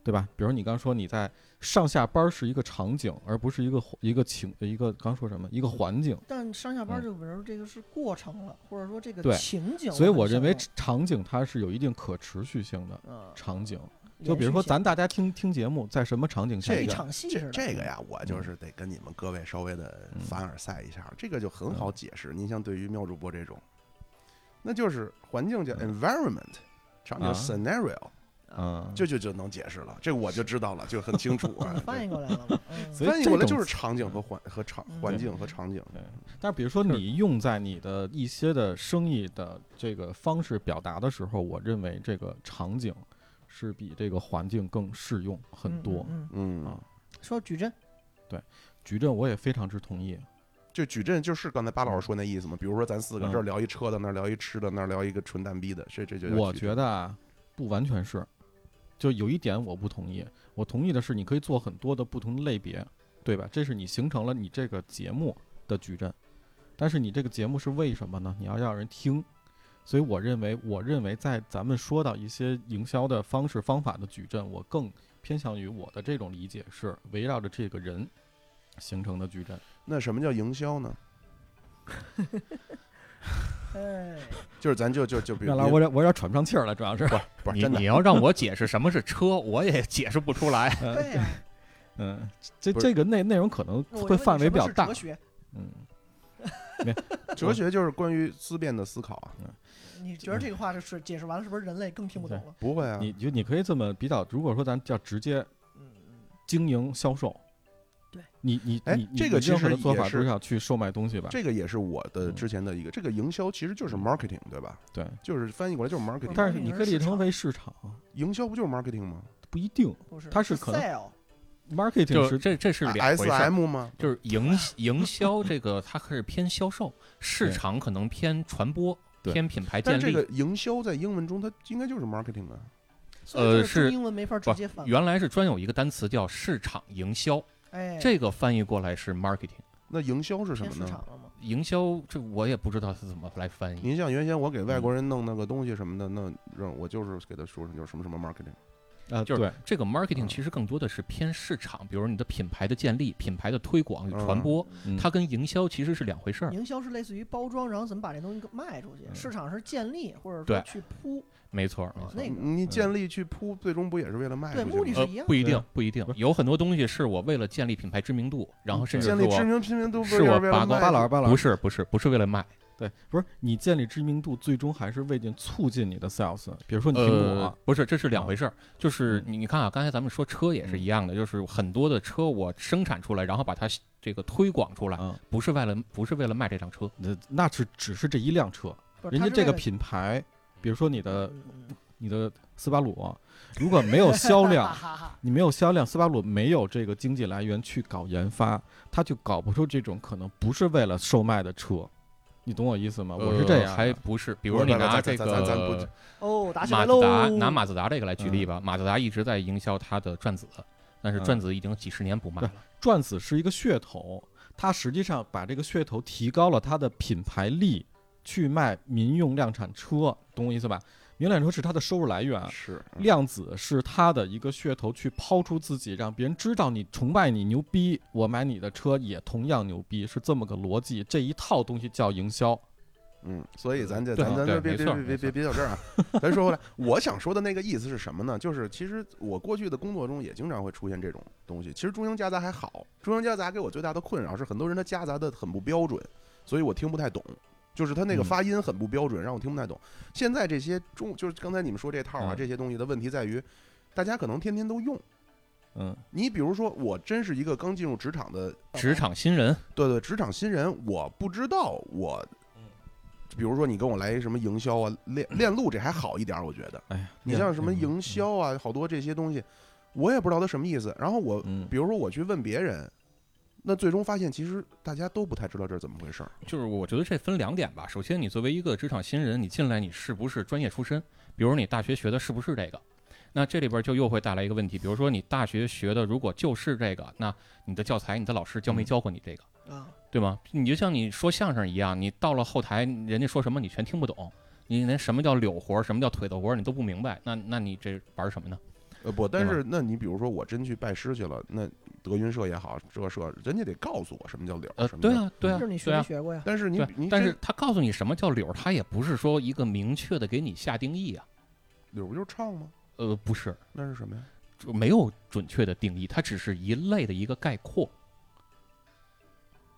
Speaker 4: 对吧？比如你刚说你在上下班是一个场景，而不是一个一个情一个刚说什么一个环境。
Speaker 2: 但上下班
Speaker 4: 嗯
Speaker 2: 这个，比如这个是过程了，或者说这个
Speaker 4: 对
Speaker 2: 情景很深了，
Speaker 4: 所以我认为场景它是有一定可持续性的
Speaker 2: 嗯，
Speaker 4: 场景，
Speaker 2: 延
Speaker 4: 就比如说
Speaker 2: 续性
Speaker 4: 咱大家听听节目，在什么场景下
Speaker 2: 像
Speaker 1: 这
Speaker 2: 一
Speaker 1: 个
Speaker 2: 场戏似
Speaker 1: 这
Speaker 2: 的，
Speaker 1: 这
Speaker 4: 嗯
Speaker 1: 个呀，我就是得跟你们各位稍微的凡尔赛一下，这个就
Speaker 4: 嗯
Speaker 1: 很好解释。您像对于妙主播这种，那就是环境叫
Speaker 4: 嗯
Speaker 1: environment，场景
Speaker 4: 啊
Speaker 1: scenario，
Speaker 4: 啊，
Speaker 1: 这就就能解释了。这我就知道了，就很清楚啊。
Speaker 2: 嗯 翻译过来了嘛， 嗯
Speaker 4: 所以
Speaker 1: 翻译过来
Speaker 4: 这种
Speaker 1: 就是场景和环和场
Speaker 2: 嗯
Speaker 1: 环境和场景。
Speaker 4: 但比如说
Speaker 3: 是
Speaker 4: 你用在你的一些的生意的这个方式表达的时候，我认为这个场景是比这个环境更适用很多。
Speaker 2: 嗯嗯
Speaker 1: 嗯
Speaker 4: 啊，
Speaker 2: 嗯说矩阵，
Speaker 4: 矩阵我也非常之同意，
Speaker 1: 就矩阵就是刚才巴老师说那意思嘛。比如说咱四个
Speaker 4: 嗯
Speaker 1: 这儿聊一车的，那儿聊一吃的，那儿聊一个纯蛋逼的，这这就叫
Speaker 4: 我
Speaker 1: 矩
Speaker 4: 觉
Speaker 1: 阵
Speaker 4: 得啊，不完全是，就有一点我不同意。我同意的是，你可以做很多的不同的类别，对吧？这是你形成了你这个节目的矩阵，但是你这个节目是为什么呢？你要让人听。所以我认为，我认为在咱们说到一些营销的方式方法的矩阵，我更偏向于我的这种理解是围绕着这个人形成的矩阵。
Speaker 1: 那什么叫营销呢？
Speaker 2: 哎，
Speaker 1: 就是咱就就就比如
Speaker 4: 原来
Speaker 1: 您
Speaker 4: 我有点我有点喘不上气儿了，主要是。
Speaker 1: 不是
Speaker 3: 你
Speaker 1: 真的
Speaker 3: 你要让我解释什么是车，我也解释不出来。
Speaker 2: 对呀，
Speaker 4: 嗯，这
Speaker 1: 不是
Speaker 4: 这个内内容可能
Speaker 2: 那我
Speaker 4: 会
Speaker 2: 就问
Speaker 4: 范
Speaker 2: 你
Speaker 4: 围
Speaker 2: 什
Speaker 4: 比
Speaker 2: 么
Speaker 4: 较
Speaker 2: 是
Speaker 4: 大
Speaker 2: 哲。学，
Speaker 4: 嗯，
Speaker 1: 哲学就是关于思辨的思考啊。
Speaker 2: 你觉得这个话就是解释完了，是不是人类更听不懂了？
Speaker 1: 不会啊，
Speaker 4: 你就你可以这么比较，如果说咱叫直接
Speaker 2: 嗯嗯，
Speaker 4: 经营销售，
Speaker 2: 对
Speaker 4: 你你
Speaker 1: 哎
Speaker 4: 你你
Speaker 1: 这个
Speaker 4: 你
Speaker 1: 其
Speaker 4: 任何
Speaker 1: 实
Speaker 4: 的做
Speaker 1: 也
Speaker 4: 法都
Speaker 1: 是
Speaker 4: 要去售卖东西吧？
Speaker 1: 这个也是我的
Speaker 4: 嗯
Speaker 1: 之前的一个，这个营销其实就是
Speaker 3: 嗯
Speaker 1: marketing 对吧？
Speaker 4: 对，
Speaker 1: 就是翻译过来
Speaker 2: 嗯
Speaker 1: 就是 marketing，
Speaker 4: 但是你可以理
Speaker 2: 市
Speaker 4: 成
Speaker 2: 场
Speaker 4: 为市场，
Speaker 1: 营销不就是 marketing 吗
Speaker 4: 不一定
Speaker 2: 不是，
Speaker 4: 它是可能
Speaker 2: sale，
Speaker 4: marketing
Speaker 3: 就是这这是两回
Speaker 1: 啊？S
Speaker 3: 事儿，
Speaker 1: M 吗？
Speaker 3: 就是营营销这个它可是偏销售，市
Speaker 4: 对
Speaker 3: 场可能偏传播，
Speaker 4: 对
Speaker 3: 偏品牌
Speaker 1: 但
Speaker 3: 哎建
Speaker 1: 是这
Speaker 3: 立。
Speaker 1: 个营销在英文中它应该就是 marketing 啊。
Speaker 2: 所以
Speaker 3: 呃
Speaker 2: 就是
Speaker 3: 是
Speaker 2: 中英文没法直
Speaker 3: 不
Speaker 2: 接翻，
Speaker 3: 原来是专有一个单词叫市场营销，
Speaker 2: 哎，
Speaker 3: 这个翻译过来是 marketing。
Speaker 1: 那营销是什么
Speaker 2: 偏市
Speaker 1: 呢
Speaker 3: 嗯
Speaker 2: 场？了嘛，
Speaker 3: 营销这我也不知道是怎么来翻译。
Speaker 1: 您像原先我给外
Speaker 3: 嗯
Speaker 1: 国人弄那个东西什么的，那让我就是给他说成就是什么什么 marketing。
Speaker 4: 啊，
Speaker 3: 就是
Speaker 4: 对，
Speaker 3: 这个 marketing
Speaker 1: 嗯
Speaker 3: 其实更多的是偏市场，比如你的品牌的建立、品牌的推广与传播，
Speaker 4: 嗯
Speaker 3: 它跟营销其实是两回事儿。
Speaker 2: 营销是类似于包装，然后怎么把这东西给卖出去，
Speaker 4: 嗯
Speaker 2: 市场是建立或者说
Speaker 3: 对
Speaker 2: 去铺，
Speaker 3: 没错，没错。
Speaker 1: 嗯
Speaker 2: 那个
Speaker 3: 嗯
Speaker 1: 你建立去铺，最终不也是为了卖
Speaker 2: 对
Speaker 1: 出
Speaker 2: 目
Speaker 1: 去
Speaker 2: 的
Speaker 1: 吗？
Speaker 2: 是
Speaker 3: 呃
Speaker 2: 一样，的
Speaker 3: 不一定
Speaker 4: 对，
Speaker 3: 不一定
Speaker 4: 不，
Speaker 3: 有很多东西是我为了建立品牌知名度，然后甚至
Speaker 1: 建
Speaker 3: 呃是
Speaker 1: 立知
Speaker 3: 我
Speaker 1: 名知名度不
Speaker 3: 是
Speaker 1: 也
Speaker 3: 我
Speaker 1: 为
Speaker 3: 拔
Speaker 1: 了
Speaker 3: 高
Speaker 1: 卖
Speaker 4: 巴
Speaker 1: 出
Speaker 4: 老
Speaker 1: 去
Speaker 4: 师，巴啊老
Speaker 3: 不
Speaker 4: 师，
Speaker 3: 是不是不是为了卖，
Speaker 4: 对，不是你建立知名度，最终还是为了促进你的 sales。比如说你苹
Speaker 3: 呃
Speaker 4: 果，，
Speaker 3: 不是，这是两回事儿。就是
Speaker 4: 啊嗯
Speaker 3: 你你看啊，刚才咱们说车也是一样的，就是很多的车我生产出来，然后把它这个推广出来，
Speaker 4: 嗯，
Speaker 3: 不是为了不是为了卖这辆车，
Speaker 4: 那那是只是这一辆车，
Speaker 2: 不是
Speaker 4: 人
Speaker 2: 它
Speaker 4: 家
Speaker 2: 是
Speaker 4: 这
Speaker 2: 为了
Speaker 4: 个品牌，比如说你的
Speaker 2: 嗯嗯嗯
Speaker 4: 你的斯巴鲁，如果没有销量
Speaker 2: 哈。哈哈，
Speaker 4: 你没有销量，斯巴鲁没有这个经济来源去搞研发，他就搞不出这种可能不是为了售卖的车，你懂我意思吗？我是这
Speaker 3: 呃
Speaker 4: 样的，
Speaker 3: 还不是，比如
Speaker 1: 不
Speaker 3: 说
Speaker 1: 是
Speaker 3: 你
Speaker 1: 不是
Speaker 3: 拿
Speaker 1: 咱
Speaker 3: 这
Speaker 1: 咱咱咱不
Speaker 3: 个
Speaker 2: 哦，打起
Speaker 3: 马
Speaker 2: 来
Speaker 3: 自
Speaker 2: 喽，
Speaker 3: 达，拿马自达这个来举例吧，马自达一直在营销它的转子，但是
Speaker 4: 嗯
Speaker 3: 转子已经几十年不卖
Speaker 4: 对
Speaker 3: 了。
Speaker 4: 转子是一个噱头，它实际上把这个噱头提高了它的品牌力，去卖民用量产车，懂我意思吧？民用量产车是它的收入来
Speaker 3: 啊
Speaker 4: 源，啊
Speaker 1: 是嗯
Speaker 4: 量子是它的一个噱头，去抛出自己，让别人知道你崇拜你牛逼，我买你的车也同样牛逼，是这么个逻辑。这一套东西叫营销。
Speaker 1: 嗯，所以咱这
Speaker 3: 对
Speaker 1: 咱咱
Speaker 3: 对
Speaker 1: 别别
Speaker 3: 没
Speaker 1: 别
Speaker 3: 错
Speaker 1: 别别
Speaker 3: 没
Speaker 1: 别别到这儿啊，咱说回来，我想说的那个意思是什么呢？就是其实我过去的工作中也经常会出现这种东西。其实中英夹杂还好，中英夹杂给我最大的困扰是很多人他夹杂的很不标准，所以我听不太懂。就是他那个
Speaker 4: 嗯
Speaker 1: 发音很不标准，让我听不太懂。现在这些中，就是刚才你们说这套啊，
Speaker 4: 嗯
Speaker 1: 这些东西的问题在于，大家可能天天都用。
Speaker 4: 嗯，
Speaker 1: 你比如说，我真是一个刚进入职场的
Speaker 3: 职场新人，
Speaker 1: 对对，职场新人，我不知道我，比如说你跟我来一什么营销啊、链链路这还好一点儿，我觉得。
Speaker 4: 哎呀，
Speaker 1: 你像什么营销啊，好多这些东西，我也不知道它什么意思。然后我，
Speaker 4: 嗯，嗯，
Speaker 1: 比如说我去问别人，那最终发现，其实大家都不太知道这是怎么回事儿。
Speaker 3: 就是我觉得这分两点吧。首先，你作为一个职场新人，你进来你是不是专业出身？比如你大学学的是不是这个？那这里边就又会带来一个问题，比如说你大学学的如果就是这个，那你的教材、你的老师教
Speaker 4: 嗯
Speaker 3: 没教过你这个，
Speaker 2: 啊，
Speaker 3: 对吗？你就像你说相声一样，你到了后台，人家说什么你全听不懂，你连什么叫柳活儿、什么叫腿子活儿你都不明白，那那你这玩什么呢？
Speaker 1: 呃，不，但
Speaker 3: 对吧
Speaker 1: 是那你比如说我真去拜师去了，那德云社也好，这社人家得告诉我什么叫理
Speaker 3: 呃
Speaker 1: 儿，什，么
Speaker 3: 对
Speaker 1: 叫。
Speaker 3: 啊，对啊
Speaker 4: 嗯
Speaker 2: 就是你，学
Speaker 3: 对
Speaker 2: 没
Speaker 3: 啊。
Speaker 2: 学过呀？
Speaker 1: 但是你
Speaker 3: 对，
Speaker 1: 你
Speaker 3: 但
Speaker 1: 这
Speaker 3: 是他告诉你什么叫柳儿，他也不是说一个明确的给你下定义啊。
Speaker 1: 理儿不就是唱吗？
Speaker 3: 呃，不是，
Speaker 1: 那是什么呀？
Speaker 3: 就没有准确的定义，它只是一类的一个概括，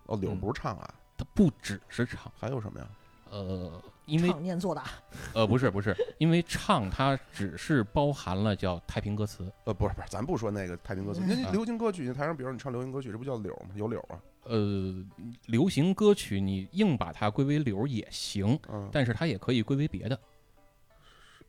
Speaker 1: 哦，理儿
Speaker 3: 嗯
Speaker 1: 不是唱啊，
Speaker 3: 它不只是唱。
Speaker 1: 还有什么呀？
Speaker 3: 呃，因为
Speaker 2: 唱念做打，啊
Speaker 3: 呃不是不是，因为唱它只是包含了叫太平歌词，
Speaker 1: 呃，不是不是，咱不说那个太平歌曲，
Speaker 2: 嗯
Speaker 1: 那
Speaker 3: 啊
Speaker 1: 流行歌曲，你台上比如你唱流行歌曲，这不叫柳儿吗？有柳儿啊，
Speaker 3: 呃，流行歌曲你硬把它归为流儿也行，
Speaker 1: 嗯，
Speaker 3: 但是它也可以归为别的，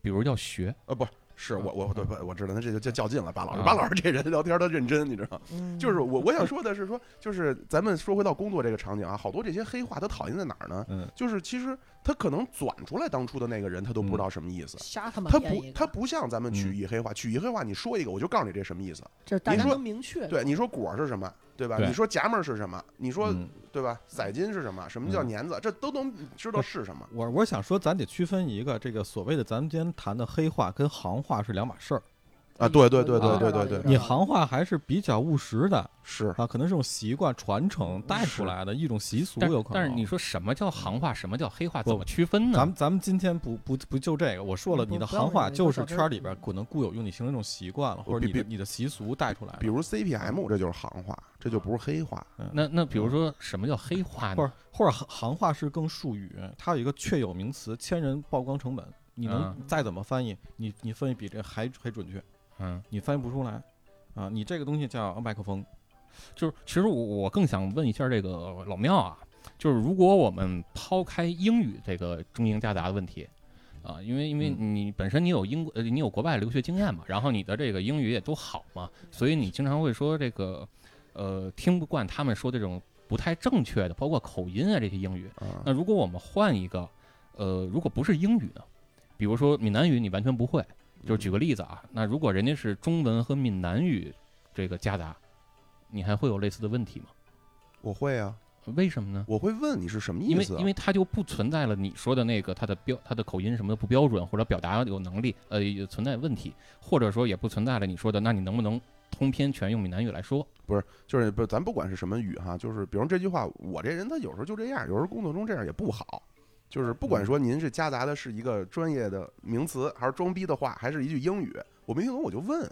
Speaker 3: 比如叫学。
Speaker 1: 呃，不是我我对我我知道，那这就较较劲了，巴老师，
Speaker 3: 啊
Speaker 1: 巴老师这人聊天他认真，你知道吗？
Speaker 2: 嗯
Speaker 1: 就是我我想说的是说，就是咱们说回到工作这个场景啊，好多这些黑话，他讨厌在哪儿呢？
Speaker 3: 嗯，
Speaker 1: 就是其实他可能转出来当初的那个人，他都不知道什么意思。
Speaker 2: 瞎他妈
Speaker 1: 他
Speaker 2: 编
Speaker 1: 不
Speaker 2: 一，个
Speaker 1: 他不像咱们曲艺黑话，曲艺黑话你说一个，我就告诉你这什么意思。
Speaker 2: 这大
Speaker 1: 您
Speaker 2: 家
Speaker 1: 说
Speaker 2: 能明确的
Speaker 1: 对，你说果儿是什么，对吧？
Speaker 3: 对
Speaker 1: 你说夹门儿是什么？你说
Speaker 3: 嗯
Speaker 1: 对吧？塞金是什么？什么叫
Speaker 4: 嗯
Speaker 1: 年子？这都能知道是什么。
Speaker 4: 我我想说，咱得区分一个这个所谓的咱们今天谈的黑话跟行话是两码事儿。
Speaker 1: 啊，对对对对对
Speaker 2: 有道理
Speaker 1: 对
Speaker 2: 有
Speaker 1: 对
Speaker 2: 道，理
Speaker 4: 你行话还是比较务实的
Speaker 1: 是
Speaker 4: 啊，可能是种习惯传承带出来的一种习俗，
Speaker 3: 但
Speaker 4: 有可能。啊
Speaker 3: 但是你说什么叫行话，什么叫黑话，怎
Speaker 4: 不
Speaker 3: 么区
Speaker 4: 咱
Speaker 3: 分呢？
Speaker 4: 们咱们今天不不不就这个，我说了，
Speaker 2: 不
Speaker 4: 你的
Speaker 2: 不要
Speaker 4: 行话
Speaker 2: 你
Speaker 4: 就是
Speaker 2: 不
Speaker 4: 圈
Speaker 2: 要
Speaker 4: 儿里边可能固有用你形成一种习惯了，
Speaker 1: 我
Speaker 4: 或
Speaker 1: 比
Speaker 4: 者你的
Speaker 1: 比
Speaker 4: 你的习俗带出来
Speaker 1: 比
Speaker 4: 的。
Speaker 1: 如 CPM，这就是行话，这就不是黑话。
Speaker 3: 那那比如说什么叫黑话
Speaker 4: 或
Speaker 3: 呢？
Speaker 4: 者或者行行话是更术语，它有一个确有名词“千人曝光成本”，你能
Speaker 2: 嗯
Speaker 4: 再怎么翻译，你你翻译比这还还准确，
Speaker 3: 嗯，
Speaker 4: 你翻译不出来啊！你这个东西叫麦克风，
Speaker 3: 就是其实我我更想问一下这个老庙啊，就是如果我们抛开英语这个中英夹杂的问题。啊，因为因为你本身你有英国呃，你有国外留学经验嘛，然后你的这个英语也都好嘛，所以你经常会说这个，呃，听不惯他们说这种不太正确的，包括口音啊这些英语。
Speaker 1: 啊，
Speaker 3: 那如果我们换一个，呃，如果不是英语呢，比如说闽南语你完全不会，就举个例子啊，那如果人家是中文和闽南语这个夹杂，你还会有类似的问题吗？
Speaker 1: 我会啊，
Speaker 3: 为什么呢？
Speaker 1: 我会问你是什么
Speaker 3: 因
Speaker 1: 意
Speaker 3: 为
Speaker 1: 思啊，
Speaker 3: 因为它就不存在了你说的那个它的标它的口音什么的不标准或者表达有能力呃也存在问题，或者说也不存在了你说的那你能不能通篇全用闽南语来说？
Speaker 1: 就是不，咱不管是什么语哈，就是比如这句话，我这人他有时候就这样，有时候工作中这样也不好。就是不
Speaker 4: 嗯
Speaker 1: 管说您是夹杂的是一个专业的名词，还是装逼的话，还是一句英语，我没听懂我就问。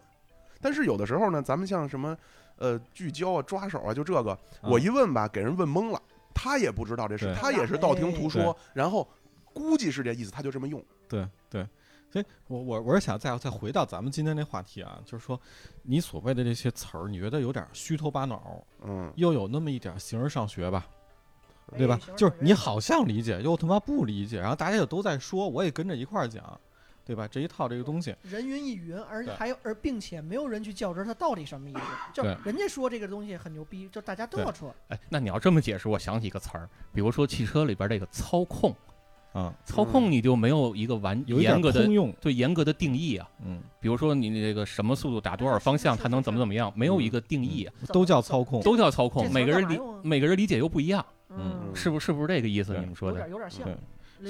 Speaker 1: 但是有的时候呢，咱们像什么呃聚焦啊、抓手啊，就这个，我一问吧，给人问懵了，他也不知道这是，
Speaker 4: 嗯对哎
Speaker 1: 他也是道听途
Speaker 4: 对
Speaker 1: 说，然后估计是这意思，他就这么用。
Speaker 4: 对对，所以我我我是想再再回到咱们今天这话题啊，就是说你所谓的这些词儿，你觉得有点虚头巴脑，
Speaker 1: 嗯，
Speaker 4: 又有那么一点形而上学吧，
Speaker 2: 哎
Speaker 4: 对吧
Speaker 2: 行？
Speaker 4: 就是
Speaker 2: 行
Speaker 4: 你好像理解，又他妈不理解，然后大家也都在说，我也跟着一块儿讲，对吧？这一套这个东西，
Speaker 2: 人云亦云，而
Speaker 4: 对
Speaker 2: 还有而并且没有人去较真儿它到底什么意思。就
Speaker 3: 对
Speaker 2: 人家说这个东西很牛逼，就大家都
Speaker 4: 对
Speaker 2: 要说。
Speaker 3: 哎，那你要这么解释，我想起一个词儿，比如说汽车里边这个操控，
Speaker 4: 啊，
Speaker 3: 操控你就没有一个完
Speaker 4: 有一点
Speaker 3: 严格的
Speaker 4: 通用，
Speaker 3: 对严格的定义啊。
Speaker 4: 嗯，
Speaker 3: 比如说你这个什么速度打多少方向，它能怎么怎么样，没有一个定义，啊
Speaker 2: 怎
Speaker 4: 都
Speaker 2: 么
Speaker 4: 叫
Speaker 2: 怎么
Speaker 4: 操控。
Speaker 3: 都叫
Speaker 2: 嗯
Speaker 3: 操
Speaker 2: 这
Speaker 3: 控，
Speaker 2: 词
Speaker 3: 每个人
Speaker 2: 干嘛
Speaker 3: 理
Speaker 2: 用啊
Speaker 3: 每个人理解又不一样，
Speaker 1: 嗯
Speaker 3: 是不是不是这个意思？
Speaker 4: 对
Speaker 3: 你们说
Speaker 2: 有
Speaker 3: 的
Speaker 2: 点有点像
Speaker 4: 对，
Speaker 2: 类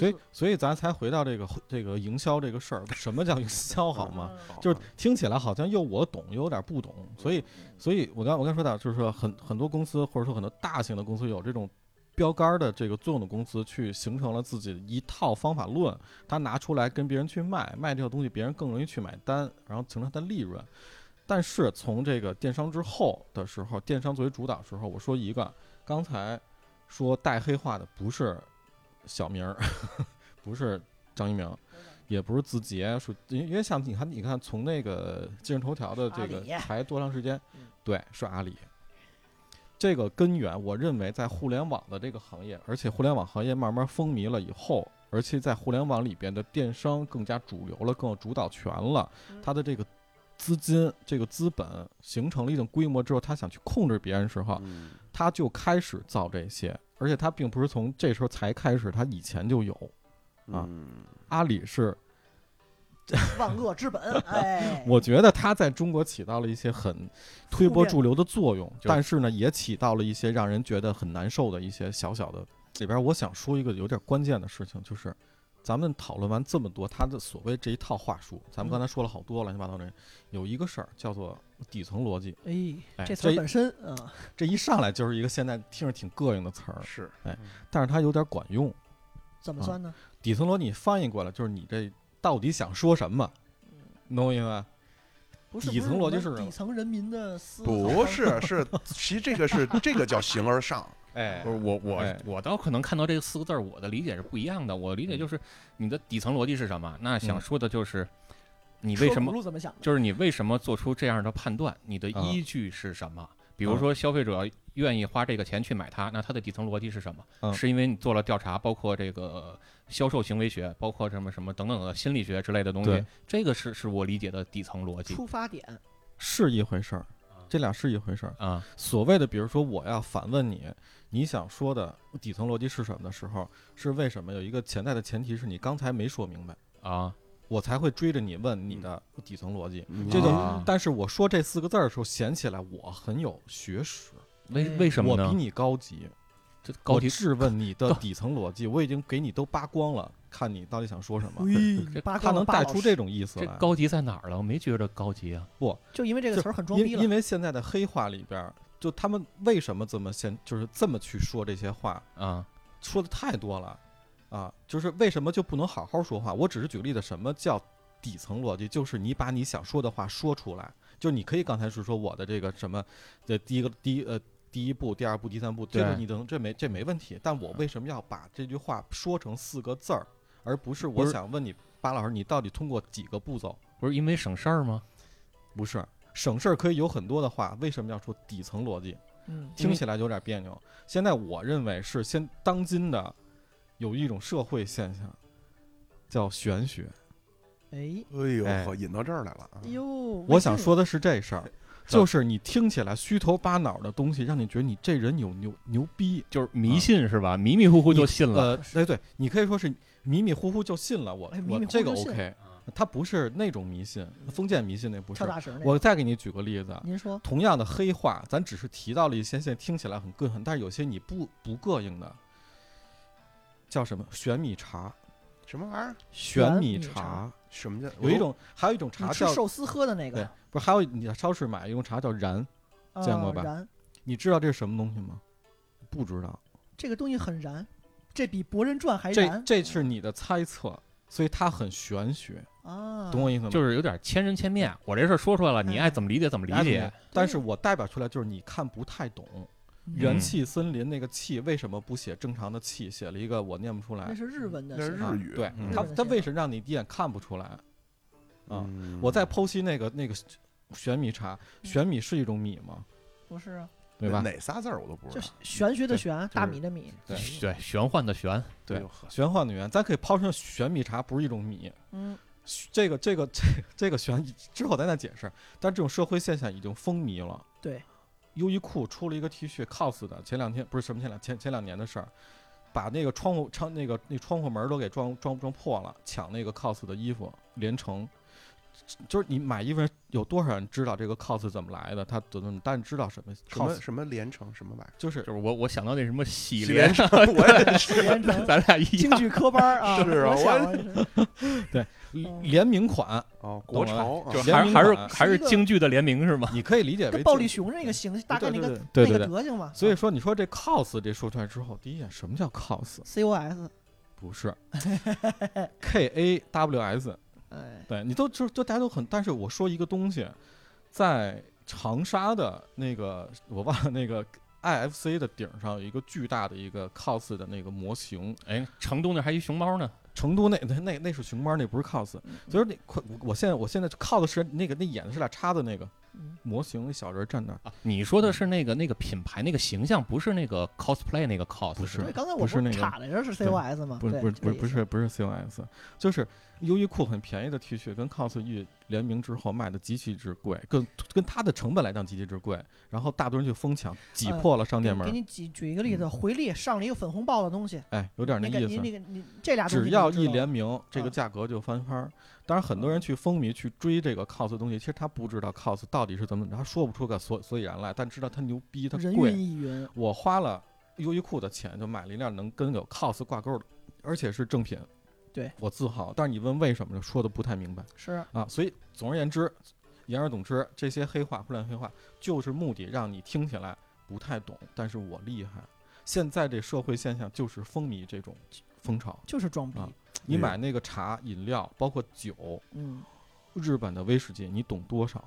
Speaker 4: 所以
Speaker 2: 似，
Speaker 4: 所以咱才回到这个这个营销这个事儿，什么叫营销好吗？
Speaker 2: 嗯
Speaker 1: 啊
Speaker 4: 就是听起来好像又我懂又有点不懂，所以，所以我刚我刚说到，就是说很很多公司或者说很多大型的公司有这种标杆儿的这个作用的公司，去形成了自己一套方法论，他拿出来跟别人去卖，卖这个东西别人更容易去买单，然后形成它的利润。但是从这个电商之后的时候，电商作为主导的时候，我说一个，刚才说带黑化的不是小明儿， 不是张一鸣，也不是字节，是因为因为像你看，你看从那个今日头条的这个
Speaker 2: 阿里
Speaker 4: 才多长时间
Speaker 2: 嗯，
Speaker 4: 对，是阿里。这个根源，我认为在互联网的这个行业，而且互联网行业慢慢风靡了以后，而且在互联网里边的电商更加主流了，更有主导权了
Speaker 2: 嗯，
Speaker 4: 它的这个资金、这个资本形成了一定规模之后，他想去控制别人的时候，
Speaker 1: 嗯
Speaker 4: 他就开始造这些，而且他并不是从这时候才开始，他以前就有。啊
Speaker 1: 嗯
Speaker 4: 阿里是，
Speaker 2: 万恶之本， 哎，
Speaker 4: 我觉得他在中国起到了一些很推波助流的作用，
Speaker 3: 就
Speaker 4: 但是呢，也起到了一些让人觉得很难受的一些小小的。里边我想说一个有点关键的事情，就是咱们讨论完这么多，他的所谓这一套话术，咱
Speaker 2: 嗯
Speaker 4: 们刚才说了好多乱七八糟的，有一个事儿叫做底层逻辑，哎
Speaker 2: 哎，这
Speaker 4: 这
Speaker 2: 词
Speaker 4: 一
Speaker 2: 本身啊，
Speaker 4: 这一上来就是一个现在听着挺膈应的词儿，
Speaker 1: 是
Speaker 4: 但是它有点管用。
Speaker 2: 怎么
Speaker 4: 啊
Speaker 2: 算呢？
Speaker 4: 底层逻辑翻译过来就是你这到底想说什么，
Speaker 2: 嗯
Speaker 4: 能明白吗？
Speaker 2: 不是
Speaker 4: 底
Speaker 2: 不是
Speaker 4: 层逻
Speaker 2: 什
Speaker 4: 辑
Speaker 2: 么
Speaker 4: 是什么
Speaker 2: 底层人民的思考
Speaker 1: 不是是，其实这个是这个叫形而上，
Speaker 4: 哎
Speaker 3: 不是我我
Speaker 4: 哎
Speaker 3: 我倒可能看到这四个字儿，我的理解是不一样的。我理解
Speaker 2: 嗯
Speaker 3: 就是你的底层逻辑是什么？那想
Speaker 4: 嗯
Speaker 3: 说的就是你为什
Speaker 2: 车轱
Speaker 3: 么，
Speaker 2: 辘怎么想的？
Speaker 3: 就是你为什么做出这样的判断？你的
Speaker 4: 啊
Speaker 3: 依据是什么？比如说消费者愿意花这个钱去买它，那它的底层逻辑是什么？
Speaker 4: 嗯
Speaker 3: 是因为你做了调查，包括这个销售行为学，包括什么什么等等的心理学之类的东西
Speaker 4: 对。
Speaker 3: 这个是是我理解的底层逻辑
Speaker 2: 出发点，
Speaker 4: 是一回事儿
Speaker 3: 啊，
Speaker 4: 这俩是一回事儿。
Speaker 3: 啊。
Speaker 4: 所谓的，比如说我要反问你，你想说的底层逻辑是什么的时候，是为什么？有一个潜在的前提是你刚才没说明白，
Speaker 3: 啊，
Speaker 4: 我才会追着你问你的底层逻辑。
Speaker 1: 这
Speaker 4: 这
Speaker 1: 就
Speaker 4: 就
Speaker 3: 嗯啊
Speaker 4: 但是我说这四个字儿的时候，显起来我很有学识，
Speaker 3: 为
Speaker 2: 嗯
Speaker 3: 为什么
Speaker 4: 我
Speaker 3: 呢
Speaker 4: 比？你高级，
Speaker 3: 这高级
Speaker 4: 我质问你的
Speaker 3: 高
Speaker 4: 底层逻辑，我已经给你都扒光了，看你到底想说什么。
Speaker 2: 喂
Speaker 3: 这
Speaker 2: 八
Speaker 4: 嗯他
Speaker 2: 卦
Speaker 4: 能
Speaker 2: 八
Speaker 4: 带
Speaker 2: 老
Speaker 4: 出
Speaker 2: 师
Speaker 4: 这种意思
Speaker 3: 哎这
Speaker 4: 来，
Speaker 3: 高级在哪儿了？我没觉着高级啊。
Speaker 2: 就因为这个
Speaker 4: 就
Speaker 2: 词儿很装逼
Speaker 4: 因
Speaker 2: 了
Speaker 4: 因，为现在的黑话里边儿，就他们为什么这么现，就是这么去说这些话，
Speaker 3: 啊，
Speaker 4: 说的太多了，啊，就是为什么就不能好好说话？我只是举例的，什么叫底层逻辑？就是你把你想说的话说出来，就你可以刚才是说我的这个什么，呃，第一个第一呃第一步、第二步、第三步，这个
Speaker 3: 对
Speaker 4: 你能这没这没问题。但我为什么要把这句话说成四个字儿，而不是
Speaker 3: 不
Speaker 4: 我
Speaker 3: 是
Speaker 4: 想问你巴老师，你到底通过几个步骤？
Speaker 3: 不是因为省事儿吗？
Speaker 4: 不是。省事儿可以有很多的话，为什么要说底层逻辑？
Speaker 2: 嗯，
Speaker 4: 听起来有点别扭。现在我认为是现当今的有一种社会现象，叫玄学。
Speaker 2: 哎
Speaker 1: 哎呦
Speaker 4: 哎
Speaker 1: 呵，引到这儿来了啊
Speaker 2: 哎！呦，
Speaker 4: 我想说的是这事儿，
Speaker 3: 怎
Speaker 4: 就是你听起来虚头巴脑的东西，让你觉得你这人有牛牛逼。
Speaker 3: 就是迷信是吧？迷迷糊糊就信了。
Speaker 4: 呃，对对，你可以说是迷迷糊糊就信了我
Speaker 2: 哎，迷
Speaker 4: 我
Speaker 2: 迷糊
Speaker 4: 这个
Speaker 2: 就信
Speaker 4: OK，他不是那种迷信，封建迷信那不
Speaker 2: 跳
Speaker 4: 是。
Speaker 2: 大神那个，
Speaker 4: 我再给你举个例子，
Speaker 2: 您说
Speaker 4: 同样的黑话，咱只是提到了一些现在听起来很膈应，但是有些你不不膈应的，叫什么玄米茶？
Speaker 1: 什么玩意儿？
Speaker 4: 玄
Speaker 2: 玄
Speaker 4: 米
Speaker 2: 米茶，
Speaker 1: 什么叫
Speaker 4: 有一种，还有一种
Speaker 2: 你
Speaker 4: 茶
Speaker 2: 吃
Speaker 4: 叫
Speaker 2: 寿司喝的那
Speaker 4: 对
Speaker 2: 个，，
Speaker 4: 不是还有你在超市买一种茶叫燃，
Speaker 2: 啊
Speaker 4: 见过吧
Speaker 2: 燃，
Speaker 4: 你知道这是什么东西吗？不知道，
Speaker 2: 这个东西很燃，这比《博人传》还
Speaker 4: 这
Speaker 2: 哎燃
Speaker 4: 这是你的猜测，所以它很玄学，
Speaker 2: 啊！
Speaker 4: 懂我意思吗？
Speaker 3: 就是有点千人千面，我这事儿说出来了，你
Speaker 2: 嗯
Speaker 3: 爱怎么理解怎么理
Speaker 4: 哎
Speaker 3: 解。。
Speaker 4: 但是我代表出来就是你看不太懂，
Speaker 2: 嗯
Speaker 4: 元气森林那个气为什么不写正常的气，写了一个我念不出来
Speaker 2: 那，是日文的
Speaker 1: 那
Speaker 2: 写
Speaker 1: 是
Speaker 2: 法，
Speaker 4: 啊
Speaker 1: 日语
Speaker 4: 对
Speaker 3: 嗯
Speaker 4: 它
Speaker 2: 日文的
Speaker 4: 它
Speaker 2: 写
Speaker 4: 为
Speaker 2: 法
Speaker 4: 什么让你一眼看不出来？啊
Speaker 1: 嗯
Speaker 4: 我在剖析那个那个玄米茶，玄米是一种米吗？
Speaker 2: 不是啊？
Speaker 4: 对吧？
Speaker 1: 哪仨字儿我都不知
Speaker 2: 就
Speaker 1: 道。
Speaker 2: 玄学的
Speaker 4: 对
Speaker 2: 玄，
Speaker 4: 是
Speaker 2: 大米的米，
Speaker 4: 对
Speaker 3: 对，玄幻的玄，
Speaker 4: 对
Speaker 1: 哎呦呵
Speaker 4: 玄幻的源，咱可以抛出玄米茶不是一种米，
Speaker 2: 嗯，
Speaker 4: 这个这个这这个玄之后咱再解释。但这种社会现象已经风靡了。
Speaker 2: 对，
Speaker 4: 优衣库出了一个 T 恤，cos 的，前两天不是什么前两前前两年的事儿，把那个窗户窗那个那窗户门儿都给撞撞撞破了，抢那个 cos 的衣服，连城。就是你买衣服人有多少人知道这个 cos 怎么来的？他怎么但知道什么
Speaker 1: 什么
Speaker 4: cos
Speaker 1: 什么连城什么玩意儿？
Speaker 4: 就是
Speaker 3: 就是我我想到那什么喜
Speaker 1: 喜
Speaker 3: 连
Speaker 1: 连， 我也
Speaker 2: 喜连城
Speaker 3: 咱俩一
Speaker 2: 京
Speaker 3: 样。
Speaker 2: 剧科班儿啊，
Speaker 1: 是啊
Speaker 2: 我
Speaker 1: 我
Speaker 2: 想了嗯
Speaker 4: 联联名款，
Speaker 1: 哦，国潮啊
Speaker 4: 就
Speaker 3: 还还
Speaker 4: 联名
Speaker 3: 是
Speaker 4: 款
Speaker 3: 还是京剧的联名是吗？
Speaker 4: 你可以理解为
Speaker 2: 跟暴
Speaker 4: 就
Speaker 2: 力熊这个形，大概那个
Speaker 4: 对
Speaker 2: 那
Speaker 4: 对对
Speaker 2: 个
Speaker 4: 对对。
Speaker 2: 德行吧。
Speaker 4: 所以说，你说这 cos 这说出来之后，第一眼什么叫 cos？
Speaker 2: COS，
Speaker 4: 不是 K A W S，
Speaker 2: 哎，
Speaker 4: 对你都就就大家都很，但是我说一个东西，在长沙的那个我忘了那个 I F C 的顶上有一个巨大的一个 cos 的那个模型，
Speaker 3: 哎，成都那还一熊猫呢，
Speaker 4: 成都那那那那是熊猫，那不是 cos，所以说那快我我现在我现在 cos 是那个那演的是俩叉子那个，模型，一小人站那儿，
Speaker 3: 啊，你说的是那个那个品牌那个形象，不是那个 cosplay 那个 cos，
Speaker 4: 不是
Speaker 3: 吧
Speaker 2: 对，刚才我
Speaker 4: 不是那个
Speaker 2: 岔来着是 COS 吗？
Speaker 4: 不是
Speaker 2: 啊对
Speaker 4: 不是
Speaker 2: 这
Speaker 4: 不
Speaker 2: 个
Speaker 4: 是不
Speaker 2: 意思
Speaker 4: 是不是 COS，就是优衣库很便宜的 T 恤跟 cos 一联名之后卖的极其之贵，跟跟它的成本来讲极其之贵，然后大多人去疯抢，挤
Speaker 2: 呃
Speaker 4: 破了商店
Speaker 2: 给
Speaker 4: 门，
Speaker 2: 你举举一个例子，回力上了一个粉红豹的东西，
Speaker 4: 哎，有点那
Speaker 2: 你看
Speaker 4: 意
Speaker 2: 你
Speaker 4: 思。
Speaker 2: 那个你这俩东西
Speaker 4: 只
Speaker 2: 你
Speaker 4: 要
Speaker 2: 知
Speaker 4: 一
Speaker 2: 道
Speaker 4: 联名，这个
Speaker 2: 啊
Speaker 4: 价格就翻番儿。当然，很多
Speaker 2: 嗯
Speaker 4: 人去风靡去追这个 cos 的东西，其实他不知道 cos 到底是怎么怎么着，他说不出个所所以然来，但知道它牛逼，它
Speaker 2: 人
Speaker 4: 贵
Speaker 2: 云。亦云，
Speaker 4: 我花了优衣库的钱，就买了一辆能跟有 cos 挂钩的，而且是正品。
Speaker 2: 对
Speaker 4: 我自豪。但是你问为什么，就说的不太明白
Speaker 2: 是
Speaker 4: 啊。所以总而言之，言而总之，这些黑话、胡乱黑话，就是目的让你听起来不太懂，但是我厉害。现在这社会现象就是风靡这种风潮。
Speaker 2: 就是装逼
Speaker 4: 啊，你
Speaker 1: 嗯
Speaker 4: 买那个茶、饮料，包括酒，
Speaker 2: 嗯，
Speaker 4: 日本的威士忌，你懂多少？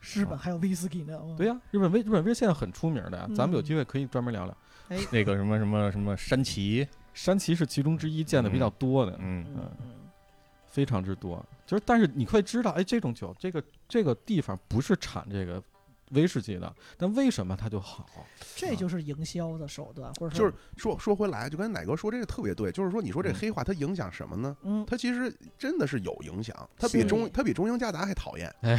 Speaker 2: 日本还有威士忌呢，嗯
Speaker 4: 对呀、日本威日本威士忌现在很出名的呀，咱们有
Speaker 2: 嗯
Speaker 4: 机会可以专门聊聊。
Speaker 2: 哎
Speaker 3: 那个什么什么什么山崎，
Speaker 4: 山崎是其中之一，见的比较多的，
Speaker 3: 嗯，
Speaker 2: 嗯
Speaker 4: 嗯
Speaker 2: 嗯
Speaker 4: 非常之多。就是，但是你会知道，哎，这种酒，这个这个地方不是产这个威士忌的，但为什么它就好？
Speaker 2: 这就是营销的手段，或者
Speaker 1: 就是说说回来，就跟奶哥说这个特别对，就是说你说这
Speaker 4: 嗯
Speaker 1: 黑化它影响什么呢？
Speaker 2: 嗯，
Speaker 1: 它其实真的是有影响，它比
Speaker 2: 是
Speaker 1: 中它比中英夹杂还讨 厌，它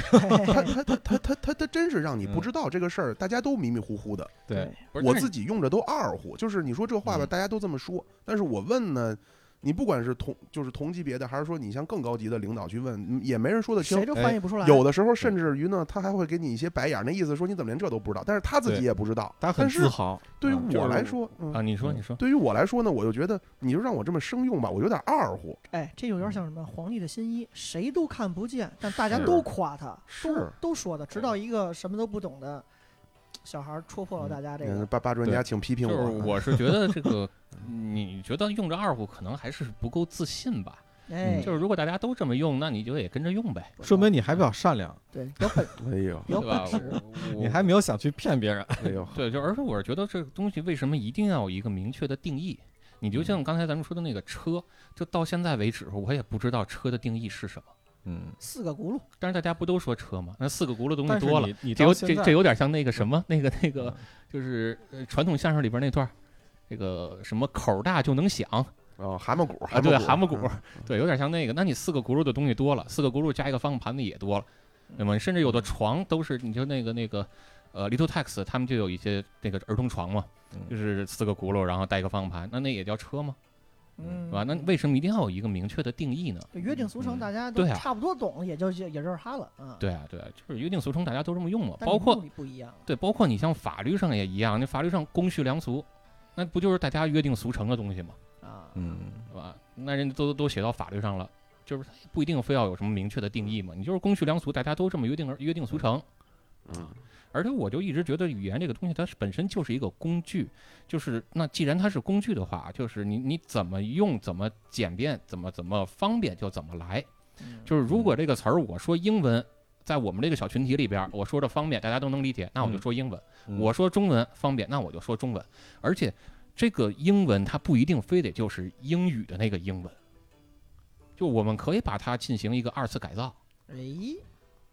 Speaker 1: 它
Speaker 2: 嘿
Speaker 1: 它它它它它真是让你不
Speaker 4: 嗯
Speaker 1: 知道这个事儿，大家都迷迷糊糊的。
Speaker 4: 对，，
Speaker 3: 不是
Speaker 1: 我
Speaker 3: 但是
Speaker 1: 自己用着都二乎，就是你说这话吧，
Speaker 4: 嗯
Speaker 1: 大家都这么说，但是我问呢，你不管是同就是同级别的，还是说你向更高级的领导去问，嗯也没人说得
Speaker 2: 谁
Speaker 1: 清。
Speaker 2: 都翻译不出来，
Speaker 1: 有的时候甚至于呢，他还会给你一些白眼儿，那意思说你怎么连这都不知道，但是他自己
Speaker 4: 对
Speaker 1: 也不知道。
Speaker 4: 大家很
Speaker 1: 但
Speaker 4: 自
Speaker 1: 是
Speaker 4: 豪。
Speaker 1: 对
Speaker 4: 嗯
Speaker 1: 于
Speaker 4: 就
Speaker 1: 我
Speaker 4: 是
Speaker 1: 来说，嗯
Speaker 3: 啊，你 说你说，
Speaker 1: 对于我来说呢，我就觉得你就让我这么生用吧，我有点二乎。
Speaker 2: 哎，这有点像什么皇帝的新衣，谁都看不见，但大家
Speaker 1: 是
Speaker 2: 都夸他，
Speaker 1: 是
Speaker 2: 都都说他，直到一个什么都不懂的小孩儿戳破了大家这
Speaker 1: 嗯
Speaker 2: 个，
Speaker 1: 八八专家，
Speaker 4: 对
Speaker 1: 请批评
Speaker 3: 就是
Speaker 1: 我。
Speaker 3: 我是觉得这个， 你觉得用着二胡可能还是不够自信吧？
Speaker 2: 哎，
Speaker 3: 嗯就是如果大家都这么用，那你就也跟着用呗，
Speaker 4: 说明你还比较善良，
Speaker 2: 对比较本
Speaker 1: 哎呦，
Speaker 2: 比较
Speaker 3: 对吧
Speaker 2: 本质，？
Speaker 3: 我
Speaker 4: 你还没有想去骗 别人。
Speaker 1: 哎呦，
Speaker 3: 对，就而且我是觉得这个东西为什么一定要有一个明确的定义？你
Speaker 4: 嗯
Speaker 3: 就像刚才咱们说的那个车，就到现在为止，我也不知道车的定义是什么。
Speaker 4: 嗯，
Speaker 2: 四个轱辘，
Speaker 3: 但是大家不都说车吗？那四个轱辘东西
Speaker 4: 但是
Speaker 3: 多了，
Speaker 4: 你你
Speaker 3: 这
Speaker 4: 到
Speaker 3: 有
Speaker 4: 现
Speaker 3: 这
Speaker 4: 在
Speaker 3: 这有点像那个什么，那个那个
Speaker 4: 嗯
Speaker 3: 就是呃传统相声里边那段儿，这个什么口儿大就能响
Speaker 1: 哦，蛤蟆骨
Speaker 3: 啊，对，蛤蟆骨
Speaker 1: 嗯，
Speaker 3: 对，有点像那个。那你四个轱辘的东西多了，四个轱辘加一个方向盘子也多了，对吗？甚至有的床都是，你就那个那个。呃，Little Tex 他们就有一些那个儿童床嘛，
Speaker 4: 嗯
Speaker 3: 就是四个轱辘，然后带一个方向盘，那那也叫车吗？
Speaker 2: 嗯，
Speaker 3: 对吧？那为什么一定要有一个明确的定义呢？
Speaker 2: 对约定俗成，
Speaker 4: 嗯
Speaker 2: 大家都
Speaker 3: 对啊
Speaker 2: 差不多懂，也就也就是他了啊。，
Speaker 3: 对啊，对啊，就是约定俗成，大家都这么用嘛。
Speaker 2: 但
Speaker 3: 包
Speaker 2: 你
Speaker 3: 括
Speaker 2: 目的不一样，
Speaker 3: 对，包括你像法律上也一样，那法律上公序良俗，那不就是大家约定俗成的东西吗？
Speaker 2: 啊，
Speaker 4: 嗯，
Speaker 3: 是吧？那人家都都写到法律上了，就是它也不一定非要有什么明确的定义嘛，你就是公序良俗，大家都这么约定而约定俗成。
Speaker 1: 嗯，
Speaker 3: 而且我就一直觉得语言这个东西，它是本身就是一个工具，就是那既然它是工具的话，就是你你怎么用，怎么简便，怎么怎么方便就怎么来。
Speaker 2: 嗯
Speaker 3: 就是如果这个词儿我说英文，在我们这个小群体里边儿，我说的方便，大家都能理解，那我就
Speaker 4: 嗯
Speaker 3: 说英文；
Speaker 4: 嗯
Speaker 3: 我说中文方便，那我就说中文。而且这个英文它不一定非得就是英语的那个英文，就我们可以把它进行一个二次改造。
Speaker 2: 哎，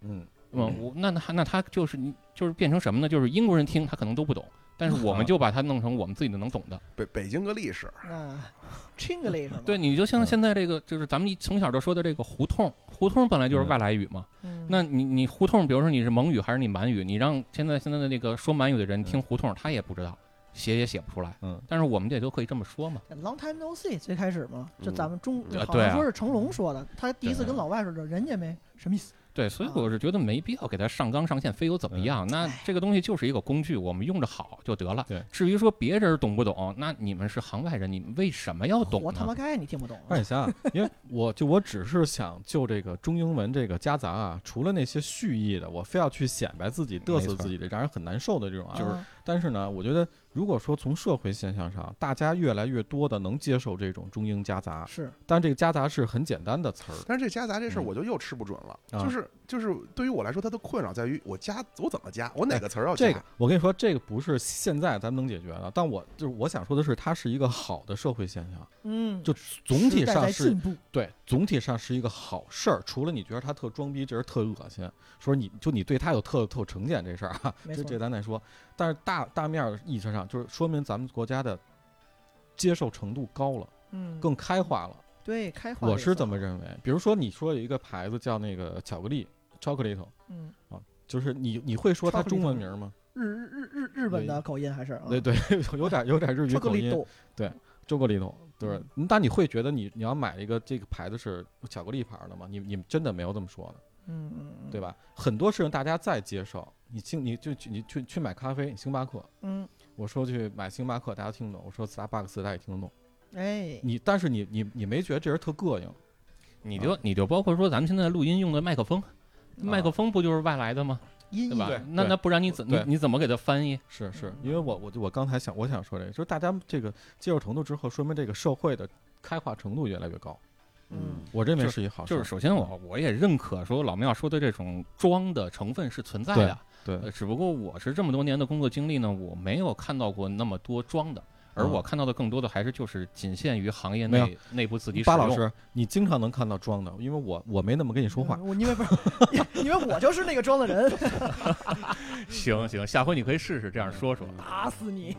Speaker 4: 嗯，
Speaker 3: 嗯，我那那那它就是你就是变成什么呢？就是英国人听他可能都不懂，但是我们就把它弄成我们自己的能懂的。
Speaker 1: 北北京个历史，
Speaker 2: 那 Chinglish 嘛，
Speaker 3: 对，你就像
Speaker 4: 嗯
Speaker 3: 现在这个，就是咱们一从小就说的这个胡同，胡同本来就是
Speaker 4: 嗯
Speaker 3: 外来语嘛。
Speaker 2: 嗯
Speaker 3: 那你你胡同，比如说你是蒙语还是你满语，你让现在现在的那个说满语的人听胡同，他也不知道，写也写不出来。
Speaker 4: 嗯，
Speaker 3: 但是我们这都可以这么说嘛。
Speaker 2: Long time no see，最开始嘛，这
Speaker 1: 嗯
Speaker 2: 咱们中就
Speaker 3: 呃
Speaker 2: 好
Speaker 3: 对
Speaker 2: 像
Speaker 3: 啊
Speaker 2: 说是成龙说的，他第一次
Speaker 3: 对
Speaker 2: 跟
Speaker 4: 啊
Speaker 2: 老外说的，人家没什么意思，
Speaker 3: 对，所以
Speaker 2: 啊
Speaker 3: 我是觉得没必要给他上纲上线，非有怎么样。那
Speaker 2: 哎
Speaker 3: 这个东西就是一个工具，我们用着好就得了。
Speaker 4: 对
Speaker 3: 至于说别人懂不懂，那你们是行外人，你们为什么要懂
Speaker 2: 活他妈
Speaker 3: 呢？
Speaker 2: 该你听不懂啊
Speaker 4: 那你想想，因为我就我只是想就这个中英文这个夹杂啊，除了那些蓄意的，我非要去显摆自己、嘚瑟自己的，让人很难受的这种啊。
Speaker 2: 啊
Speaker 4: 但是呢，我觉得如果说从社会现象上，大家越来越多的能接受这种中英夹杂，
Speaker 2: 是
Speaker 4: 但这个夹杂是很简单的词儿，
Speaker 1: 但是这夹杂这事儿，
Speaker 4: 嗯
Speaker 1: 我就又吃不准了。
Speaker 4: 啊
Speaker 1: 就是就是，对于我来说，它的困扰在于我加我怎么加，我哪个词儿要加。
Speaker 4: 这个我跟你说，这个不是现在咱们能解决的。但我就是我想说的是，它是一个好的社会现象，
Speaker 2: 嗯，
Speaker 4: 就总体
Speaker 2: 时代在
Speaker 4: 上是
Speaker 2: 进步，
Speaker 4: 对总体上是一个好事儿，除了你觉得他特装逼，这人特恶心，说你就你对他有特特有成见这事儿啊，
Speaker 2: 没
Speaker 4: 这
Speaker 2: 错
Speaker 4: 这咱再说。但是大大面儿意义上，就是说明咱们国家的接受程度高了，
Speaker 2: 嗯，
Speaker 4: 更开化了。
Speaker 2: 对开化。
Speaker 4: 我是这么？认为。比如说，你说有一个牌子叫那个巧克力 （chocolate），
Speaker 2: 嗯，
Speaker 4: 就是你你会说它
Speaker 2: Chocolate
Speaker 4: 中文名吗？
Speaker 2: 日日日日本的口音还是啊，
Speaker 4: 对对， 有点有点日语
Speaker 2: 巧克
Speaker 4: 口
Speaker 2: 力
Speaker 4: 音
Speaker 2: 豆，
Speaker 4: ，chocolate，就是。但你会觉得你你要买一个这个牌子是巧克力牌的吗？你你们真的没有这么说的。
Speaker 2: 嗯嗯嗯，
Speaker 4: 对吧？很多事情大家再接受，你星你就去你去去买咖啡，星巴克，
Speaker 2: 嗯，
Speaker 4: 我说去买星巴克，大家听得懂；我说 Starbucks，大家也听得懂。
Speaker 2: 哎，
Speaker 4: 你但是你你你没觉得这人特膈应？
Speaker 3: 你就你就包括说咱们现在录音用的麦克风，麦克风不就是外来的吗？
Speaker 2: 音
Speaker 3: 对吧
Speaker 2: 译，
Speaker 4: 对？
Speaker 3: 那那不然你怎你
Speaker 4: 对
Speaker 3: 你怎么给它翻译？
Speaker 4: 是是
Speaker 2: 嗯，
Speaker 4: 因为我我就我刚才想我想说这个，就是大家这个接受程度之后，说明这个社会的开化程度越来越高。
Speaker 2: 嗯，
Speaker 4: 我认为
Speaker 3: 就是
Speaker 4: 一好事
Speaker 3: 就
Speaker 4: 儿，
Speaker 3: 是首先我我也认可说老庙说的这种装的成分是存在
Speaker 4: 对
Speaker 3: 的，
Speaker 4: 对
Speaker 3: 呃，只不过我是这么多年的工作经历呢，我没有看到过那么多装的，
Speaker 4: 嗯
Speaker 3: 而我看到的更多的还是就是仅限于行业
Speaker 4: 没有
Speaker 3: 内内部自己使
Speaker 4: 巴
Speaker 3: 用。
Speaker 4: 老师，你经常能看到装的，因为我我没那么跟你说话。
Speaker 2: 嗯我因为不是， 因为我就是那个装的人，
Speaker 3: 行行，下回你可以试试这样说说。
Speaker 2: 打死你。